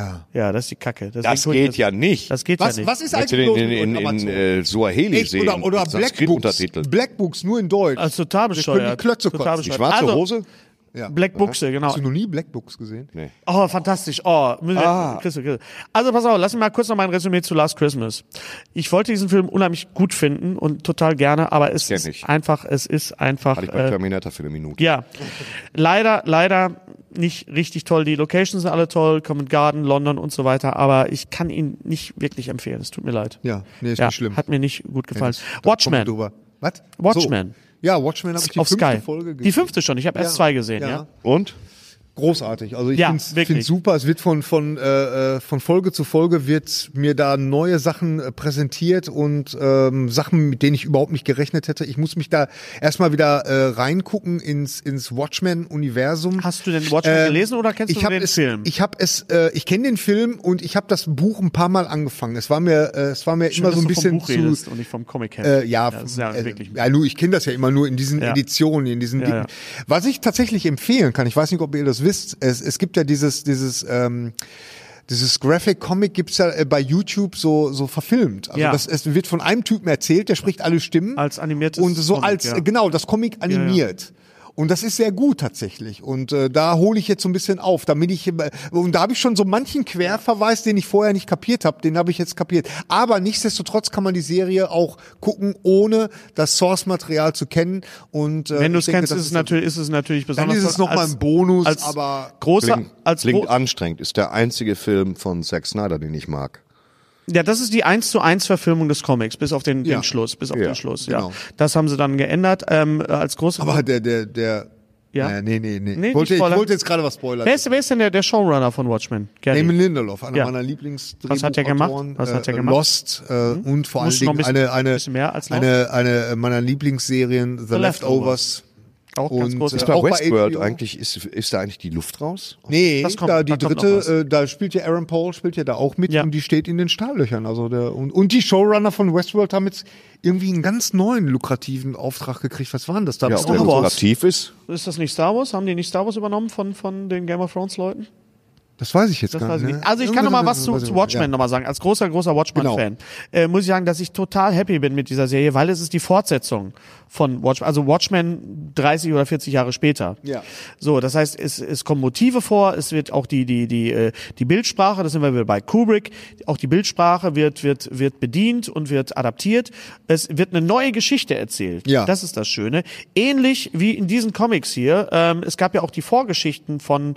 S2: Ja.
S5: Ja, das ist die Kacke. Deswegen
S1: Das
S5: tue ich
S1: geht ja nicht.
S5: Das geht
S2: Was,
S5: ja nicht.
S2: was ist
S1: Willst du
S2: eigentlich
S1: den
S2: los
S1: in,
S2: mit
S1: in, in,
S2: Amazon?
S1: äh, Suaheli
S2: Echt?
S1: sehen?
S2: Oder, oder
S1: mit
S2: Black Books.
S1: Untertitel.
S2: Black Books nur in Deutsch.
S5: das ist Also total
S2: Wir
S5: bescheuert.
S2: können die Klötze
S5: total
S2: kotzen.
S1: Die
S5: bescheuert.
S1: schwarze
S5: also,
S1: Hose?
S2: Ja.
S5: Black Buchse, genau.
S2: Hast du noch nie Black Books gesehen?
S1: Nee.
S5: Oh, fantastisch. Oh, müssen wir,
S1: Ah.
S5: Christo, Christo. Also pass auf, lass mich mal kurz noch mein Resümee zu Last Christmas. Ich wollte diesen Film unheimlich gut finden und total gerne, aber es
S1: Kenn
S5: ist
S1: ich.
S5: einfach, es ist einfach.
S1: Hatte ich bei
S5: äh,
S1: Terminator für eine Minute.
S5: Ja, leider, leider nicht richtig toll. Die Locations sind alle toll, Covent Garden, London und so weiter, aber ich kann ihn nicht wirklich empfehlen. Es tut mir leid.
S2: Ja, nee, ist
S5: ja,
S2: nicht schlimm.
S5: Hat mir nicht gut gefallen.
S2: das- da kommen wir
S5: Watchmen.
S2: drüber. Was?
S5: Watchmen.
S2: So. Ja, Watchmen habe ich die
S5: Auf
S2: fünfte
S5: Sky.
S2: Folge gesehen.
S5: die fünfte schon, ich habe erst zwei gesehen, ja.
S1: Und?
S2: Großartig. Also ich
S5: Ja,
S2: find's
S5: wirklich.
S2: finde es super. Es wird von von äh, äh, von Folge zu Folge wird mir da neue Sachen äh, präsentiert und ähm, Sachen, mit denen ich überhaupt nicht gerechnet hätte. Ich muss mich da erstmal wieder äh, reingucken ins ins Watchmen Universum.
S5: Hast du denn Watchmen gelesen oder kennst du
S2: ich
S5: nur
S2: hab
S5: den
S2: es,
S5: Film?
S2: Ich habe es äh, ich kenne den Film und ich habe das Buch ein paar mal angefangen. Es war mir äh, es war mir
S5: Schön,
S2: immer so ein
S5: dass du
S2: bisschen
S5: vom Buch
S2: zu
S5: redest und nicht vom Comic her.
S2: äh, ja,
S5: das ist ja
S2: äh,
S5: wirklich.
S2: ja, Lou, ich kenne das ja immer nur in diesen
S5: Ja.
S2: Editionen, in diesen
S5: Ja,
S2: dicken.
S5: ja.
S2: Was ich tatsächlich empfehlen kann, ich weiß nicht, ob ihr das wisst, es, es gibt ja dieses, dieses, ähm, dieses Graphic Comic gibt's ja äh, bei YouTube so, so verfilmt. Also
S5: Ja.
S2: das, es wird von einem Typen erzählt, der spricht alle Stimmen.
S5: Als animiertes
S2: Und so
S5: Comic,
S2: als,
S5: ja.
S2: äh, genau, das Comic animiert. Und das ist sehr gut tatsächlich. Und äh, da hole ich jetzt so ein bisschen auf, damit ich äh, und da habe ich schon so manchen Querverweis, den ich vorher nicht kapiert habe, den habe ich jetzt kapiert. Aber nichtsdestotrotz kann man die Serie auch gucken, ohne das Source-Material zu kennen. Und äh,
S5: Wenn du es
S2: ich denke,
S5: kennst,
S2: das
S5: ist es natürlich, ist es natürlich besonders.
S2: ist es
S5: toll.
S2: noch mal
S5: Als-
S2: ein Bonus,
S5: als
S2: aber
S5: großer,
S1: Klingt,
S5: als
S1: klingt
S5: gro-
S1: anstrengend. Ist der einzige Film von Zack Snyder, den ich mag.
S5: Ja, das ist die 1 zu 1 Verfilmung des Comics, bis auf den,
S2: Ja.
S5: den Schluss, bis auf
S1: Ja,
S5: den Schluss, ja.
S2: genau.
S5: Das haben sie dann geändert, ähm, als große.
S2: Aber der, der, der.
S5: Ja.
S2: Naja, nee, nee, nee.
S5: Nee,
S2: ich, wollte,
S5: nicht
S2: ich
S5: spoilern.
S2: wollte jetzt gerade was spoilern.
S5: wer, ist, wer ist denn der, der Showrunner von Watchmen? Gary.
S2: Damon Lindelof, einer
S5: Ja.
S2: meiner Lieblings
S5: Was hat der gemacht? Was hat der gemacht?
S2: Lost äh, und vor allen
S5: Musst du
S2: Dingen
S5: noch ein bisschen-
S2: eine, eine,
S5: bisschen mehr als Lost?
S2: eine, eine meiner Lieblingsserien, The, Leftovers.
S5: Leftovers. auch ganz
S2: und,
S5: groß.
S2: äh,
S1: Bei
S2: Auch bei
S1: Westworld
S2: HBO?
S1: eigentlich, ist, ist da eigentlich die Luft raus?
S2: Nee,
S5: Oh, Das kommt-
S2: da die
S5: da kommt noch was.
S2: dritte, äh, da spielt ja Aaron Paul, spielt ja da auch mit
S5: Ja.
S2: und die steht in den Stahllöchern. Also der, und, und die Showrunner von Westworld haben jetzt irgendwie einen ganz neuen lukrativen Auftrag gekriegt. Was war denn das da?
S1: Ja,
S2: Bist
S1: ob
S2: du
S1: der
S2: raus?
S1: lukrativ ist?
S5: ist das nicht Star Wars? Haben die nicht Star Wars übernommen von, von den Game of Thrones Leuten?
S2: das weiß ich jetzt
S5: Das
S2: gar
S5: weiß ich
S2: nicht. ne?
S5: nicht. Genau. Also ich kann noch mal was zu, zu Watchmen noch mal sagen. Als großer, großer Watchmen-Fan äh, muss ich sagen, dass ich total happy bin mit dieser Serie, weil es ist die Fortsetzung von Watchmen, also Watchmen 30 oder 40 Jahre später.
S2: Ja.
S5: So, das heißt, es, es kommen Motive vor, es wird auch die, die, die, äh, die Bildsprache, das sind wir wieder bei Kubrick, auch die Bildsprache wird, wird, wird bedient und wird adaptiert. Es wird eine neue Geschichte erzählt.
S2: Ja.
S5: Das ist das Schöne. Ähnlich wie in diesen Comics hier. Ähm, es gab ja auch die Vorgeschichten von,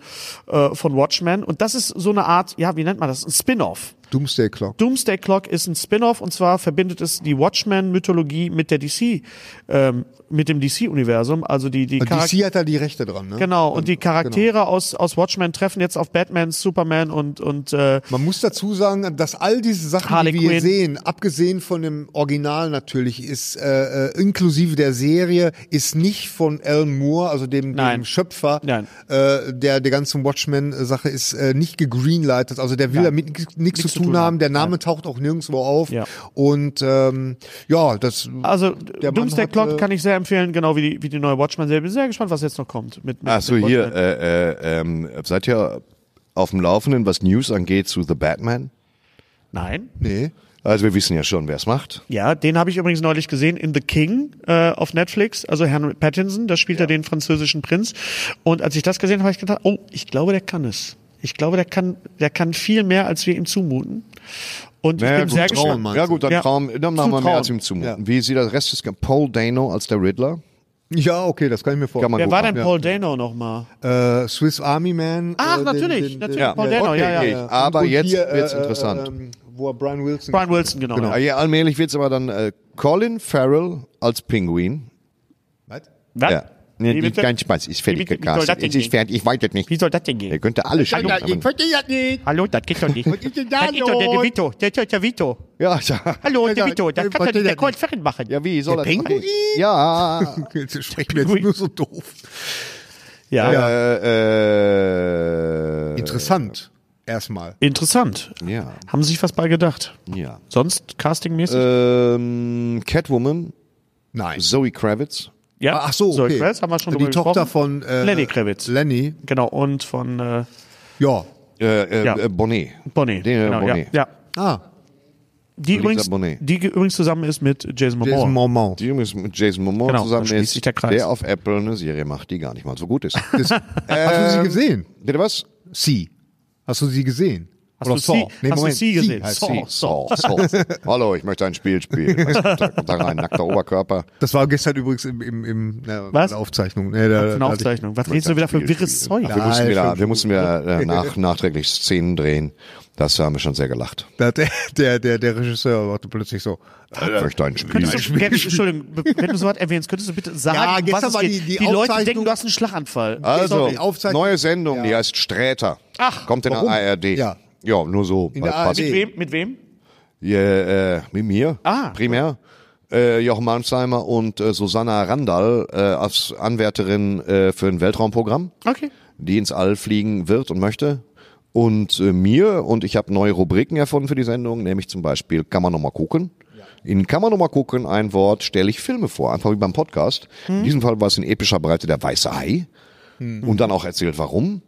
S5: äh, von Watchmen und das ist so eine Art, ja, wie nennt man das? Ein Spin-off.
S2: Doomsday Clock.
S5: Doomsday Clock ist ein Spin-off und zwar verbindet es die Watchmen-Mythologie mit der DC, ähm, mit dem DC-Universum. Also die, die Charaktere.
S2: DC hat da die Rechte dran, ne?
S5: Genau, und die Charaktere aus, aus Watchmen treffen jetzt auf Batman, Superman und, und äh,
S2: Man muss dazu sagen, dass all diese Sachen,
S5: Harley
S2: die wir hier
S5: Quinn.
S2: sehen, abgesehen von dem Original natürlich, ist äh, äh, inklusive der Serie, ist nicht von Alan Moore, also dem, dem
S5: Nein.
S2: Schöpfer
S5: Nein.
S2: Äh, der der ganzen Watchmen-Sache, ist äh, nicht gegreenlightet. Also der will
S5: Nein.
S2: damit nichts nichts zu tun haben. Der Name taucht auch nirgendwo auf.
S5: Ja.
S2: Und ähm, ja, das
S5: also
S2: Mann
S5: Doomsday
S2: hat,
S5: Clock
S2: äh,
S5: kann ich sehr empfehlen, genau wie die, wie die neue Watchmen serie Bin sehr gespannt, was jetzt noch kommt. Mit, mit,
S1: Ach so,
S5: mit
S1: hier,
S5: Watchmen.
S1: äh, äh, ähm, seid ihr auf dem Laufenden, was News angeht zu The Batman?
S5: Nein.
S2: nee.
S1: Also wir wissen ja schon, wer es macht.
S5: Ja, den habe ich übrigens neulich gesehen in The King äh, auf Netflix, also Henry Pattinson, da spielt er den französischen Prinz. Und als ich das gesehen habe, habe ich gedacht, oh, ich glaube, der kann es. Ich glaube, der kann, der kann viel mehr, als wir ihm zumuten. Und ich bin sehr
S2: trauen,
S5: gespannt.
S2: Mann.
S1: ja gut, dann
S5: Ja.
S1: trauen, dann machen wir mehr
S5: Zu trauen.
S1: als ihm zumuten.
S2: Ja.
S1: Wie sieht der Rest des Paul Dano als der Riddler?
S2: Ja, okay, das kann ich mir
S1: Kann
S2: vorstellen.
S1: man
S5: Wer
S1: gut
S5: war
S1: machen.
S5: denn Paul Dano nochmal?
S2: Äh, Swiss Army Man.
S5: Ach,
S2: äh,
S5: natürlich, natürlich, Paul
S1: Dano, ja, ja, ja. Aber jetzt wird's
S2: äh,
S1: interessant.
S2: ähm, wo er Brian Wilson.
S5: Brian Wilson, genau.
S1: Ja.
S5: Ja.
S1: Ja, allmählich wird's aber dann äh, Colin Farrell als Pinguin.
S2: Was?
S5: Was?
S1: Ja. Nee,
S5: Wie
S1: nicht
S5: bitte?
S1: kein Spaß, ist fertig
S5: Wie bitte? Wie soll das
S1: gecastet.
S5: denn
S1: Es ist
S5: gehen?
S1: fertig, ich weiß das nicht.
S5: Wie soll das denn
S1: Er
S5: spielen?
S1: könnte alle spielen. aber-
S5: Hallo, das geht doch nicht. Was
S2: ist denn da
S5: das geht doch nicht, der
S2: los?
S5: Vito. Der ist doch der Vito.
S1: Ja, ja.
S5: Hallo, der
S2: Ja,
S5: Vito. Das
S2: ich
S5: kann doch
S2: verstehe
S5: nicht der
S2: das
S5: Colin Ferrin machen.
S1: Ja, wie soll
S5: Der
S1: das sein?
S5: Pinguin?
S1: Ja.
S2: Jetzt sprechen wir jetzt nur so doof.
S5: Ja.
S1: äh, äh,
S2: Interessant. Erstmal.
S5: Interessant.
S1: Ja. Äh,
S5: Haben Sie sich was bei gedacht?
S1: Ja.
S5: Sonst castingmäßig?
S1: Ähm, Catwoman,
S2: Nein.
S1: Zoe Kravitz.
S5: ja.
S2: Ach so, okay.
S5: Zoe Kravitz haben wir schon
S2: Die
S5: drüber
S2: Tochter
S5: gesprochen.
S2: von äh,
S5: Lenny Kravitz.
S2: Lenny.
S5: Genau, und von äh,
S2: Ja.
S1: Äh, äh,
S5: Ja.
S1: äh, Bonnet.
S5: Bonnie.
S1: Der
S5: genau,
S1: Bonnet.
S5: Ja, ja.
S2: Ah,
S5: Die,
S1: Lisa
S5: übrigens,
S1: Bonet.
S5: die ge- übrigens zusammen ist mit Jason Momoa.
S2: Jason Mormont.
S1: Die übrigens mit Jason Momoa
S5: Genau,
S1: zusammen
S5: da schließt
S1: ist,
S5: sich der Kreis.
S1: auf Apple eine Serie macht, die gar nicht mal so gut ist.
S2: Das, hast du sie
S5: Ähm,
S2: gesehen?
S1: Bitte was?
S2: Sie. Hast du sie gesehen?
S5: Hast du sie,
S2: Nee,
S5: hast du
S2: Moment.
S5: sie gesehen?
S2: heißt sie.
S5: Saw, Saw.
S1: So, so. Hallo, ich möchte ein Spiel spielen. Was kommt da- kommt da rein? Nackter Oberkörper.
S2: Das war gestern übrigens im, im, im na,
S5: Was?
S2: in der Aufzeichnung. Nee, da,
S5: Eine Aufzeichnung. Was redest du wieder für
S1: Spiel
S5: wirres
S1: spielen.
S5: Zeug?
S1: Ach, wir mussten
S2: Nein,
S1: wieder,
S2: schon
S1: wir mussten wieder äh, nach, nachträglich Szenen drehen. Das haben wir schon sehr gelacht.
S2: Da, da, der, der, der Regisseur war plötzlich so.
S1: Ich möchte ein Spiel.
S5: Äh, Könntest du, Gary, Entschuldigung, be- wenn du so was erwähnst, könntest du bitte
S2: Ja,
S5: sagen,
S2: gestern
S5: was es
S2: war
S5: geht?
S2: die- die
S5: Leute
S2: Aufzeichnung-
S5: denken, du hast einen Schlaganfall.
S1: Also,
S2: Sorry, Aufzeichnung.
S1: neue Sendung, die heißt Sträter. Ach, Kommt in
S2: warum?
S1: der ARD.
S2: Ja.
S1: Ja, nur so.
S2: der
S1: weil
S2: ARD.
S1: passt.
S5: Mit wem? Mit wem?
S1: Ja, äh, mit mir.
S5: Ah.
S1: Primär. Äh, Jochen Malmsheimer und äh, Susanna Randall äh, als Anwärterin äh, für ein Weltraumprogramm,
S5: Okay.
S1: die ins All fliegen wird und möchte. Und äh, mir und ich habe neue Rubriken erfunden für die Sendung, nämlich zum Beispiel Kann man nochmal gucken. In Kann man nochmal gucken, ein Wort, stelle ich Filme vor, einfach wie beim Podcast. In diesem Fall war es in epischer Breite der Weiße Hai und dann auch erzählt, warum.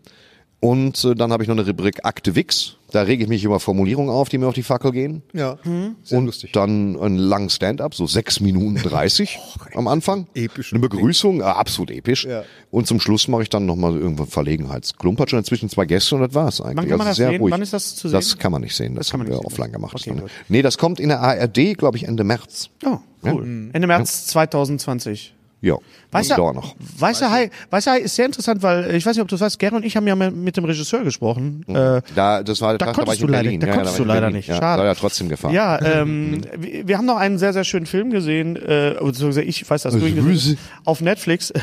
S1: Und äh, dann habe ich noch eine Rubrik Akte Wix. Da rege ich mich über Formulierungen auf, die mir auf die Fackel gehen
S2: Ja.
S5: Hm.
S1: und dann einen langen Stand-up, so sechs Minuten 30 am Anfang.
S2: Oh Episch.
S1: Eine Begrüßung, äh, absolut episch. Und zum Schluss mache ich dann nochmal irgendwann Verlegenheitsklumpatsch und dazwischen zwei Gäste und das war's eigentlich.
S5: Wann kann man
S1: Also
S5: das
S1: sehr
S5: sehen?
S1: ruhig.
S5: Wann ist das zu
S1: Das
S5: sehen?
S1: kann man nicht sehen, das,
S5: kann man
S1: haben wir
S5: nicht sehen.
S1: offline gemacht.
S5: Okay,
S1: das
S5: gut.
S1: nee, das kommt in der ARD, glaube ich, Ende März.
S5: Oh, cool. Ende März 2020.
S1: Mhm. Ja,
S5: Weißt
S1: das
S5: du,
S1: dauert noch.
S5: Weißer Hai, Weißer Hai ist sehr interessant, weil äh, ich weiß nicht, ob du es weißt, Gary und ich haben ja mal mit dem Regisseur gesprochen. Äh,
S1: Mhm. Da, das war der Tag,
S5: Da
S1: da war
S5: konntest
S1: ich
S5: du
S1: in
S5: leider-
S1: Berlin.
S5: da
S1: Ja, ja, war
S5: konntest du
S1: ich in
S5: leider
S1: Berlin.
S5: nicht.
S1: Ja,
S5: Schade.
S1: Leider trotzdem gefahren.
S5: ja, ähm, wir, wir haben noch einen sehr, sehr schönen Film gesehen, äh, beziehungsweise ich weiß, dass du ihn gesehen hast, auf Netflix.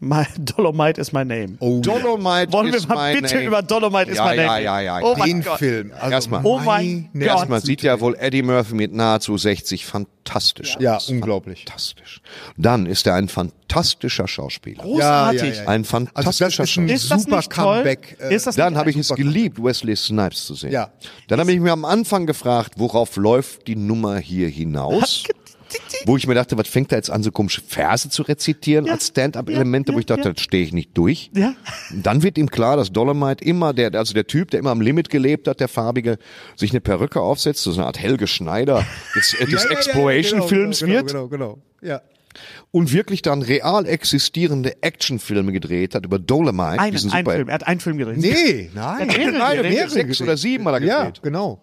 S5: My Dolomite is my name.
S2: Oh,
S1: Dolomite
S5: Wollen wir
S1: is
S5: mal
S1: my
S5: bitte
S1: name.
S5: über Dolomite is
S1: ja,
S5: my name
S1: Ja,
S5: reden?
S1: ja, ja.
S5: Oh
S1: ja.
S5: mein
S2: den
S5: Gott.
S2: Film. Also
S1: Erstmal.
S5: Oh mein
S2: meine
S5: Gott.
S1: Erstmal sieht ja wohl Eddie Murphy mit nahezu 60 fantastisch
S2: Ja,
S1: aus.
S2: unglaublich.
S1: Fantastisch. Dann ist er ein fantastischer
S5: Oh,
S1: Schauspieler.
S5: Großartig.
S2: Ja, ja, ja.
S1: Ein
S2: Also
S1: fantastischer
S2: das ist ein
S1: Schauspieler.
S5: Ist das
S2: super
S5: nicht toll?
S2: Comeback. äh,
S5: Ist das
S1: Dann
S5: nicht
S1: habe ich es geliebt, Wesley Snipes zu sehen.
S2: Ja.
S1: Dann habe ich mir am Anfang gefragt, worauf läuft die Nummer hier hinaus? Wo ich mir dachte, was fängt er jetzt an, so komische Verse zu rezitieren als Stand-up-Elemente,
S5: ja,
S1: wo ich dachte,
S5: ja.
S1: das stehe ich nicht durch.
S5: Ja.
S1: Und dann wird ihm klar, dass Dolomite immer der, also der Typ, der immer am Limit gelebt hat, der farbige, sich eine Perücke aufsetzt, so eine Art Helge Schneider des, äh,
S2: ja,
S1: des
S2: ja, ja,
S1: Exploration-Films
S2: genau,
S1: wird
S2: Genau, genau, genau. Ja.
S1: und
S5: genau.
S1: wirklich dann real existierende Actionfilme gedreht hat über Dolomite.
S5: einen,
S1: diesen
S5: einen
S1: Superheld.
S5: Film. Er hat einen Film gedreht.
S2: Nee, nein.
S5: mehrere
S2: Nein,
S5: gedreht.
S2: mehrere
S1: Sechs
S2: gedreht.
S1: oder sieben hat er
S2: Ja,
S1: gedreht.
S2: genau.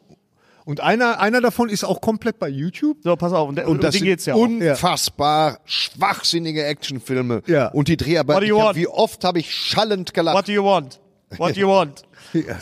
S2: Und einer, einer davon ist auch komplett bei YouTube.
S5: So, pass auf. Und, der- um
S1: Und das
S5: den
S1: sind
S5: geht's ja auch.
S1: unfassbar schwachsinnige Actionfilme.
S2: Ja.
S1: Und die Dreharbeiten,
S5: What do you
S1: ich hab-
S5: want?
S1: wie oft habe ich schallend gelacht.
S5: What do you want? What do you want?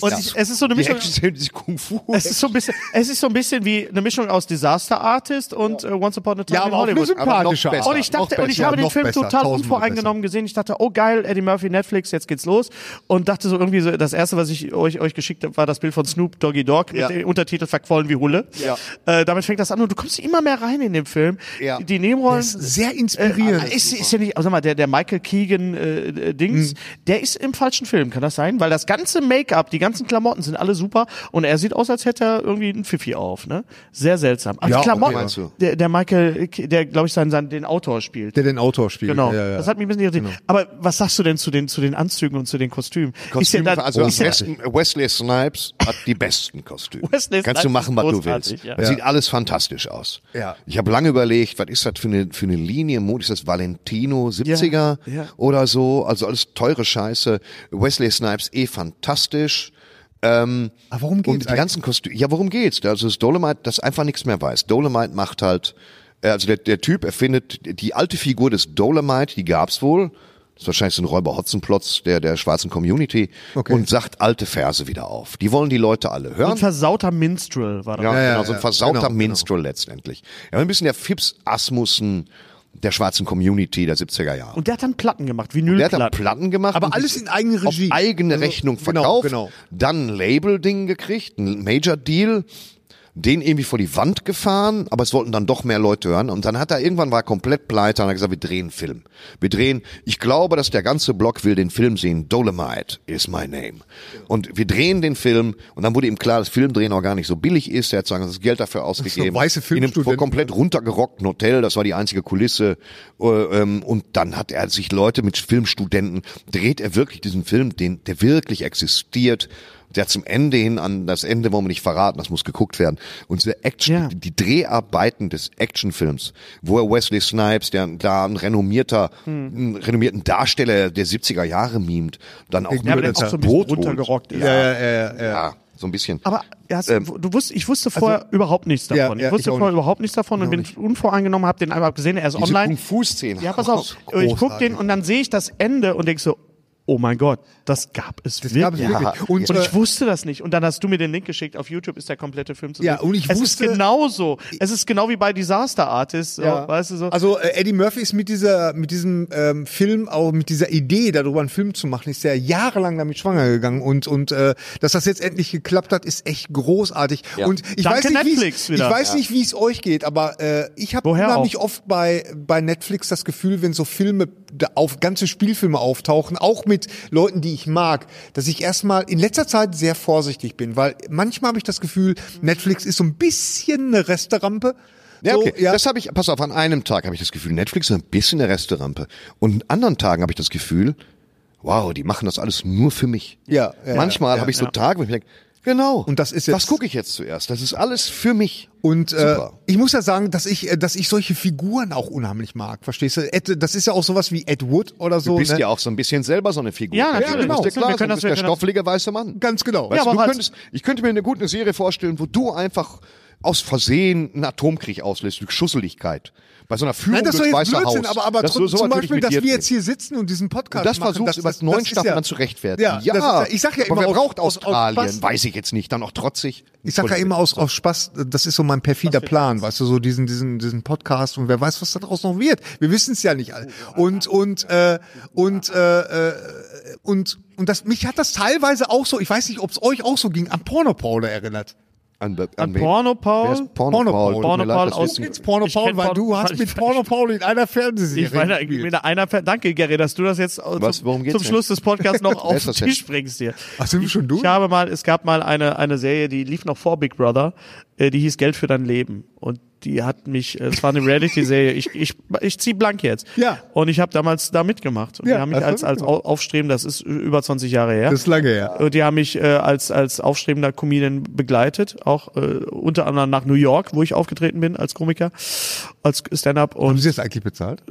S5: Und ich, es ist so eine
S1: die
S5: Mischung.
S1: Action, die Kung Fu.
S5: Es ist so ein bisschen, es ist so ein bisschen wie eine Mischung aus Disaster Artist und äh, Once Upon a Time
S2: Ja,
S5: in
S2: aber auch eine
S5: Hollywood.
S2: sympathische
S1: Aber noch
S2: Art.
S5: Und ich
S2: Noch
S5: dachte, und ich
S2: besser,
S5: habe den
S2: noch
S5: Film
S2: besser,
S5: total
S2: tausendmal
S5: unvoreingenommen gesehen. Ich dachte, oh geil, Eddie Murphy, Netflix, jetzt geht's los. Und dachte so irgendwie so, das erste, was ich euch, euch geschickt habe, war das Bild von Snoop Doggy Dogg mit dem Untertitel Verquollen wie Hulle. Ja. Äh, damit fängt das an und du kommst immer mehr rein in den Film.
S1: Ja.
S5: Die Nebenrollen.
S2: Das ist sehr inspirierend.
S5: Äh, ist, ist ja nicht, sag mal, der, der Michael Keegan äh, Dings, der ist im falschen Film, kann das sein? Weil das ganze Make-up, die ganzen Klamotten sind alle super und er sieht aus, als hätte er irgendwie einen Pfiffi auf, ne? Sehr seltsam. Also
S2: Ja,
S5: Klamotten,
S2: okay,
S1: meinst du?
S5: der, der Michael, Ke- der glaube ich seinen, seinen, den Autor spielt.
S2: Der den Autor spielt.
S5: Genau,
S2: Ja, ja.
S5: das hat mich ein bisschen irritiert. Aber was sagst du denn zu den, zu den Anzügen und zu den Kostümen?
S1: Kostüme,
S5: ja dann-
S1: also am
S5: ist ja-
S1: besten, Wesley Snipes hat die besten Kostüme.
S5: Wesley
S1: Kannst du
S5: Snipes
S1: machen,
S5: ist
S1: was du
S5: großartig,
S1: willst.
S5: ja.
S1: Das Sieht alles fantastisch aus.
S2: Ja.
S1: Ich habe lange überlegt, was ist das für eine, für eine Linie im Mode? Ist das Valentino 70er
S5: Ja, ja.
S1: oder so? Also alles teure Scheiße. Wesley Snipes eh fantastisch.
S2: Aber warum geht's
S1: Und die ganzen Kostüme. Ja, worum geht's? Also das Dolomite, das einfach nichts mehr weiß. Dolomite macht halt, äh, also der, der Typ erfindet die alte Figur des Dolomite, die gab's wohl. Das ist wahrscheinlich so ein Räuber Hotzenplotz der, der schwarzen Community.
S2: Okay.
S1: Und sagt alte Verse wieder auf. Die wollen die Leute alle hören.
S5: Ein versauter Minstrel war das.
S1: Ja,
S2: ja,
S1: genau, so ein
S2: ja,
S1: versauter
S2: genau, genau.
S1: Minstrel letztendlich. Er war ein bisschen der Fips Asmussen der schwarzen Community der 70er Jahre.
S5: Und der hat dann Platten gemacht,
S1: Der hat da
S5: Vinylplatten.
S1: Platten gemacht.
S2: Aber
S1: und
S2: alles
S1: die
S2: in eigener Regie.
S1: Auf eigene
S2: Also,
S1: Rechnung
S2: genau,
S1: verkauft.
S2: genau.
S1: Dann ein Label-Ding gekriegt, ein Major-Deal. den irgendwie vor die Wand gefahren, aber es wollten dann doch mehr Leute hören. Und dann hat er irgendwann war er komplett pleite und hat gesagt, wir drehen einen Film. Wir drehen, ich glaube, dass der ganze Block will den Film sehen. Dolomite is my name. Und wir drehen den Film und dann wurde ihm klar, dass Filmdrehen auch gar nicht so billig ist. Er hat sagen, das Geld dafür ausgegeben.
S2: weiße
S1: In einem
S2: Filmstudenten.
S1: komplett runtergerockten Hotel, das war die einzige Kulisse. Äh, ähm, Und dann hat er sich Leute mit Filmstudenten, dreht er wirklich diesen Film, den, der wirklich existiert. Der zum Ende hin an, das Ende wollen wir nicht verraten, das muss geguckt werden. Und diese Action,
S5: Ja.
S1: die Dreharbeiten des Actionfilms, wo er Wesley Snipes, der da ein renommierter,
S5: Hm.
S1: einen renommierten Darsteller der 70er Jahre mimt, dann auch
S5: Ja, aber der
S1: aufs
S5: ist auch so ein bisschen
S1: Boot holt.
S5: runtergerockt. ist.
S1: Ja, so ein bisschen.
S5: Aber ja, hast- du wusst, ich wusste vorher überhaupt nichts
S2: Ähm, also, Ja,
S5: davon.
S2: ja,
S5: ich wusste
S2: ich auch
S5: vorher
S2: nicht.
S5: überhaupt nichts davon und bin unvoreingenommen, habe den einfach gesehen, er ist
S1: Diese
S5: online.
S1: Kung-Fu-Szene.
S5: Ja, pass auf, ich guck den und dann sehe ich das Ende und denk so, oh mein Gott, das gab es wirklich.
S2: gab es wirklich. Und,
S5: Und
S2: äh,
S5: ich wusste das nicht. Und dann hast du mir den Link geschickt. Auf YouTube ist der komplette Film zu sehen.
S2: Ja, und ich
S5: es
S2: wusste-
S5: ist genauso. Es ist genau wie bei Disaster Artist. So,
S2: Ja.
S5: Weißt du so?
S2: Also äh, Eddie Murphy ist mit dieser, mit diesem ähm, Film, auch mit dieser Idee, darüber einen Film zu machen, ist ja jahrelang damit schwanger gegangen und und äh, dass das jetzt endlich geklappt hat, ist echt großartig. Und ich
S5: Danke
S2: weiß nicht, wie
S5: Netflix
S2: es- ich
S5: wieder.
S2: weiß nicht, wie es euch geht, aber äh, ich habe
S5: Woher
S2: unheimlich
S5: auch?
S2: oft bei bei Netflix das Gefühl, wenn so Filme da auf ganze Spielfilme auftauchen, auch mit Leuten, die ich mag, dass ich erstmal in letzter Zeit sehr vorsichtig bin, weil manchmal habe ich das Gefühl, Netflix ist so ein bisschen eine Resterampe.
S1: Ja,
S2: So,
S1: okay. Das habe ich, pass auf, an einem Tag habe ich das Gefühl, Netflix ist ein bisschen eine Resterampe. Und an anderen Tagen habe ich das Gefühl, wow, die machen das alles nur für mich.
S2: Ja, ja,
S1: Manchmal habe ich so Tage, wo ich mir denke, genau.
S2: Und das ist
S1: Was
S2: jetzt-
S1: gucke ich jetzt zuerst? Das ist alles für mich.
S2: Und äh,
S1: Super.
S2: ich muss ja sagen, dass ich, äh, dass ich solche Figuren auch unheimlich mag, verstehst du? Ed, das ist ja auch sowas wie Ed Wood oder so.
S1: Du bist
S2: ne?
S1: ja auch so ein bisschen selber so eine Figur.
S5: Ja,
S1: Kathrin.
S5: natürlich.
S1: Du musst dir
S5: Wir
S1: klar
S5: können
S1: sein, du
S5: das-
S1: bist
S5: wir
S1: der
S5: können das-
S1: stofflige weiße Mann.
S2: Ganz genau.
S1: Weißt
S5: Ja,
S1: du,
S5: aber
S1: du
S5: als-
S1: könntest, ich könnte mir eine gute Serie vorstellen, wo du einfach aus Versehen einen Atomkrieg auslöst, durch Schusseligkeit. Bei so einer Führung
S2: Nein, das soll
S1: durchs
S2: jetzt
S1: Weiße
S2: Blödsinn,
S1: Haus.
S2: aber, aber
S1: Das-
S2: trotzdem
S1: so
S2: zum
S1: was würde ich
S2: Beispiel,
S1: mit
S2: dass
S1: dir
S2: wir jetzt
S1: drehen.
S2: hier sitzen und diesen Podcast
S1: Und das
S2: machen.
S1: versuchst du über
S2: das-
S1: neun
S2: das ist
S1: Staffeln
S2: ja-
S1: dann zu rechtfertigen.
S2: Ja,
S1: Ja,
S2: das ist ja ich sag ja immer,
S1: aber wer
S2: aus-
S1: braucht
S2: aus- aus
S1: Australien?
S2: Spaß-
S1: Weiß ich jetzt nicht. Dann auch trotzig.
S2: Ich sag ja immer aus, aus Spaß, das ist so mein perfider Plan, weißt du, so diesen, diesen, diesen Podcast und wer weiß, was daraus noch wird. Wir wissen es ja nicht alle. Und, und, äh, und, äh, äh, und, und das, mich hat das teilweise auch so, ich weiß nicht, ob es euch auch so ging, an Porno-Paule erinnert.
S1: An,
S5: An
S1: wen?
S5: Porno Paul?
S1: Wer ist Porno
S2: Porno
S1: Paul?
S2: Paul.
S1: Tut mir leid,
S5: Porno
S1: das
S5: Paul
S1: wissen
S5: aus-
S1: wir.
S2: Jetzt Porno
S5: Ich
S2: Paul,
S5: kenn
S2: weil
S5: Porno-
S2: du hast
S5: ich-
S2: mit Porno Paul in einer Fernsehserie
S5: ich meine, ich
S2: gespielt.
S5: bin da einer Fan. Danke, Gary, dass du das jetzt äh,
S1: Was? Worum
S5: zum,
S1: geht's
S5: zum
S1: denn?
S5: Schluss des Podcasts noch
S1: Wer
S5: auf
S1: ist
S5: den
S1: das
S5: Tisch bringst dir.
S2: Ach, sind wir schon durch?
S5: Ich habe mal, es gab mal eine, eine Serie, die lief noch vor Big Brother, äh, die hieß Geld für dein Leben. Und die hat mich, äh, es war eine Reality-Serie, ich, ich, ich zieh blank jetzt.
S2: Ja.
S5: Und ich habe damals da mitgemacht. Und
S2: Ja,
S5: die haben mich
S2: hast du
S5: als, als au- aufstrebender, das ist über 20 Jahre her.
S2: Das ist lange her.
S5: Und die haben mich äh, als, als aufstrebender Comedian begleitet, auch äh, unter anderem nach New York, wo ich aufgetreten bin als Komiker, als Stand-up. Und
S2: Haben sie das eigentlich bezahlt?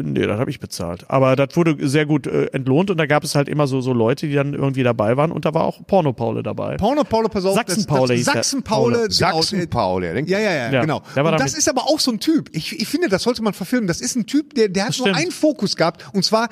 S5: Nee, das habe ich bezahlt. Aber das wurde sehr gut äh, entlohnt und da gab es halt immer so, so Leute, die dann irgendwie dabei waren und da war auch Porno-Paule dabei.
S2: Porno Paule, pass auf. das-
S5: Sachsen-Paule
S2: das-
S5: hieß der.
S2: Sachsen-Paule. genau, äh,
S1: Sachsen Paul, ja, denkt-
S2: Ja, ja, ja,
S5: Ja,
S2: genau.
S5: der war
S2: Und
S5: damit-
S2: das ist aber auch so ein Typ. Ich, ich finde, das sollte man verfilmen. Das ist ein Typ, der, der hat nur
S5: stimmt.
S2: einen Fokus gehabt. Und zwar,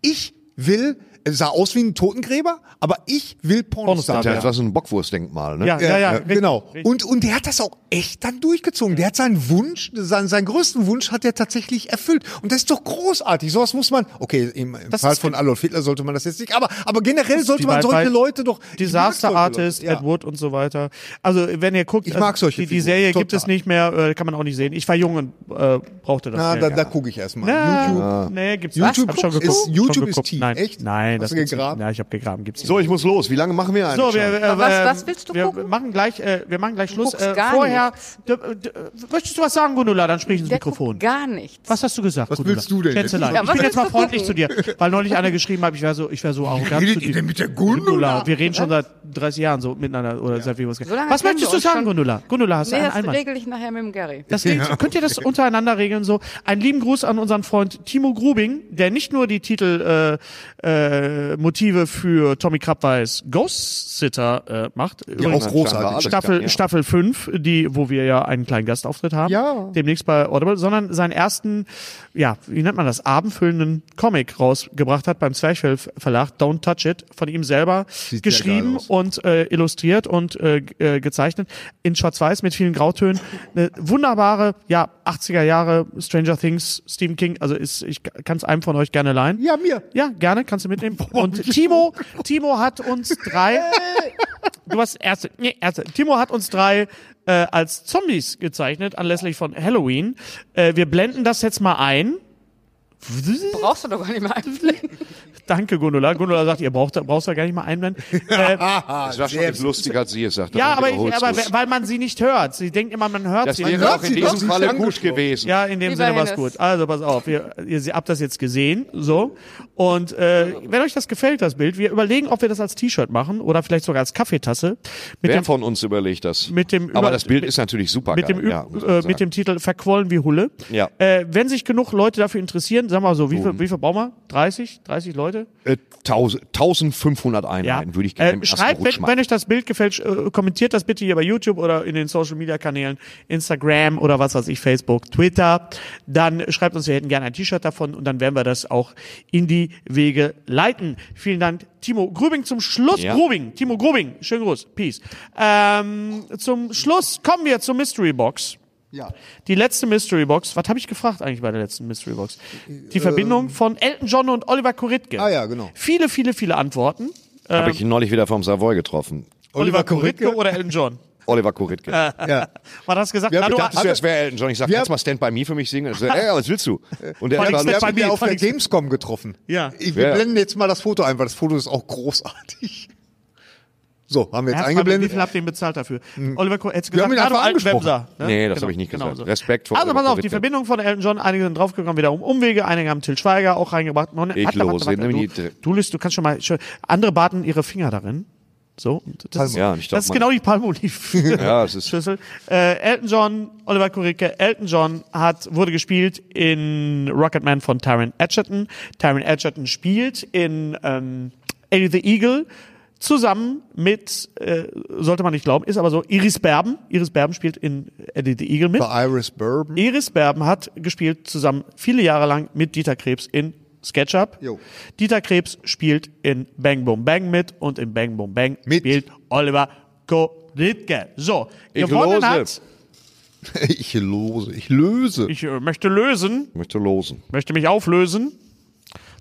S2: ich will, er sah aus wie ein Totengräber, aber ich will Pornostar
S5: Pornostar
S1: Das
S2: werden.
S5: werden.
S1: ist was ein Bockwurstdenkmal, ne?
S5: Ja, ja,
S2: Ja,
S5: ja,
S2: ja,
S5: richtig,
S2: genau.
S5: richtig.
S2: Und, und der hat das auch echt dann durchgezogen. Der hat seinen Wunsch, seinen, seinen größten Wunsch hat er tatsächlich erfüllt. Und das ist doch großartig. Sowas muss man, okay, im, im
S5: Das
S2: Fall
S5: ist-
S2: von Adolf Hitler sollte man das jetzt nicht, aber, aber generell sollte
S5: Wie
S2: man
S5: bei-
S2: solche
S5: bei
S2: Leute doch. ich mag solche
S5: Disaster
S2: Leute.
S5: Artist,
S2: Ja.
S5: Ed Wood und so weiter. Also wenn ihr guckt,
S2: Ich
S5: also
S2: mag solche
S5: die, die
S2: Figuren,
S5: Serie gibt
S2: total.
S5: es nicht mehr, äh, kann man auch nicht sehen. Ich war jung und äh, brauchte das.
S2: Na,
S5: sehr
S2: da,
S5: gerne.
S2: da gucke ich erstmal.
S5: Na,
S2: YouTube.
S5: Nee, gibt's
S2: YouTube
S5: nicht. Hab schon
S2: guckst?
S5: geguckt.
S2: Ist-
S5: schon
S2: YouTube ist
S5: geguckt.
S2: tief,
S5: Neinn.
S2: echt?
S5: Nein,
S2: Hast
S5: das
S2: du
S5: gibt's
S2: gegraben?
S5: Nicht. Nein, ich habe gegraben. Gibt's nicht.
S1: So, ich muss los. Wie lange machen wir eigentlich?
S5: So, wir,
S1: schon?
S5: äh,
S6: Was-
S5: ähm,
S6: was willst du
S5: wir
S6: gucken?
S5: Machen gleich, äh, wir machen gleich Schluss.
S6: guckst
S5: Äh,
S6: gar
S5: vorher, d, d, möchtest du was sagen, Gundula? Dann sprich ins
S6: Der
S5: Mikrofon.
S6: guckt gar nichts.
S5: Was hast du gesagt?
S2: Was
S5: Gundula?
S2: willst du denn jetzt?
S5: Schätzelein.
S6: Ja,
S5: ich
S6: was
S5: bin jetzt mal
S6: willst du
S5: freundlich zu dir, weil neulich einer geschrieben hat, ich wäre so, ich wäre so arrogant
S2: redet
S5: zu
S2: ihr
S5: dir.
S2: denn mit der Gundula?
S5: Wir reden schon seit 30 Jahren so miteinander oder seit wir uns kennen.
S6: So lange
S5: Was
S6: kennen
S5: möchtest
S6: wir
S5: du
S6: uns
S5: sagen,
S6: schon.
S5: Gundula? Gundula, hast du
S6: Nee,
S5: einen
S6: das
S5: Einwand?
S6: regel ich nachher mit dem Gary.
S5: Das regelt- Könnt ihr das untereinander regeln so? Einen lieben Gruß an unseren Freund Timo Grubing, der nicht nur die Titel äh, äh, Motive für Tommy Krabweis Ghost Sitter äh, macht. Übrigens,
S2: auch großartig.
S1: Alles klar,
S5: Staffel,
S1: ja.
S5: Staffel 5, die, wo wir ja einen kleinen Gastauftritt haben.
S2: Ja.
S5: Demnächst bei Audible, sondern seinen ersten, ja, wie nennt man das, abendfüllenden Comic rausgebracht hat beim Zwerchfell Verlag, Don't Touch It, von ihm selber
S2: sehr geil
S5: geschrieben
S2: aus.
S5: und äh, illustriert und äh, g- äh, gezeichnet in Schwarz-Weiß mit vielen Grautönen. Eine wunderbare, ja, 80er Jahre Stranger Things, Stephen King, also ist, ich kann es einem von euch gerne leihen.
S2: Ja, mir.
S5: Ja, gerne, kannst du mitnehmen. Und Timo, Timo hat uns drei du hast erste, nee, erste. Timo hat uns drei äh, als Zombies gezeichnet, anlässlich von Halloween. Äh, wir blenden das jetzt mal ein.
S6: Brauchst du doch gar nicht mehr einblenden.
S5: Danke, Gundula. Gundula sagt, ihr braucht, brauchst da gar nicht mal einblenden. Äh,
S1: Das war schon
S2: Sehr
S1: jetzt lustig, als sie es sagte.
S5: ja,
S1: Dann
S5: aber, ich,
S1: wiederholst
S5: aber
S1: du's.
S5: weil man sie nicht hört. Sie denkt immer, man hört
S1: das
S5: sie.
S1: wäre auch in
S2: sie doch,
S1: diesem
S2: sie
S1: Falle
S2: ist
S1: gut gewesen.
S5: Ja, in dem
S6: Lieber
S5: Sinne war's
S6: Hennes.
S5: gut. Also pass auf, ihr, ihr ihr habt das jetzt gesehen, so. Und äh, wenn euch das gefällt, das Bild, wir überlegen, ob wir das als T-Shirt machen oder vielleicht sogar als Kaffeetasse mit
S1: Wer
S5: dem
S1: von uns überlegt das?
S5: mit dem
S1: aber
S5: über-
S1: das Bild ist natürlich super
S5: mit
S1: geil.
S5: dem, Ü-
S1: ja, muss man
S5: äh, mit
S1: sagen.
S5: dem Titel Verquollen wie Hulle.
S1: Ja.
S5: Äh, wenn sich genug Leute dafür interessieren, sagen wir mal so, wie viel, wie viel brauchen wir? 30? 30 Leute?
S1: äh, 1000 1500 Einheiten würde ich gerne im
S5: äh,
S1: ersten
S5: schreibt,
S1: Rutsch
S5: wenn,
S1: machen.
S5: wenn euch das Bild gefällt, sch- äh, kommentiert das bitte hier bei YouTube oder in den Social Media Kanälen, Instagram oder was weiß ich, Facebook, Twitter. Dann schreibt uns, wir hätten gerne ein T-Shirt davon und dann werden wir das auch in die Wege leiten. Vielen Dank, Timo Grübing zum Schluss.
S1: Ja.
S5: Grübing, Timo Grübing, schönen Gruß, Peace. Ähm, zum Schluss kommen wir zur Mystery Box.
S2: Ja.
S5: Die letzte Mystery Box, was habe ich gefragt eigentlich bei der letzten Mystery Box? Die Verbindung von Elton John und Oliver Kuritke.
S2: Äh, ähm. Ah ja, genau.
S5: Viele, viele, viele Antworten.
S1: Habe ich neulich wieder vom Savoy getroffen.
S5: Oliver Kuritke oder Elton John?
S1: Oliver Kuritke. Äh,
S2: Ja.
S5: War das gesagt?
S2: Ja,
S5: Na, du,
S2: bitte.
S1: Dachtest du, es wäre Elton John? Ich sag,
S2: Wir
S1: kannst
S2: haben-
S1: mal Stand by Me für mich singen? Und er sagt, ey, was willst du? Und der
S5: Vor allem
S1: war
S5: Stand
S2: Wir
S5: Bei
S2: haben ihn
S5: mir
S2: ja auf
S5: fand
S2: der
S5: ich's-
S2: Gamescom getroffen.
S5: Ja.
S2: Ich, wir
S1: Ja.
S2: blenden jetzt mal das Foto ein, weil das Foto ist auch großartig. So, haben wir jetzt
S5: Erstmal, Wie
S2: eingeblendet. Hm.
S5: viel habt ihr ihm bezahlt dafür? Oliver Kuh, hättest du
S2: Wir
S5: gesagt,
S2: haben ihn
S5: na, du
S2: einfach
S5: alten
S2: angesprochen.
S5: Wemser, ne?
S1: Nee, das habe ich nicht gesagt. Respekt vor
S5: Also
S1: Oliver
S5: pass auf,
S1: Kuritke.
S5: die Verbindung von Elton John, einige sind draufgegangen, wieder um Umwege, einige haben Till Schweiger auch reingebracht. Noch ne-
S1: Ich
S5: warte, warte,
S1: los,
S5: warte,
S1: wir nehmen
S5: du,
S1: die-
S5: du, Lys, du kannst schon mal, schon, andere baden ihre Finger darin. So, und das, ist,
S1: Ja, und ich glaub,
S5: das ist
S1: man-
S5: genau die Palmolive.
S1: Ja, es ist-
S5: Schüssel. Äh, Elton John, Oliver Kuritke, Elton John hat, wurde gespielt in Rocketman von Taron Edgerton. Taron Edgerton spielt in ähm, Eddie the Eagle zusammen mit, äh, sollte man nicht glauben, ist aber so, Iris Berben. Iris Berben spielt in Eddie the Eagle mit.
S2: Bei Iris Bourbon.
S5: Iris Berben hat gespielt zusammen viele Jahre lang mit Dieter Krebs in SketchUp.
S2: Jo.
S5: Dieter Krebs spielt in Bang Boom Bang mit und in Bang Boom Bang
S2: Mit.
S5: spielt Oliver Koritke. So,
S1: Ich
S5: gewonnen
S1: lose.
S5: hat,
S2: Ich lose, ich löse.
S5: ich äh, möchte lösen,
S1: möchte losen.
S5: möchte mich auflösen.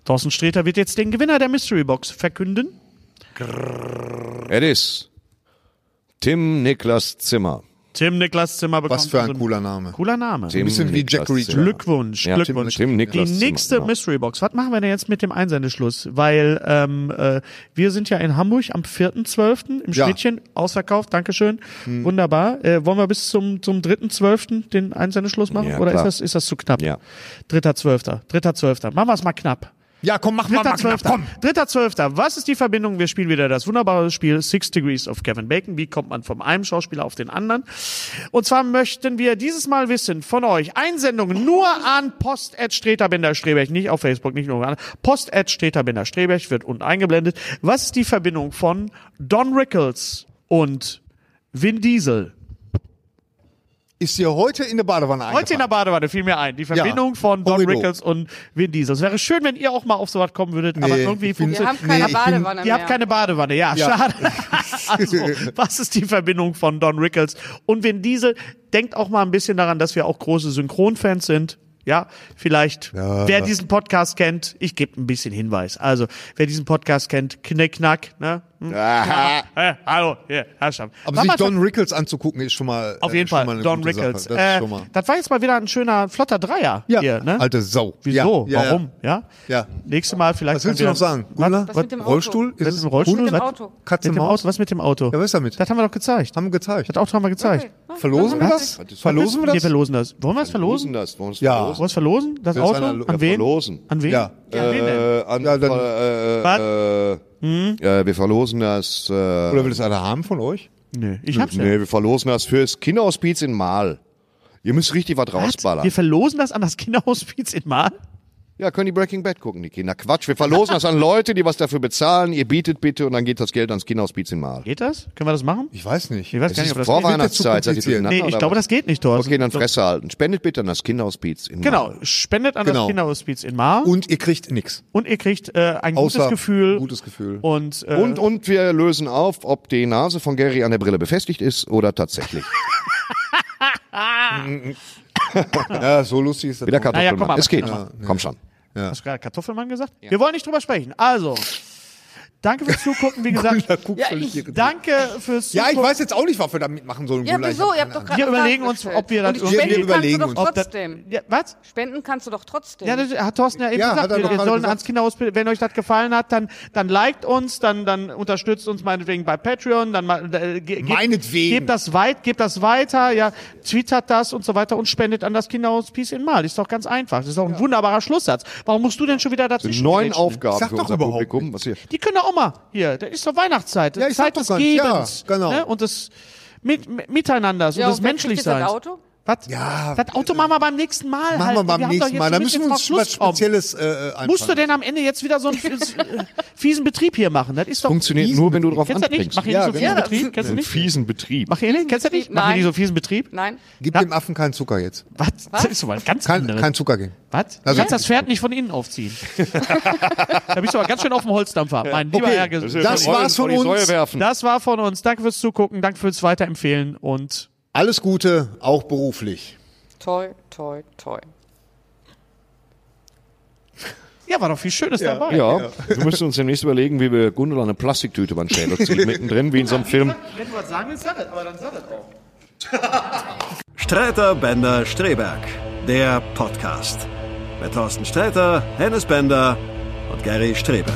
S5: Thorsten Sträter wird jetzt den Gewinner der Mystery Box verkünden.
S1: Es ist Tim Niklas Zimmer.
S5: Tim Niklas Zimmer bekommt
S2: Was für ein
S5: unseren-
S2: cooler Name.
S5: cooler Name.
S1: Tim
S2: bisschen wie Jack
S1: Niklas
S2: Reacher.
S1: Zimmer.
S5: Glückwunsch,
S1: Hm, Ja,
S5: Glückwunsch.
S1: Tim- Tim Niklas
S5: die
S1: Zimmer,
S5: nächste
S1: genau.
S5: Mystery Box. Was machen wir denn jetzt mit dem Einsendeschluss? Weil ähm, äh, wir sind ja in Hamburg am 4.12. im
S2: Ja.
S5: Städtchen ausverkauft. Dankeschön.
S1: Hm.
S5: Wunderbar. Äh, wollen wir bis zum zum 3.12. den Einsendeschluss machen
S1: Ja,
S5: oder ist
S1: klar.
S5: das ist das zu knapp?
S1: Ja.
S5: 3.12. 3.12. Machen wir es mal knapp.
S2: Ja, komm, mach mal, mach mal,
S5: Dritter,
S2: komm.
S5: Dritter Zwölfter. Was ist die Verbindung? Wir spielen wieder das wunderbare Spiel Six Degrees of Kevin Bacon. Wie kommt man vom einem Schauspieler auf den anderen? Und zwar möchten wir dieses Mal wissen von euch Einsendungen nur an post@streterbender-strebech, nicht auf Facebook, nicht nur an post@streterbender-strebech wird unten eingeblendet. Was ist die Verbindung von Don Rickles und Vin Diesel?
S2: Ist dir heute in der Badewanne
S5: Heute in der
S2: eingefallen?
S5: Badewanne fiel mir ein. Die Verbindung von Don
S2: Horrido.
S5: Rickles und Vin Diesel. Es wäre schön, wenn ihr auch mal auf sowas kommen würdet, aber
S2: Nee,
S5: irgendwie
S2: ich bin-
S5: funktioniert
S6: Wir
S2: Nee,
S6: haben keine
S2: ich bin-
S6: Badewanne
S5: Ihr
S6: mehr.
S5: habt keine Badewanne, ja,
S2: Ja.
S5: schade. also, was ist die Verbindung von Don Rickles und Vin Diesel? Denkt auch mal ein bisschen daran, dass wir auch große Synchronfans sind. Ja, vielleicht, wer diesen Podcast kennt, ich gebe ein bisschen Hinweis. Also, wer diesen Podcast kennt, Knickknack, ne? Hm?
S1: Ah.
S5: Äh, hallo, hier, Herrschaft.
S2: Aber
S5: Mach
S2: sich
S5: mal
S2: Don Rickles anzugucken ist schon mal
S5: auf
S2: äh,
S5: jeden
S2: schon
S5: Fall,
S2: mal eine
S5: Don
S2: gute Sache.
S5: Rickles.
S2: Das
S5: äh,
S2: ist schon mal.
S5: das war jetzt mal wieder ein schöner, flotter Dreier
S2: Ja,
S5: hier, ne?
S2: alte Sau.
S5: Wieso?
S2: Ja, ja,
S5: Warum? Ja.
S2: Ja.
S5: Nächstes Mal vielleicht.
S2: Was willst du
S5: können
S2: noch
S5: wir-
S2: sagen? Gula?
S6: Was mit dem Auto?
S2: Rollstuhl?
S5: Was
S2: es
S5: mit dem Rollstuhl?
S6: Mit dem
S5: Was?
S6: Auto.
S2: Katze
S5: Mit dem
S2: Maus?
S5: Auto? Was mit dem Auto?
S2: Ja, was ist damit?
S5: Das haben wir doch gezeigt.
S2: Haben wir gezeigt.
S5: Das Auto haben wir gezeigt.
S2: Verlosen wir das? Verlosen wir
S5: Wir
S2: das?
S5: verlosen das. Wollen wir es
S1: Losen
S5: verlosen?
S1: das. Wollen wir es
S2: Ja.
S5: Wollen wir es verlosen? Das
S2: Wir
S5: Auto?
S2: sollen ja
S5: An wen?
S1: verlosen.
S5: An wen?
S2: Ja.
S5: An wen denn?
S1: Äh, an,
S2: Ja, dann-
S1: äh, äh, äh, wir verlosen das. Äh,
S2: Oder will das einer haben von euch?
S5: Nö, ich hab's ja.
S1: nee, wir verlosen das fürs Kinderhospiz in Mal. Ihr müsst richtig was
S5: Was?
S1: rausballern.
S5: Wir verlosen das an das Kinderhospiz in Mal?
S1: Ja, können die Breaking Bad gucken, die Kinder. Quatsch, wir verlosen das an Leute, die was dafür bezahlen. Ihr bietet bitte und dann geht das Geld ans Kinderhospiz in Mal.
S5: Geht das? Können wir das machen?
S2: Ich weiß nicht.
S5: Ich weiß
S1: Es
S5: gar
S1: ist
S5: nicht, ob das geht.
S1: Vorweihnachtszeit.
S2: Wird jetzt
S1: seid ihr
S2: zu
S1: durcheinander,
S5: Nee, ich
S1: oder
S5: glaube,
S1: was?
S5: das geht nicht, Thorsten.
S1: Okay, dann Fresse halten. Spendet bitte an das Kinderhospiz in
S5: Genau,
S1: Mal.
S5: spendet an das
S2: Genau.
S5: Kinderhospiz in Mar und,
S2: Und ihr kriegt nichts.
S5: ihr kriegt äh, ein gutes
S2: Außer
S5: Gefühl.
S2: gutes Gefühl.
S5: Und, äh,
S1: Und, und wir lösen auf, ob die Nase von Gary an der Brille befestigt ist oder tatsächlich.
S2: Ja, so lustig ist das.
S1: Wieder
S2: noch.
S5: Naja, komm
S1: Kartoffelmann.
S5: mal,
S1: es geht.
S5: komm mal.
S1: Komm schon.
S5: Hast du gerade Kartoffelmann gesagt? Wir wollen nicht drüber sprechen. Also, Danke fürs Zugucken, wie gesagt.
S2: Da guckt
S6: Ja,
S2: völlig
S6: ich-
S2: irritiert.
S5: Danke fürs
S2: ja,
S5: Zugucken.
S2: ich weiß jetzt auch nicht, was wir da mitmachen sollen.
S6: Ja,
S2: Gulai. Ich
S6: wieso?
S2: hab
S6: Ihr habt
S2: keine
S6: doch gerade
S5: Wir
S6: eine
S5: überlegen
S6: Frage
S5: uns,
S6: gestellt.
S5: ob wir das
S6: Und die
S5: irgendwie-
S6: Spenden
S2: Wir überlegen
S6: kannst du
S2: uns.
S6: doch
S5: Ob das-
S6: trotzdem.
S5: Ja, was?
S6: Spenden kannst du doch trotzdem.
S5: Ja, das hat Thorsten ja eben
S2: Ja, hat
S5: gesagt,
S2: er
S5: wir,
S2: doch
S5: wir
S2: gerade
S5: sollen
S2: gesagt.
S5: ans Kinderhospital, wenn euch das gefallen hat, dann, dann liked uns, dann, dann unterstützt uns meinetwegen bei Patreon, dann mal- äh, ge, ge-
S2: Meinetwegen.
S5: Gebt das weit, gebt das weiter, ja, twittert das und so weiter und spendet an das Kinderhospiz in Mal. Ist doch ganz einfach. Das ist doch ein wunderbarer Schlusssatz. Warum musst du denn schon wieder dazwischen?
S1: Neun
S5: grätschen?
S1: Aufgaben
S2: Sag
S1: für
S2: doch
S1: unser
S2: überhaupt
S1: Publikum. Was hier?
S5: Die können doch auch mal hier. Da ist doch Weihnachtszeit.
S2: Ja, ich sag
S5: Zeit
S2: doch
S5: des
S2: gar nicht. Ja,
S5: Gebens.
S2: genau.
S5: Ne? Und des mit, mit- Miteinanders
S6: Ja,
S5: und des
S6: und wer kriegt jetzt das
S5: Menschlichseins.
S6: Auto?
S5: Was?
S2: Ja.
S5: Das Auto machen wir beim nächsten Mal.
S2: Machen
S5: halt.
S2: wir beim
S5: haben doch
S2: nächsten
S5: jetzt
S2: Mal. Da
S5: nicht
S2: müssen wir
S5: jetzt
S2: uns
S5: drauf
S2: was
S5: Schluss kommen.
S2: Spezielles äh, äh, einfallen.
S5: Musst du denn am Ende jetzt wieder so einen äh, fiesen Betrieb hier machen? Das ist doch.
S1: Funktioniert nur, wenn du drauf
S5: Kennst du das
S1: anspringst.
S5: nicht? Mach hier
S2: Ja,
S5: nicht so einen fiesen
S6: genau.
S5: Betrieb? Kennst du
S1: Einen
S5: nicht?
S1: fiesen Betrieb.
S5: Mach hier nicht? Kennst du nicht? Mach hier
S6: Nein.
S5: nicht so einen fiesen Betrieb?
S6: Nein.
S2: Gib dem Affen keinen Zucker jetzt.
S5: Was? Das ist doch mal ganz
S2: Kein,
S5: anderes.
S2: kein Zucker geben.
S5: Was? Du
S2: Also-
S5: kannst das Pferd nicht von innen aufziehen. da bist du aber ganz schön auf dem Holzdampfer. Mein lieber
S2: Okay,
S5: Herr
S2: das
S5: Ges-
S2: Das war's von
S1: Vor die Säue
S2: uns.
S1: werfen.
S5: Das war von uns. Danke fürs Zugucken, danke fürs Weiterempfehlen und
S2: Alles Gute, auch beruflich.
S6: Toi, toi, toi.
S5: ja, war doch viel Schönes dabei.
S1: Ja, wir müssen uns demnächst überlegen, wie wir Gundula eine Plastiktüte beim Schädel ziehen, mittendrin, wie in so einem Film.
S5: Wenn du was sagen willst, sag das, aber dann sag das auch.
S3: Streiter, Bender, Streberg, der Podcast. Mit Thorsten Streiter, Hennes Bender und Gary Streberg.